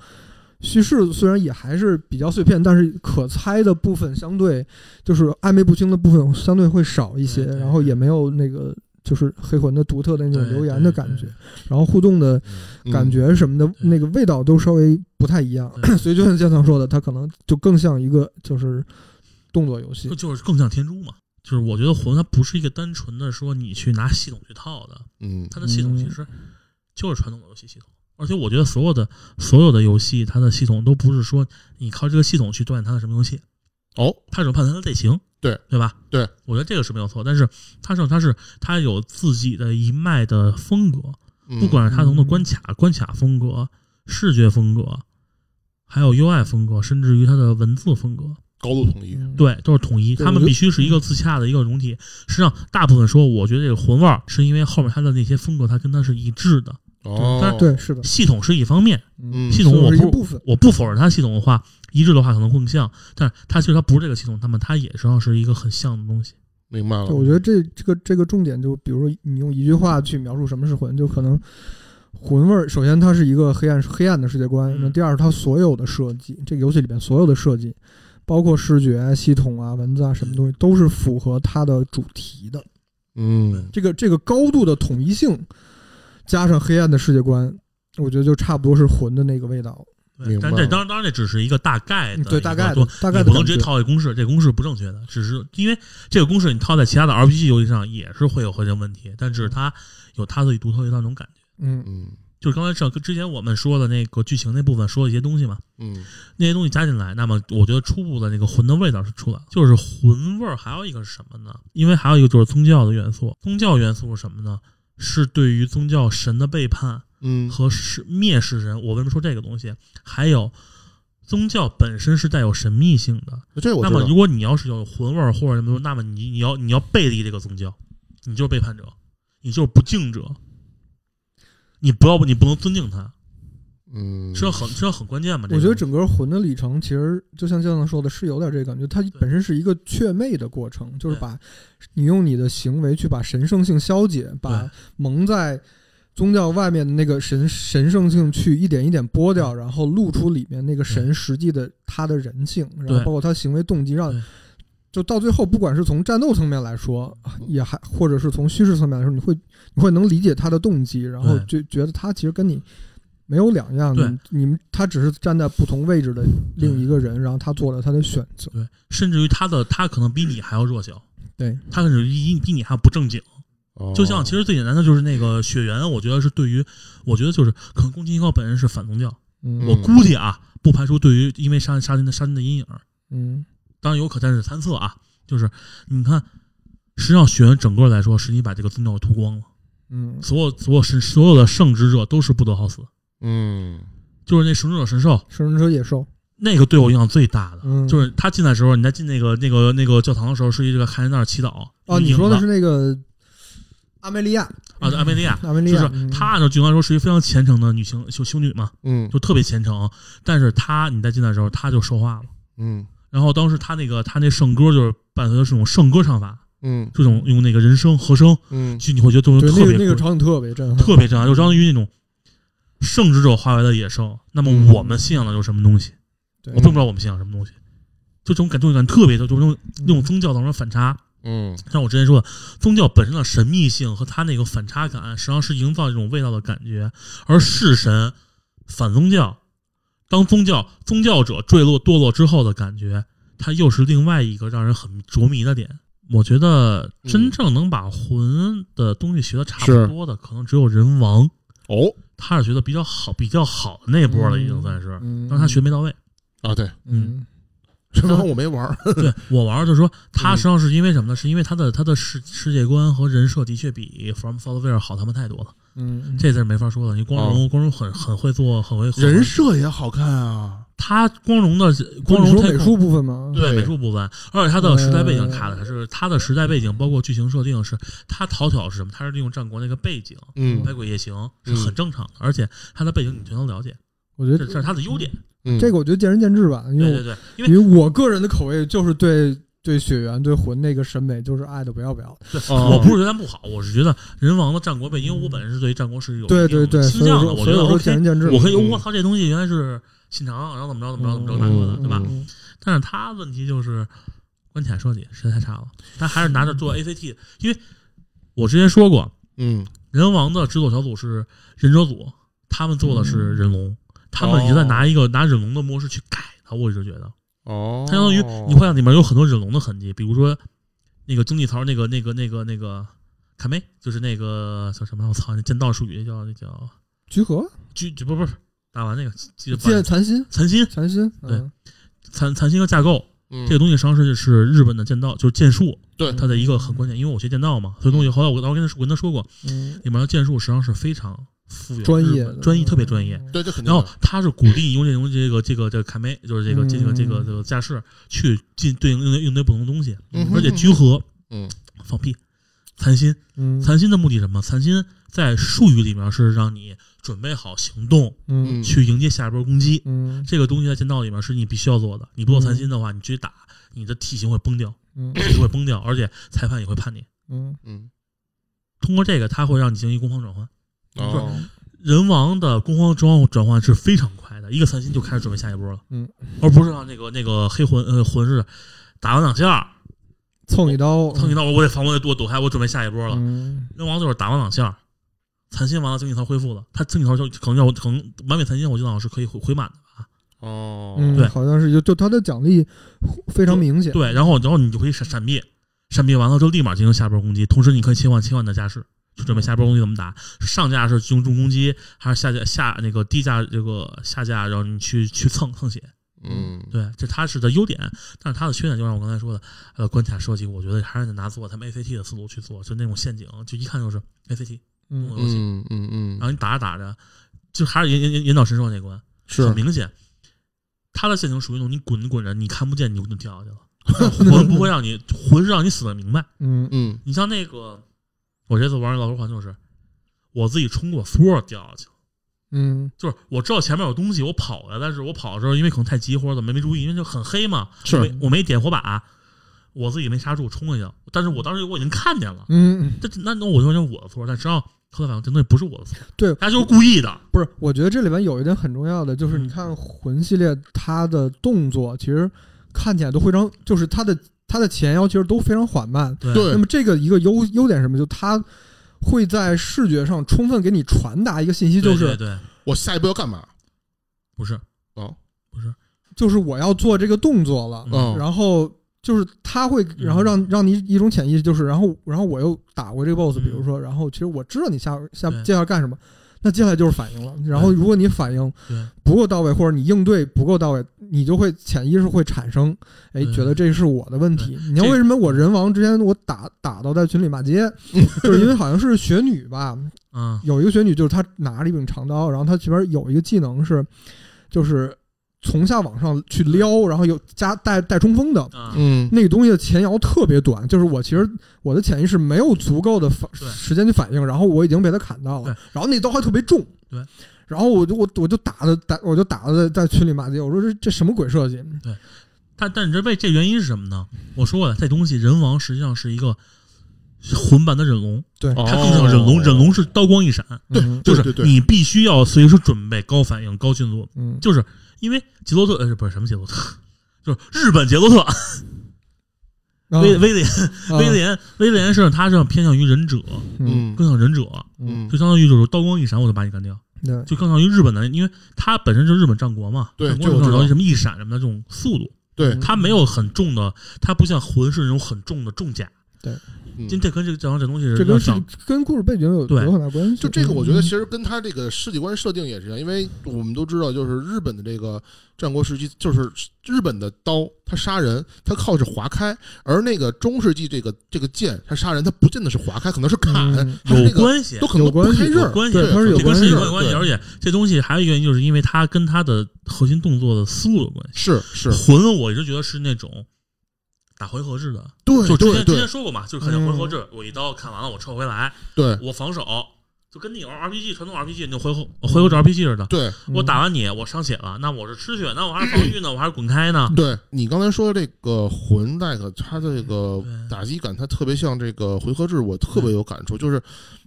叙事虽然也还是比较碎片，但是可猜的部分相对就是暧昧不清的部分相对会少一些，对对然后也没有那个就是黑魂的独特的那种对留言对的感对觉，然后互动的嗯感觉什么的，嗯那个味道都稍微不太一样。[CLEARS THROAT] 对所以就像建仓说的，它可能就更像一个就是动作游戏就。就是更像天珠嘛。就是我觉得魂它不是一个单纯的说你去拿系统去套的，嗯它的系统其实就是传统的游戏系统。而且我觉得所有的所有的游戏，它的系统都不是说你靠这个系统去断它的什么游戏，哦，它只判断它的类型，对对吧？对，我觉得这个是没有错。但是它是它是它有自己的一脉的风格，嗯不管是它从的嗯关卡、关卡风格、视觉风格，还有 UI 风格，甚至于它的文字风格，高度统一，嗯，对，都是统一。对他我们觉必须是一个自洽的一个容体。实际上，大部分说，我觉得这个魂味儿是因为后面它的那些风格，它跟它是一致的。哦，但是对，是的，系统是一方面，嗯系统我是一不部分。我不否认它系统的话，一致的话可能更像，但是它其实它不是这个系统，那么它也实际上是一个很像的东西。明白了哦对，，我觉得这这个这个重点就，比如说你用一句话去描述什么是魂，就可能魂味儿。首先，它是一个黑暗黑暗的世界观。嗯那第二，它所有的设计，这个游戏里边所有的设计，包括视觉系统啊、文字啊，什么东西都是符合它的主题的。嗯，这个这个高度的统一性，加上黑暗的世界观，我觉得就差不多是魂的那个味道。对明白但这当然当然这只是一个大概嗯的，对，大概的多。大概你的感不能直觉接。套这公式，这公式不正确的，只是因为这个公式你套在其他的 RPG 游戏上也是会有核心问题，但只是它有它自己独特的那种感觉。嗯，嗯就是刚才上之前我们说的那个剧情那部分说了一些东西嘛，嗯那些东西加进来，那么我觉得初步的那个魂的味道是出来了。就是魂味儿，还有一个是什么呢？因为还有一个就是宗教的元素。宗教元素是什么呢？是对于宗教神的背叛嗯，和是蔑视神。我为什么说这个东西？还有宗教本身是带有神秘性的。这我那知么道如，果你要是有魂味儿或者什么，那么你你要你要背离这个宗教，你就是背叛者，你就是不敬者。你不要，你不能尊敬他，嗯，这很这很关键嘛。这我觉得个整个魂的里程，其实就像教授说的，是有点这个感觉。它本身是一个雀魅的过程，就是对把你用你的行为去把神圣性消解，把对蒙在宗教外面的那个神神圣性去一点一点剥掉，然后露出里面那个神实际的他的人性，然后对包括他行为动机，让对就到最后，不管是从战斗层面来说，也还或者是从叙事层面来说，你会你会能理解他的动机，然后就觉得他其实跟你没有两样，对你你们他只是站在不同位置的另一个嗯人，然后他做了他的选择。对，甚至于他的他可能比你还要热情，对他甚至于比你还要不正经。哦就像其实最简单的就是那个血缘，我觉得是对于，我觉得就是可能宫崎英高本人是反宗教，嗯，我估计啊，不排除对于因为杀杀人的杀人的阴影，嗯当然有可能是参测啊，就是你看，实际上血缘整个来说是你把这个宗教屠光了，嗯所有所有神所有的圣职者都是不得好死，嗯就是那神职者神兽食人者野兽，那个对我影响最大的，嗯就是他进来的时候，你在进那个那个那个教堂的时候，是一个汉人在那儿祈祷哦，一个你说的影是子那个阿梅利亚，啊，对安维利亚。嗯阿梅利就亚，是她按照剧情来说是一个非常虔诚的女性修修女嘛，嗯就特别虔诚。啊但是她你在进来的时候，她就说话了。嗯然后当时她那个她那圣歌就是伴随的是那种圣歌唱法，嗯这种用那个人声和声，嗯就你会觉得都嗯对特那别个那个酷场景特别震撼，特别震撼，就相当于那种圣职者化为了野兽。那么嗯我们信仰的就是什么东西？对我并不知道我们信仰什么东西，就这种感动感特别的，就是那种嗯那种宗教造成的反差。嗯像我之前说的，宗教本身的神秘性和它那个反差感，实际上是营造一种味道的感觉。而弑神、反宗教，当宗教宗教者坠落堕落之后的感觉，它又是另外一个让人很着迷的点。我觉得真正能把魂的东西学的差不多的，可能只有人王，哦他是学的比较好、比较好的那波了，已经算是，嗯，但是他学没到位。[LAUGHS] 啊对，嗯这玩意儿我没玩儿， [LAUGHS] 对我玩儿就是说，嗯他实际上是因为什么呢？是因为他的他的世世界观和人设的确比 From Software 好他妈太多了，嗯，哦这字儿没法说了。你光荣光荣很很会做，很会人设也好看啊，他光荣的光不是你荣说太美术部分吗？对对美术部分，而且他的时代背景嗯卡的是他的时代背景，包括剧情设定啊是他讨巧是什么？他是利用战国那个背景。嗯百鬼夜行是很嗯正常的，而且他的背景你全都了解，我觉这得这是他的优点。嗯这个我觉得见仁见智吧，因对为我对对，因为因为我个人的口味就是对对血缘、对魂那个审美就是爱的不要不要的。对，哦我不是觉得它不好，我是觉得人王的战国背景，因为我本人是对战国是有对一定对对，倾所以向的，说所我觉以得说见 OK，仁见智吧。我可以，嗯我操，这东西原来是信长，然后怎么着怎么着怎么着嗯拿过的，对吧？嗯但是他问题就是关卡设计实在太差了，他还是拿着做 ACT，因为我之前说过，嗯人王的制作小组是忍者组，他们做的嗯是忍龙，他们也在哦拿一个拿忍龙的模式去改它，我一直觉得。哦，它相当于你幻想里面有很多忍龙的痕迹，比如说那个经济槽那个那个那个那个卡梅，就是那个叫什么？我操，那剑道术语叫那叫菊和狙，就不不是打完那个记见得残心残心残心，嗯残残心和架构嗯这个东西，实际上是是日本的剑道，就是剑术，嗯对它的一个很关键。因为我学剑道嘛，所以嗯东西后来我我跟他我跟他说过，嗯，里面的剑术实际上是非常富有专业日的本专业特别专业。。对这肯定然的，后他是鼓励你用这种这个这个这个卡梅，就是这个这个这个嗯这个架势去进对应应对应对不同的东西，嗯哼而且居合，嗯，放屁，残心，嗯残心的目的是什么？残心在术语里面是让你准备好行动，嗯嗯去迎接下一波攻击。嗯这个东西在剑道里面是你必须要做的，你不做残心的话，你直接打，你的 T 型会 [COUGHS] 崩掉，嗯体型会崩掉，而且裁判也会判你。嗯嗯通过这个，他会让你进行攻防转换。哦人王的攻防转转换是非常快的，一个残心就开始准备下一波了，嗯，而不是像那个那个黑魂呃魂是打完两下，蹭一刀，苍井道我得防我得躲躲开，我准备下一波了。嗯人王就是打完两下，残心完了经济槽恢复了，他经济槽就可能要可能完美残心，我记得好像是可以回回满的吧？哦嗯，对好像是就就他的奖励非常明显。对，然后然后你就可以闪闪避，闪避完了之后立马进行下波攻击，同时你可以切换切换你的架势。就准备下波攻击怎么打？上架是用重攻击，还是下架下那个低架这个下架，然后你去去蹭蹭血？嗯对，这它是的优点，但是它的缺点就像我刚才说的，呃，关卡设计，我觉得还是得拿做他们 ACT 的思路去做，就那种陷阱，就一看就是 ACT 嗯游戏，嗯嗯然嗯后你打着打着，就还是引引引引导神兽那关，是很明显，它的陷阱属于那种你滚着滚着，你看不见你就掉下去了，魂不会让你魂是让你死的明白。嗯嗯你像那个，我这次玩老头环就是，我自己冲过索尔掉下去了，嗯，就是我知道前面有东西，我跑了，但是我跑的时候因为可能太急或者怎么没注意，因为就很黑嘛，是我没我没点火把，我自己没刹住冲下去，但是我当时我已经看见了，嗯，这那那我就认为我的错，但实际上后来反应真的不是我的错，对他就是故意的，不是，我觉得这里边有一点很重要的，就是嗯你看魂系列它的动作，其实看起来都非常，就是它的它的前腰其实都非常缓慢。对对那么这个一个优优点是什么，就它会在视觉上充分给你传达一个信息，就对是对对，我下一步要干嘛？不是哦，不是，就是我要做这个动作了，嗯然后就是他会，嗯然后让让你一种潜意识就是，然后然后我又打过这个 boss，嗯比如说，然后其实我知道你下下对接下来干什么，那接下来就是反应了。然后如果你反应对不够到位，或者你应对不够到位，你就会潜意识会产生，哎，对觉得这是我的问题。你知这道个为什么我人王之前我打打到在群里骂 [LAUGHS] 街，就是因为好像是雪女吧， [LAUGHS] 嗯有一个雪女，就是她拿了一柄长刀，然后她前面有一个技能是，就是从下往上去撩，然后有加带带冲锋的嗯，嗯那个东西的前摇特别短，就是我其实我的潜意识没有足够的反对时间去反应，然后我已经被他砍到对了，然后那刀还特别重，对，然后我就我我就打的打我就打的在群里骂街，我说这这什么鬼设嗯计？但但你知道为这原因是什么呢？我说过了，这东西人王实际上是一个魂版的忍龙，哦它更像忍龙，忍龙是刀光一闪，对，就对是对你必须要随时准备高反应、高迅速，嗯，就是因为杰洛特呃不是什么杰洛特，就是日本杰洛特嗯啊威威廉啊威廉威廉是他是偏向于忍者，嗯嗯更像忍者，嗯就，相当于就是刀光一闪我就把你干掉，对，就更像于日本的，因为他本身就是日本战国嘛，对战国这我有知道种什么一闪什么的这种速度，对，他没有很重的，他不像魂是那种很重的重甲，嗯这这跟这个战王这东西是这跟要是上，跟故事背景有对有很大关系。就这个，我觉得嗯其实跟他这个世界观设定也是一样，因为我们都知道，就是日本的这个战国时期，就是日本的刀，它杀人，它靠是划开；而那个中世纪这个这个剑，它杀人，它不见得是划开，可能是砍，嗯它是那有个关系都，可能不开刃有儿，关系，对它是有这跟关世界系观有关系，对而且这东西还有一个原因，就是因为它跟它的核心动作的思路有关系。是是，魂我一直觉得是那种打回合制的，对就之对嗯前之前对说过嘛，就是很像回合制，我一刀砍完了，我撤回来，对我防守，就跟那种 RPG 传统 RPG 那种回合回嗯合制 RPG 似的。对我打完你，我伤血了，那我是吃血，那我还是防御呢，我还是滚开呢？对，你刚才说这个魂 deck，它的这个对嗯打击感，它特别像这个回合制，我特别有感触，就是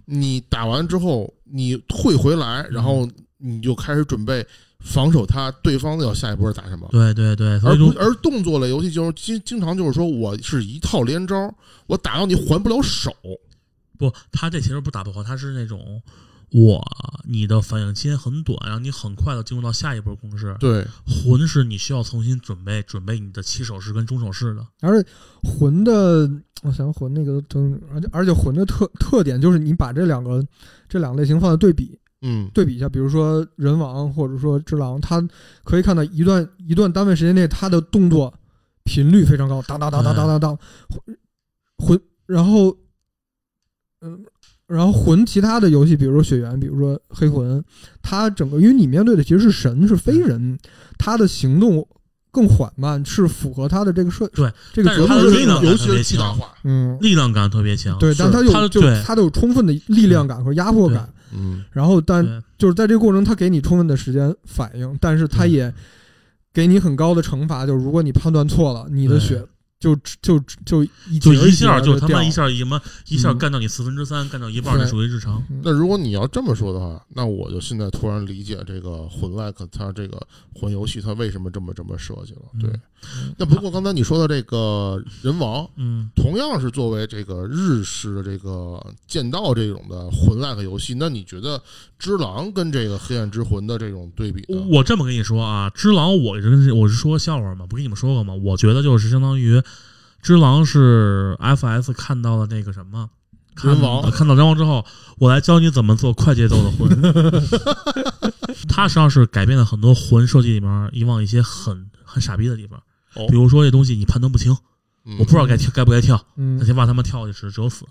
你打完之后，你退回来，然后嗯你就开始准备防守他，对方要下一波打什么。对对对，所嗯而以不说而动作类游戏就是经经常就是说我是一套连招，我打到你还不了手。不，他这其实不打不好，他是那种我你的反应期间很短，然后你很快的进入到下一波攻势。对，魂是你需要重新准备准备你的起手式跟中手式的，而且魂的，我想魂那个都，而且而且魂的特特点就是你把这两个这两个类型放在对比嗯，对比一下，比如说人王或者说之狼，它可以看到一段一段单位时间内它的动作频率非常高，当当当当当当当，嗯魂然后嗯。然后魂其他的游戏，比如说血缘，比如说黑魂，它整个因为你面对的其实是神是非嗯人，它的行动更缓慢，是符合它的这个设对这个但是角它度的设力定的量感尤其特别是气强大化。嗯，力量感特别强。对，但是它有它就对它有充分的力量感和压迫感，嗯，然后但对就是在这个过程，它给你充分的时间反应，但是嗯它也给你很高的惩罚，就是如果你判断错了，你的对血就就就一就节节一下就地他妈掉一下什么一下嗯干掉你四分之三，干掉一半儿，这对属于日常。嗯那如果你要这么说的话，那我就现在突然理解这个魂 like 它这个魂游戏它为什么这么这么设计了。对，嗯那不过刚才你说的这个人王，嗯，同样是作为这个日式的这个剑道这种的魂 like 游戏，那你觉得《只狼》跟这个《黑暗之魂》的这种对比呢？我这么跟你说啊，只狼我是跟我是说笑话嘛，不跟你们说过吗？我觉得就是相当于只狼是 FS 看到了那个什么。看人王看到人王之后，我来教你怎么做快节奏的魂。它实际上是改变了很多魂设计里面以往一些很很傻逼的地方，哦比如说这东西你判断不清，嗯我不知道该跳该不该跳，那嗯先把他们跳下去，只有死。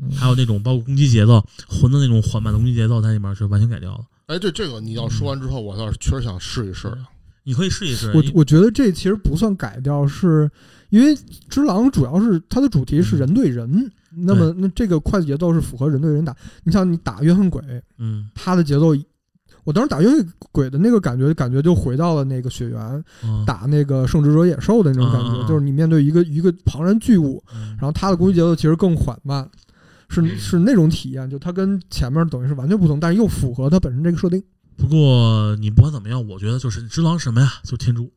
嗯还有那种包括攻击节奏，魂的那种缓慢的攻击节奏，在里面是完全改掉了。哎，这这个你嗯要说完之后，我倒是确实想试一试。你可以试一试。我你我觉得这其实不算改掉，是因为《只狼》主要是它的主题嗯是人对人，那么那这个快节奏是符合人对人打。你像你打怨恨鬼，嗯，他的节奏，我当时打越狱鬼的那个感觉，感觉就回到了那个雪原嗯，打那个圣职者野兽的那种感觉，嗯嗯嗯就是你面对一个一个庞然巨物，嗯然后它的攻击节奏其实更缓慢，是是那种体验，就它跟前面等于是完全不同，但是又符合它本身这个设定。不过你不管怎么样，我觉得就是只狼什么呀，就是天珠。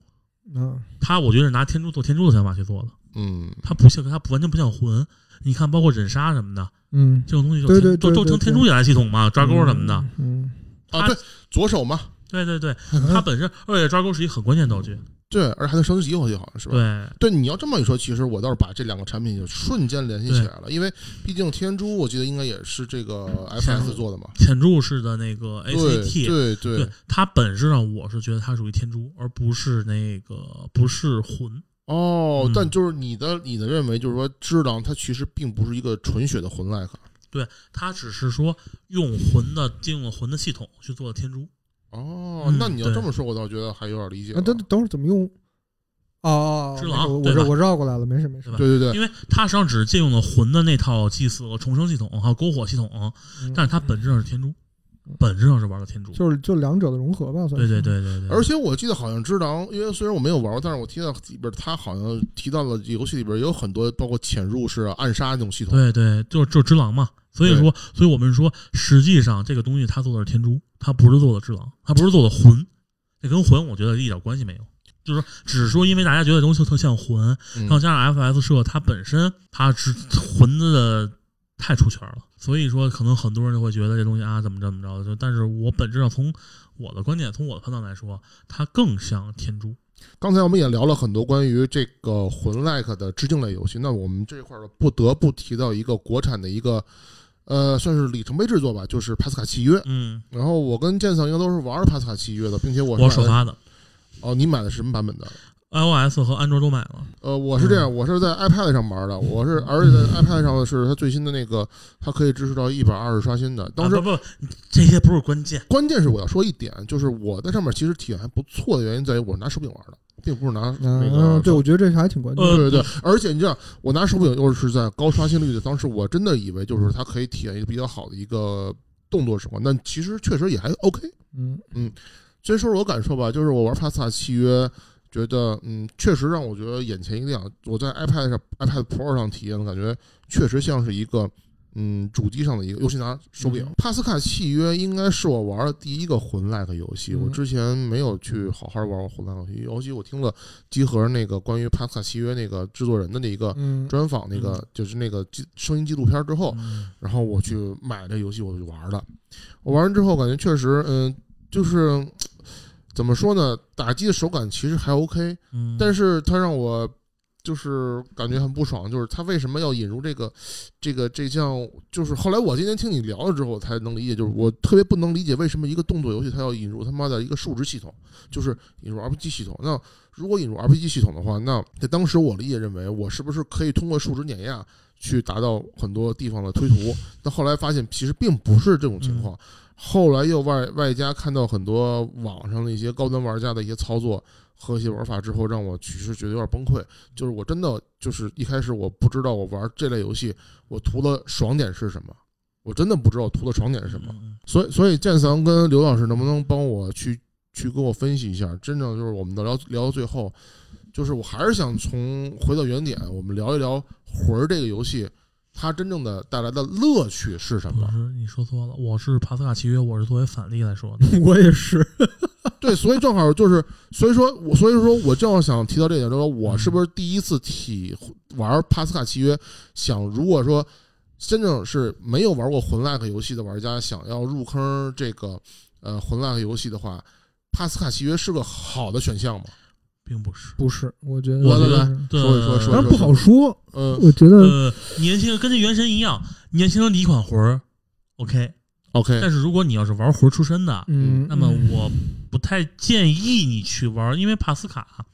嗯，他我觉得是拿天珠做天珠的想法去做的，嗯，他不像他不完全不像魂。你看，包括忍杀什么的，嗯，这种东西就对天对对都都成对天珠掩盖系统嘛，抓钩什么的。嗯，啊，对，左手嘛，对对对，它本身而且抓钩是一个很关键道具。嗯对，而且还能升级，我记得好像是吧？对，对，你要这么一说，其实我倒是把这两个产品就瞬间联系起来了，因为毕竟天珠，我记得应该也是这个 FS 做的嘛。潜入式的那个对 ACT，对对对，它本质上我是觉得它属于天珠，而不是那个不是魂。哦，嗯但就是你的你的认为，就是说知狼它其实并不是一个纯血的魂 like 它只是说用魂的进入了魂的系统去做的天珠，哦，嗯那你要对这么说，我倒觉得还有点理解啊，了。等等会儿怎么用？哦，只狼我我对吧绕我绕过来了，没事没事对。吧？对对对，因为它实际上只是借用了魂的那套祭祀和重生系统，还有篝火系统，嗯但是它本质上是天珠，本质上是玩的天珠。就是就两者的融合吧，算对是。对对对对，而且我记得好像知狼，因为虽然我没有玩过，但是我听到里边它好像提到了游戏里边也有很多包括潜入式啊、暗杀那种系统。对对，就是就是只狼嘛。所以说，所以我们说，实际上这个东西它做的是天珠，它不是做的只狼，它不是做的魂。这跟魂我觉得一点关系没有，就是说，只是说因为大家觉得这东西特像魂，嗯然后加上 FS 社它本身它是魂的太出圈了，所以说可能很多人就会觉得这东西啊怎么着怎么着的。就但是我本质上从我的观点，从我的判断来说，它更像天珠。刚才我们也聊了很多关于这个魂 like 的致敬类游戏，那我们这一块儿不得不提到一个国产的一个，呃，算是里程碑制作吧，就是《帕斯卡契约》。嗯，然后我跟剑圣应该都是玩《帕斯卡契约》的，并且我我是首买的发的哦，你买的是什么版本的？ iOS 和安卓都买了。啊呃，我嗯是这样，我是在 iPad 上玩的，我是而且在 iPad 上的是它最新的那个，它可以支持到一百二十刷新的。当时啊、不不，这些不是关键。关键是我要说一点，就是我在上面其实体验还不错的原因在于我是拿手柄玩的，并不是拿那个嗯，对，我觉得这还挺关键的。呃对对对，而且你知道，我拿手柄又是在高刷新率的，当时我真的以为就是它可以体验一个比较好的一个动作时光，但其实确实也还 OK。嗯，所以说说我感受吧，就是我玩《帕萨契约》，觉得嗯，确实让我觉得眼前一亮。我在 iPad 上、iPad Pro 上体验的感觉，确实像是一个嗯主机上的一个，尤其拿手柄。嗯帕斯卡契约》应该是我玩的第一个魂 like 游戏，嗯我之前没有去好好玩过魂 like 游戏，尤其我听了集合那个关于《帕斯卡契约》那个制作人的那个。嗯，专访那个、就是那个纪声音纪录片之后，嗯然后我去买这游戏，我就玩了。我玩完之后感觉确实，嗯、就是怎么说呢，打击的手感其实还 OK，嗯，但是它让我就是感觉很不爽，就是它为什么要引入这个这个这项？就是后来我今天听你聊了之后，我才能理解，就是我特别不能理解为什么一个动作游戏它要引入他妈的一个数值系统，就是引入 RPG 系统。那如果引入 RPG 系统的话，那在当时我理解认为，我是不是可以通过数值碾压去达到很多地方的推图？但后来发现其实并不是这种情况。后来又外外加看到很多网上的一些高端玩家的一些操作和一些玩法之后，让我其实觉得有点崩溃。就是我真的就是一开始我不知道我玩这类游戏我图的爽点是什么，我真的不知道我图的爽点是什么。嗯？所以，所以建桑跟刘老师能不能帮我去去跟我分析一下？真正就是我们的聊聊到最后，就是我还是想从回到原点，我们聊一聊《魂儿》这个游戏，它真正的带来的乐趣是什不么？是，你说错了，我是帕斯卡契约，我是作为反例来说的。我也是。对，所以正好就是，所以说我所以说我正好想提到这点，就是说我是不是第一次体玩《帕斯卡契约》，想如果说真正是没有玩过魂 like 游戏的玩家，想要入坑这个呃魂 like 游戏的话，《帕斯卡契约》是个好的选项吗？并不是。不是，我觉得我不来是对说一说说当一然不好说。嗯、我觉得呃，年轻人跟这原神一样，年轻人第一款魂儿 OK， o k 但是如果你要是玩魂儿出身的，嗯，那么嗯我不太建议你去玩，因为帕斯卡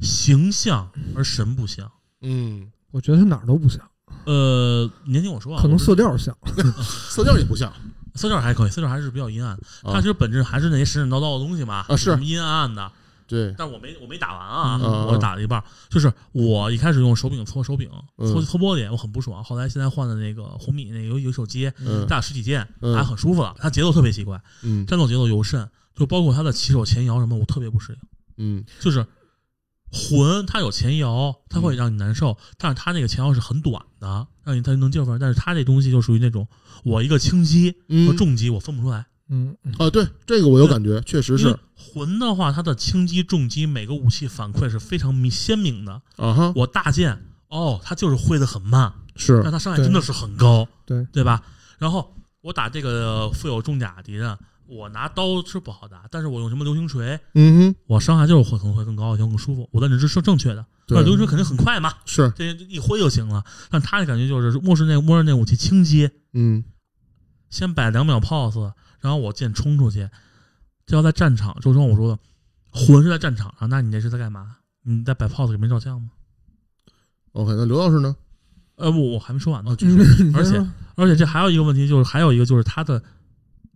形象而神不像。嗯，我觉得他哪儿都不像，呃，您听我说啊，可能我是色调像。色调也不像啊色调还可以，色调还是比较阴暗，它其实本质还是那些神神叨叨的东西嘛，啊是什么阴暗的，对，但我没我没打完啊，嗯我打了一半儿，就是我一开始用手柄搓手柄，嗯搓搓玻璃，我很不爽。后来现在换的那个红米那有有手机，嗯打十几键嗯还很舒服了。它节奏特别奇怪，嗯战斗节奏尤甚，就包括它的起手前摇什么，我特别不适应。嗯就是魂它有前摇，它嗯会让你难受，但是它那个前摇是很短的，让你它能劲儿分。但是它这东西就属于那种我一个轻击和嗯重击我分不出来，嗯，嗯啊，对这个我有感觉，确实因是为魂的话，它的轻击、重击每个武器反馈是非常明鲜明的。啊哈，我大剑哦，它就是挥的很慢，是但它伤害真的是很高，对对吧？然后我打这个富有重甲的敌人，我拿刀是不好打，但是我用什么流星锤，嗯哼，我伤害就是会可能会更高，也会更舒服。我的认知是正确的，对那流星锤肯定很快嘛，是这一挥就行了。但他的感觉就是末世那末日那武器轻击，嗯先摆两秒 pose，然后我剑冲出去，这要在战场。周冲我说的，魂是在战场上，那你这是在干嘛？你在摆 pose 给别人照相吗？ ，OK，那刘老师呢？呃，我我还没说完呢，嗯而且而且这还有一个问题，就是还有一个就是他的，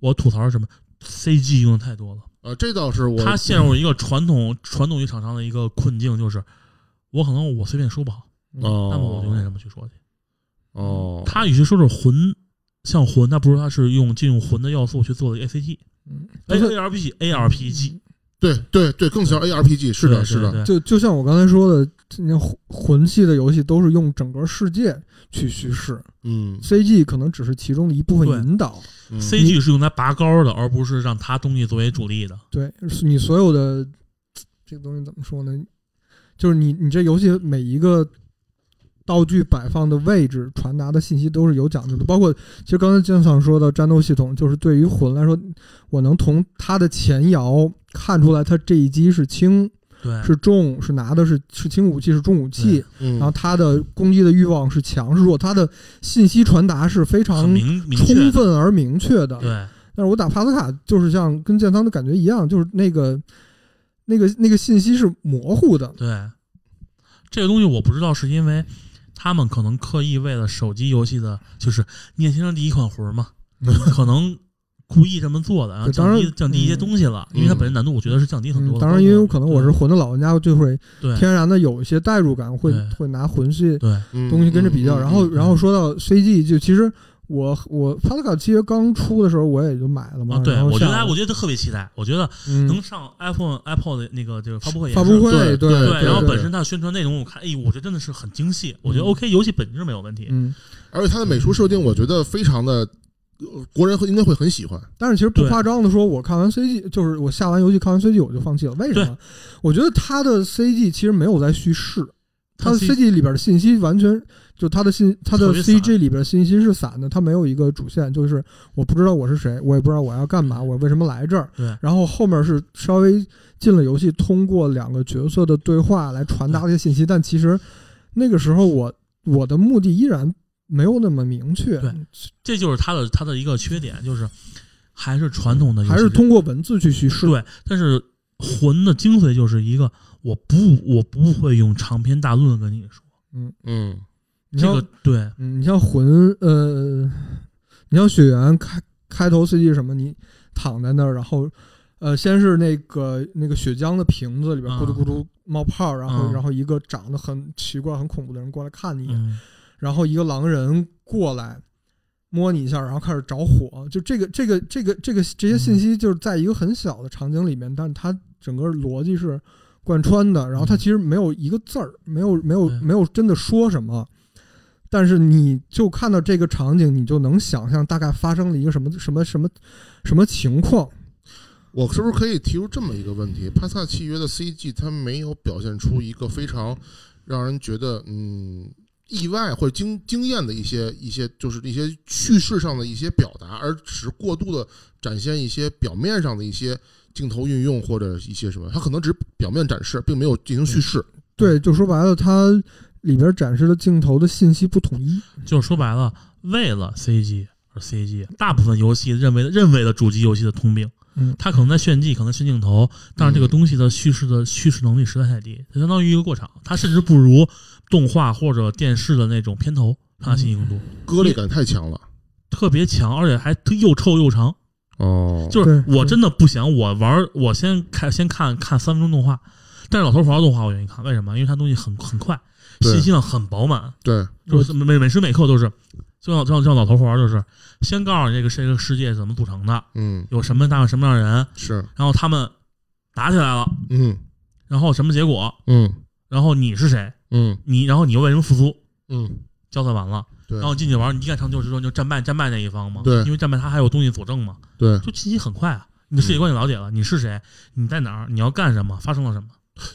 我吐槽是什么？CG 用的太多了，呃，这倒是我他陷入一个传统传统于厂商的一个困境，就是我可能我随便说不好，哦，那么我就那什么去说去。哦，他与其说是魂像魂，那不如他是用进入魂的要素去做的 ACT、嗯 A A R P A R P G，对对对，更像 ARPG，是的，是的，对，就就像我刚才说的，那魂魂系的游戏都是用整个世界去叙事嗯，CG 可能只是其中的一部分对引导。嗯 C G 是用来拔高的，而不是让它东西作为主力的。对，是你所有的这个东西怎么说呢？就是你你这游戏每一个道具摆放的位置、传达的信息都是有讲究的。包括其实刚才金想说的战斗系统，就是对于魂来说，我能从它的前摇看出来，它这一击是轻对，是重，是拿的是是轻武器是重武器嗯对，嗯，然后它的攻击的欲望是强是弱，它的信息传达是非很常明明确充的，分而明确的。对，但是我打帕斯卡就是像跟建仓的感觉一样，就是那个那个那个信息是模糊的。对，这个东西我不知道是因为他们可能刻意为了手机游戏的，就是《聂先生》第一款 [LAUGHS] 魂嘛，可能故意这么做的，然后对当降然低降低一些嗯东西了，因为它本身难度我觉得是降低很多嗯，的。当然，因为可能我是魂的老玩家，就会对天然的有一些代入感，会对会拿魂系对嗯东西跟着比较。嗯然后，嗯然后说到 CG，就其实我我帕斯卡七刚出的时候，我也就买了嘛啊，。对然后我觉得下哎我觉得特别期待，我觉得嗯能上 iPhone Apple 的那个这个发布会也发是布会对对对对，然后对本身它的宣传内容，我看，哎，我觉得真的是很精细。我觉嗯得 OK，游戏本质没有问题。嗯，而且它的美术设定，我觉得非常的，呃国人会应该会很喜欢。但是其实不对夸张的说，我看完 CG，就是我下完游戏看完 CG 我就放弃了。为什么？我觉得它的 CG 其实没有在叙事，它的是 CG 里边的信息完全就它的信，它的特别散 CG 里边的信息是散的，它没有一个主线，就是我不知道我是谁，我也不知道我要干嘛，我为什么来这儿。嗯对然后后面是稍微进了游戏，通过两个角色的对话来传达这些信息，但其实那个时候我我的目的依然没有那么明确，对这就是它的它的一个缺点，就是还是传统的游戏还是通过文字去叙事。对，但是魂的精髓就是一个，我不我不会用长篇大论跟你说嗯你这像个对嗯，你像魂，呃，你像雪原开开头 CG 什么，你躺在那儿，然后，呃，先是那个那个血浆的瓶子里边嗯咕嘟咕嘟冒泡，然后、嗯然后一个长得很奇怪、很恐怖的人过来看你一眼，嗯然后一个狼人过来摸你一下，然后开始着火。就这个这个这个这个这些信息，就是在一个很小的场景里面，但是它整个逻辑是贯穿的。然后它嗯其实没有一个字儿，没有没有对没有真的说什么，但是你就看到这个场景，你就能想象大概发生了一个什么什么什么什么情况。我是不是可以提出这么一个问题？帕萨契约的 CG 它没有表现出一个非常让人觉得嗯意外或者惊惊艳的一些一些，就是一些叙事上的一些表达，而只是过度的展现一些表面上的一些镜头运用或者一些什么，它可能只是表面展示，并没有进行叙事。对，嗯就说白了，它里边展示的镜头的信息不统一。就是说白了，为了 CG 而 CG，大部分游戏认为认为的主机游戏的通病，嗯它可能在炫技，可能炫镜头，但是这个东西的叙事的叙事能力实在太低，它相当于一个过场，它甚至不如动画或者电视的那种片嗯嗯头它的新颖度割裂感太强了特别强，而且还特又臭又长。哦，就是对我真的不行，我玩儿我先看先看看三分钟动画，但是老头儿玩儿动画我愿意看，为什么？因为它东西很很快，对信息量很饱满，对，就是每每时每刻都是，就像就像就像老头儿玩儿就是先告诉你这个这个世界是怎么组成的，嗯，有什么大概什么样的人，是，然后他们打起来了，嗯然后什么结果，嗯然后你是谁，嗯你然后你又为什么复苏，嗯，交代完了，对然后进去玩儿，你一看成就是说就战败战败那一方嘛，对因为战败他还有东西佐证嘛，对，就信息很快啊，你的世界观也了解了，你是谁，你在哪儿，你要干什么，发生了什么。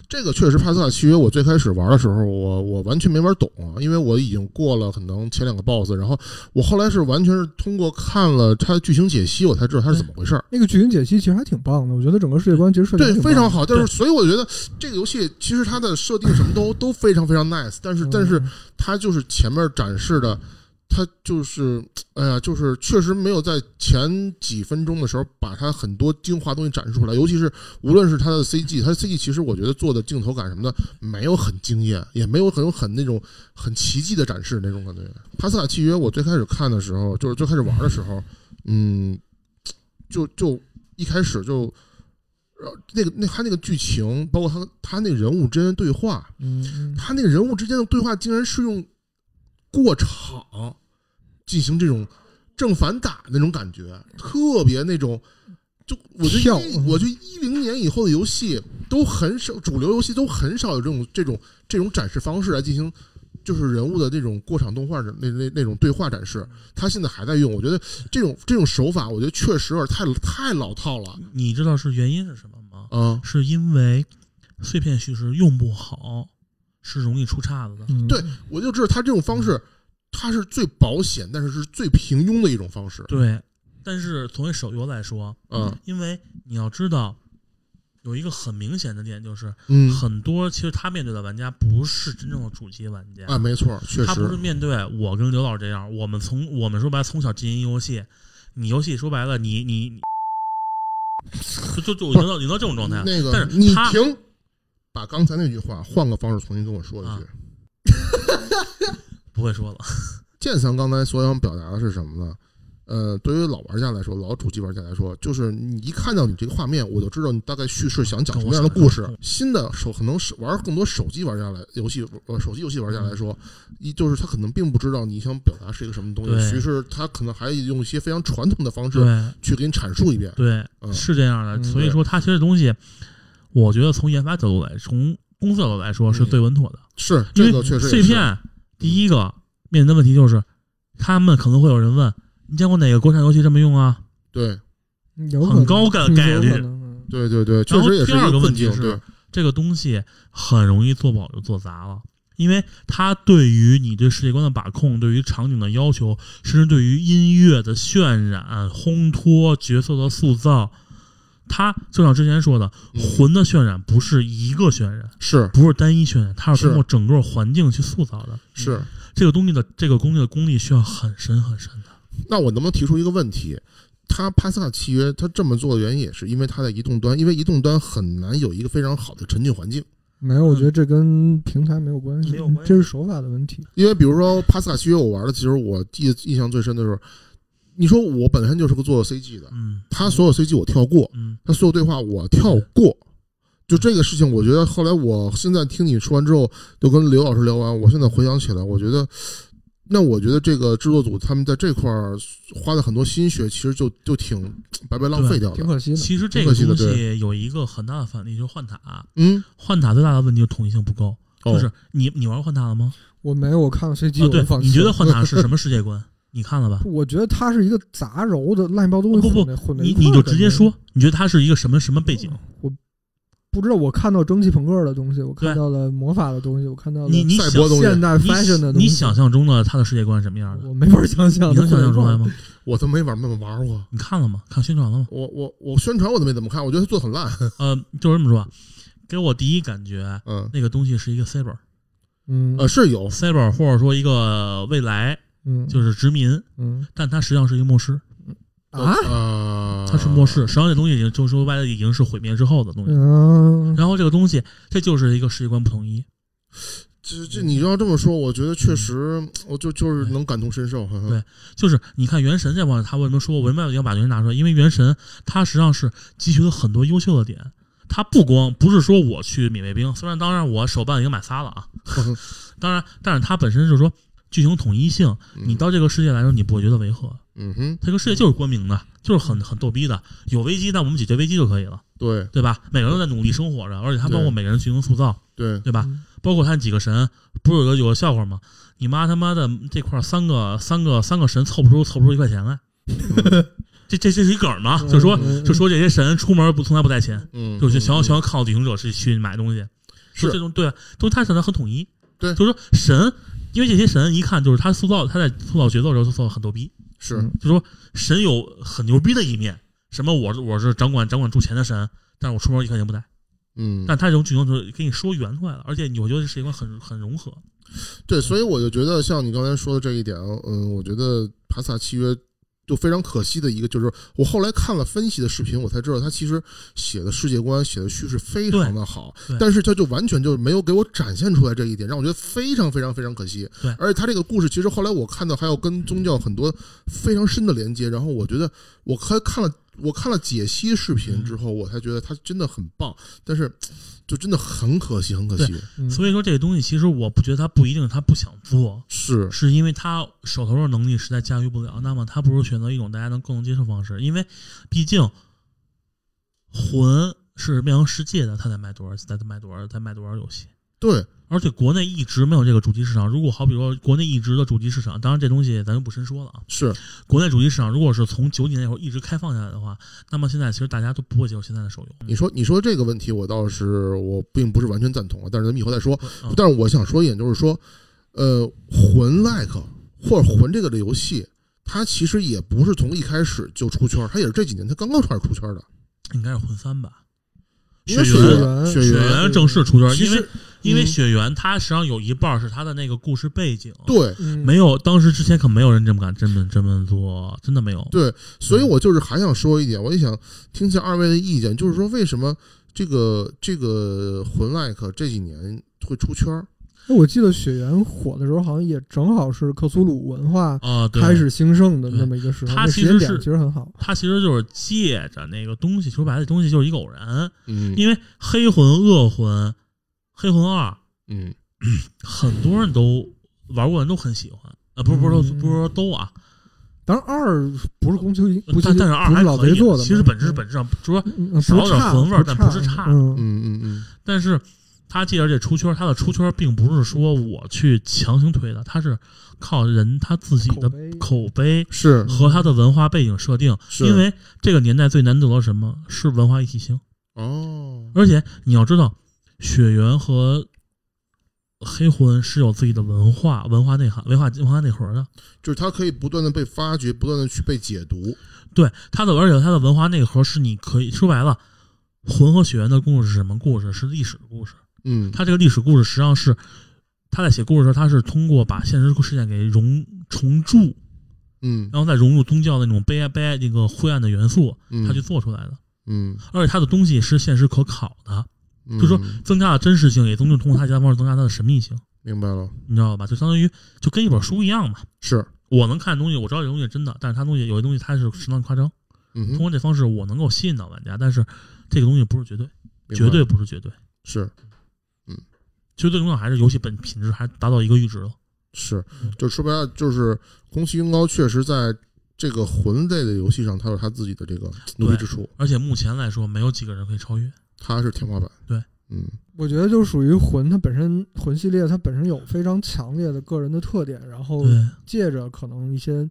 这个确实《帕斯卡契约》，我最开始玩的时候，我我完全没玩懂啊，因为我已经过了可能前两个 BOSS，然后我后来是完全是通过看了它的剧情解析，我才知道它是怎么回事儿。那个剧情解析其实还挺棒的，我觉得整个世界观其实设计对，非常好，好。但是，所以我觉得这个游戏其实它的设定什么都都非常非常 nice，但是但是嗯它就是前面展示的，它就是哎呀，就是确实没有在前几分钟的时候把它很多精华东西展示出来，尤其是无论是它的 CG，它的 CG 其实我觉得做的镜头感什么的没有很惊艳，也没有很有很那种很奇迹的展示那种感觉。帕斯卡契约我最开始看的时候，就是最开始玩的时候，嗯，就就一开始就。呃，那个那他那个剧情，包括他他那人物之间的对话，嗯，嗯他那个人物之间的对话竟然是用过场进行这种正反打那种感觉，特别那种。就我觉跳得一，我觉得一零年以后的游戏都很少，主流游戏都很少有这种这种这种展示方式来进行，就是人物的那种过场动画的那那那种对话展示，他现在还在用。我觉得这种这种手法，我觉得确实有点太太老套了。你知道是原因是什么吗？嗯，是因为碎片叙事用不好，是容易出岔子的。嗯对我就知道他这种方式，他是最保险，但是是最平庸的一种方式。对，但是从手游来说，嗯，因为你要知道，有一个很明显的点就是，嗯很多其实他面对的玩家不是真正的主机玩家，啊，没错，确他不是实，面对我跟刘老师这样，我们从我们说白了从小经营游戏，你游戏说白了，你你你就就就不是你到你到这种状态，啊那个但你是他停，把刚才那句话换个方式重新跟我说一句啊。不会说了，剑三刚才所想表达的是什么呢？呃，对于老玩家来说，老主机玩家来说，就是你一看到你这个画面，我就知道你大概叙事想讲什么样的故事跟我想的是。新的手可能是玩更多手机玩家来游戏，呃，手机游戏玩家嗯来说，一就是他可能并不知道你想表达是一个什么东西，对于是他可能还用一些非常传统的方式对去给你阐述一遍。对，嗯是这样嗯的。所以说，它其实东西，我觉得从研发角度来，从公司角度来说是嗯最稳妥的，是因这为个确实也碎是片第一个面临的问题就是，他们可能会有人问，你见过哪个国产游戏这么用啊？对有可能很高概概率有可能嗯对对对，确然后实也是第二一个问困题境。是嗯对，这个东西很容易做不好就做砸了，因为它对于你对世界观的把控、对于场景的要求，甚至对于音乐的渲染、烘托、角色的塑造，它就像之前说的，嗯魂的渲染不是一个渲染，是不是单一渲染，它是是通过整个环境去塑造的。是。这个东西的这个工艺的功力需要很深很深的。那我能不能提出一个问题？他帕斯卡契约，他这么做的原因也是因为他在移动端，因为移动端很难有一个非常好的沉浸环境。没有，我觉得这跟平台没有关系，没有关系这是手法的问题。因为比如说帕斯卡契约，我玩的，其实我记印象最深的是，你说我本身就是个做 CG 的，嗯他所有 CG 我跳过，嗯，他所有对话我跳过。就这个事情，我觉得后来我现在听你说完之后，就跟刘老师聊完，我现在回想起来，我觉得，那我觉得这个制作组他们在这块儿花了很多心血，其实就就挺白白浪费掉挺的。可惜的，其实这挺可个惜的东对西有一个很大的反例，就是换塔。嗯，换塔最大的问题就是统一性不够。哦就是你你玩过换塔了吗？我没有，我看了 CG，我啊，就对放，弃你觉得了。换塔是什么世界观？ [LAUGHS] 你看了吧？我觉得它是一个杂糅的乱七八糟东西不不混在混在一你块儿你的就直接感觉哦说，你觉得它是一个什么什么背景？我不知道，我看到蒸汽朋克的东西，我看对到了魔法的东西，我看到了你你赛想博东现西，代你 fashion 的东西。你想象中的它的世界观是什么样的？我没法想象，你能想象出来吗？？我都没玩那么玩过。？你看了吗？看宣传了吗我我我宣传我都没怎么看，我觉得他做得很 [LAUGHS] 烂。呃，就是这么说，给我第一感觉，嗯，那个东西是一个 cyber，cyber 嗯呃，是有，或者说一个未来，嗯，就是殖民，嗯但它实际上是一个末世，啊呃，它是末世，实际上这东西已经就是说白了已经是毁灭之后的东西。嗯，然后这个东西，这就是一个世界观不统一，这这你要这么说，我觉得确实，我就就是能感同身受。呵呵对就是你看《原神》这帮人，他为什么说我为什么要把《原神》拿出来？因为《原神》它实际上是汲取了很多优秀的点。它不光不是说我去免卫兵，虽然当然我手办已经买仨了啊，当然，但是它本身就是说剧情统一性，你到这个世界来说，你不会觉得违和。嗯哼，这个世界就是光明的，就是很很逗逼的。有危机，那我们解决危机就可以了，对对吧？每个人都在努力生活着，而且他包括对每个人进行塑造，对，对吧？嗯包括他几个神，不是有个有个笑话吗？你妈他妈的这块儿三个三个三个神凑不出凑不出一块钱来，这这这是一梗儿嘛？就说嗯嗯就说这些神出门不从来不带钱，嗯，就是想要嗯想要靠旅行者是去买东西，就是这种对，都他想的很统一，对就是说神，因为这些神一看就是他塑造他在塑造角色的时候塑造很逗逼，是嗯就说神有很牛逼的一面，什么我我是掌管掌管住钱的神，但是我出门一块钱不带。嗯，但他这种举动就是给你说圆出来了，而且你我觉得这是一个很很融合，对，所以我就觉得像你刚才说的这一点，嗯，我觉得《帕萨契约》就非常可惜的一个，就是我后来看了分析的视频，我才知道他其实写的世界观、写的叙事非常的好对对，但是他就完全就没有给我展现出来这一点，让我觉得非常非常非常可惜。对而且他这个故事其实后来我看到还有跟宗教很多非常深的连接，然后我觉得我还看了我看了解析视嗯频之后，我才觉得他真的很棒，但是就真的很可惜，很可惜，嗯所以说这个东西其实我不觉得他不一定他不想做，是是因为他手头的能力实在驾驭不了，那么他不如选择一种大家能更能接受方式，因为毕竟魂是面向世界的，他得卖多少，再卖多少，再卖多少游戏。对，而且国内一直没有这个主机市场。如果好比说国内一直的主机市场，当然这东西咱就不深说了啊。是国内主机市场如果是从九几年以后一直开放下来的话，那么现在其实大家都不会接受现在的手游。你说你说这个问题，我倒是我并不是完全赞同啊，但是咱们以后再说。嗯但是我想说一点，就是说，呃，魂 like 或者魂这个的游戏，它其实也不是从一开始就出圈儿，它也是这几年它刚刚开始出圈儿的。应该是魂三吧？应该血是缘缘血血缘，缘正式出圈，其因为实因为嗯血缘它实际上有一半是它的那个故事背景，，对嗯没有当时之前可没有人这么敢这么这么做，真的没有。对，所以嗯我就是还想说一点，我也想听听二位的意见，就是说为什么这个这个魂 like 这几年会出圈儿？那我记得血缘火的时候，好像也正好是克苏鲁文化啊，对，开始兴盛的对那么一个时候，它那其时间实点是其实很好。它其实就是借着那个东西，说白了，这东西就是一个偶然，嗯因为黑魂、恶魂、黑魂二，嗯很多人都玩过，人都很喜欢。呃，不是不是说嗯不是说都啊，当然二不是宫崎骏，不呃但但是二不还是老可贼以做，的嘛，其实本质嗯本质上就说嗯嗯少不点差魂味儿但不是差嗯嗯，嗯嗯，但是他借着这出圈，他的出圈并不是说我去强行推的，他是靠人他自己口的碑口碑是和他的文化背景设定。是因为这个年代最难得的是什么是文化一体性，哦，而且你要知道，血缘和黑魂是有自己的文化、文化内涵、文化文化内核的。就是它可以不断的被发掘，不断的去被解读。对它的，而且它的文化内核是你可以说白了，魂和血缘的故事是什么故事？是历史故事。嗯，它这个历史故事实际上是他在写故事的时候，他是通过把现实事件给融重铸，嗯然后再融入宗教的那种悲哀、悲哀那个灰暗的元素，嗯，他去做出来的。嗯，而且它的东西是现实可考的，嗯就说增加了真实性，也增就通过它其他方式增加它的神秘性，明白了，你知道吧？就相当于就跟一本书一样嘛。是，我能看东西，我知道这东西是真的，但是它东西有些东西它是适当夸张。嗯通哼，过这方式我能够吸引到玩家，但是这个东西不是绝对，明白绝对不是绝对，是绝对重要还是游戏本品质还是达到一个阈值了。是，就说白了，就是宫崎英高确实在这个魂类的游戏上，他有他自己的这个努力之处，而且目前来说，没有几个人可以超越。他是天花板。对，嗯我觉得就属于魂，它本身魂系列它本身有非常强烈的个人的特点，然后对借着可能一些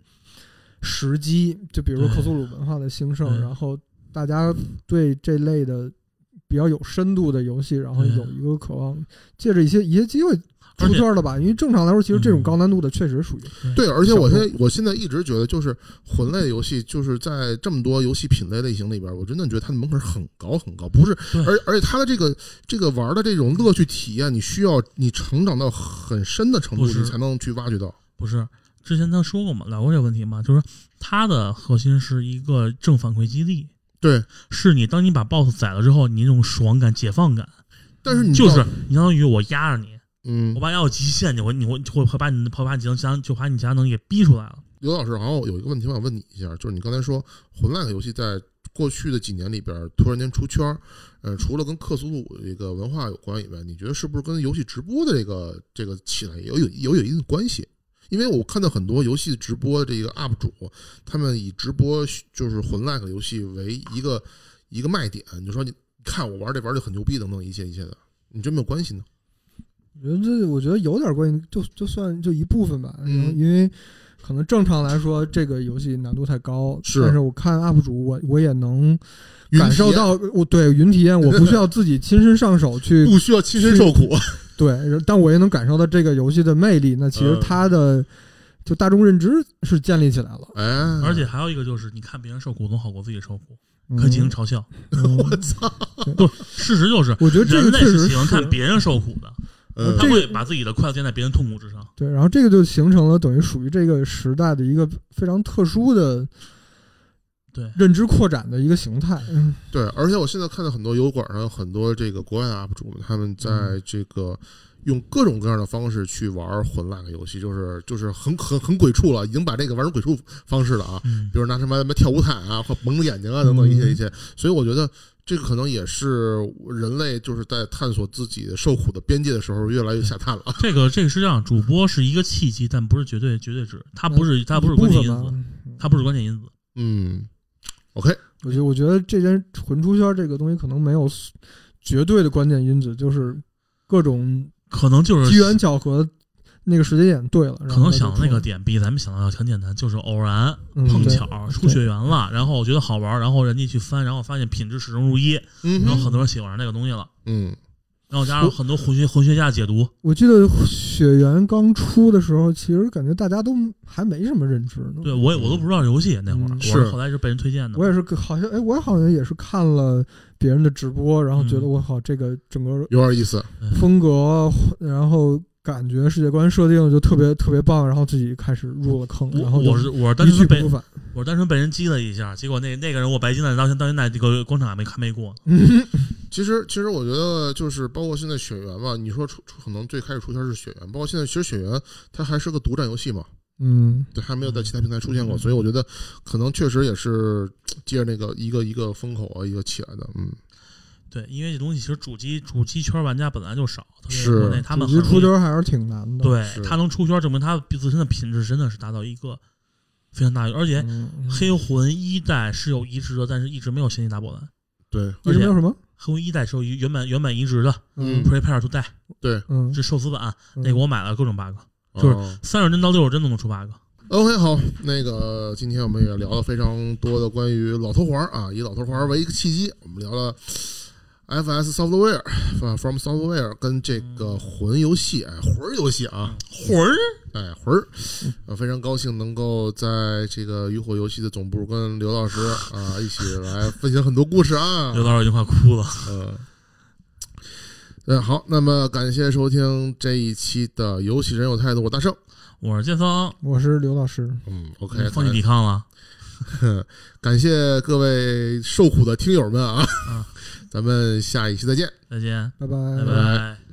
时机，就比如说对克苏鲁文化的兴盛，对然后大家对这类的比较有深度的游戏，然后对有一个渴望，借着一些一些机会而出且圈了吧？因为正常来说，其实这种嗯高难度的确实属于对，而且我现小众在我现在一直觉得，就是魂类的游戏，就是在这么多游戏品类类型里边，我真的觉得它的门槛很高很高，不是对，而而且它的这个这个玩的这种乐趣体验，你需要你成长到很深的程度，不是你才能去挖掘到。不是之前他说过嘛，聊过这个问题嘛，就是说它的核心是一个正反馈激励，对，是你当你把 BOSS 宰了之后，你那种爽感、解放感，嗯但是你就到是你相当于我压着你，嗯我，爸要有极限，你会你会会会把你会把你强强就把你强能力给逼出来了。刘老师，好像我有一个问题，我想问你一下，就是你刚才说魂类的游戏在过去的几年里边突然间出圈儿，呃，除了跟克苏鲁这个文化有关以外，你觉得是不是跟游戏直播的这个这个起来也有有有有一定的关系？因为我看到很多游戏直播的这个 UP 主，他们以直播就是魂类的游戏为一个一个卖点，你就说你看我玩这玩就很牛逼等等一切一切的，你真没有关系呢？我觉得这我觉得有点关系，就就算就一部分吧。嗯然后因为可能正常来说，这个游戏难度太高，是但是我看 UP 主，我我也能云感受体验到，我对云体验，我不需要自己亲身上手去不需要亲身受苦， [LAUGHS] 对，但我也能感受到这个游戏的魅力。那其实嗯它的就大众认知是建立起来了，哎，而且还有一个就是，你看别人受苦总好过自己受苦，嗯可以进行嘲笑。嗯我操，不，事实就是，我觉得这人个类确实喜欢看是别人受苦的，嗯他这个会把自己的快乐建在别人痛苦之上。对，然后这个就形成了等于属于这个时代的一个非常特殊的对认知扩展的一个形态。嗯对，而且我现在看到很多油管上有很多这个国外的 UP 主们，他们在这个用各种各样的方式去玩混乱的游戏，就是就是很很很鬼畜了，已经把这个玩成鬼畜方式了啊，嗯，比如拿什么什么跳舞毯啊，或蒙着眼睛啊等等一些嗯一些，所以我觉得这个可能也是人类就是在探索自己受苦的边界的时候越来越下探了。啊这个这个是这样，主播是一个契机，但不是绝对绝对值，它不是它不是嗯一部关键分因吧嗯子，，它不是关键因子。嗯，OK，我觉得我觉得这件混出圈这个东西可能没有绝对的关键因子，就是各种可能就是机缘巧合，那个时间点对了，然可后它能就想出那个了点比咱们想的要很简单，就是偶然嗯碰对巧出血缘了，然后我觉得好玩，然后人家去翻，然后发现品质始终如一，嗯然后很哼，多人喜欢上那个东西了，嗯然后加上很多混学混学家解读，我记得血缘刚出的时候，其实感觉大家都还没什么认知呢。对我也我都不知道这游戏那会儿，嗯我是后来是被人推荐的我。也是好像哎，我好像也是看了别人的直播，然后觉得嗯我靠，这个整个有点意思，哎风格，然后感觉世界观设定就特别特别棒，然后自己开始入了坑，然我后就我是我是单一去纯被不复返。我是单纯被人激了一下，结果那那个人我白金了，到现到现在这个广场还没还没过。嗯其实，其实我觉得就是包括现在血缘吧，你说出出可能最开始出圈是血缘，包括现在其实血缘它还是个独占游戏嘛，嗯，对，还没有在其他平台出现过，嗯所以我觉得可能确实也是借着那个一个一个风口啊，一个起来的，嗯，对，因为这东西其实主机主机圈玩家本来就少，特别是国内他们主机很出容易圈还是挺难的。对是他能出圈，证明他自身的品质真的是达到一个非常大的，而且嗯，嗯黑魂一代是有移植的，但是一直没有掀起大波澜。对，为什么有什么？黑魂一代是有原版原版移植的嗯，Prepare to Die 嗯，是寿司版，嗯那个我买了各种 bug，就是哦三十帧到六十帧都能出 bug。 OK，好，那个今天我们也聊了非常多的关于老头环啊，以老头环为一个契机，我们聊了 FS Software 啊 From Software 跟这个魂游戏，哎，魂儿游戏啊，魂儿，哎，魂儿，呃，非常高兴能够在这个渔火游戏的总部跟刘老师啊一起来分享很多故事啊。刘导已经快哭了。呃，嗯，好，那么感谢收听这一期的《游戏人有态度》，我大圣。我是建峰，我是刘老师。嗯，OK，你放弃抵抗了，感谢各位受苦的听友们啊， [LAUGHS] 啊咱们下一期再见。再见，拜拜拜拜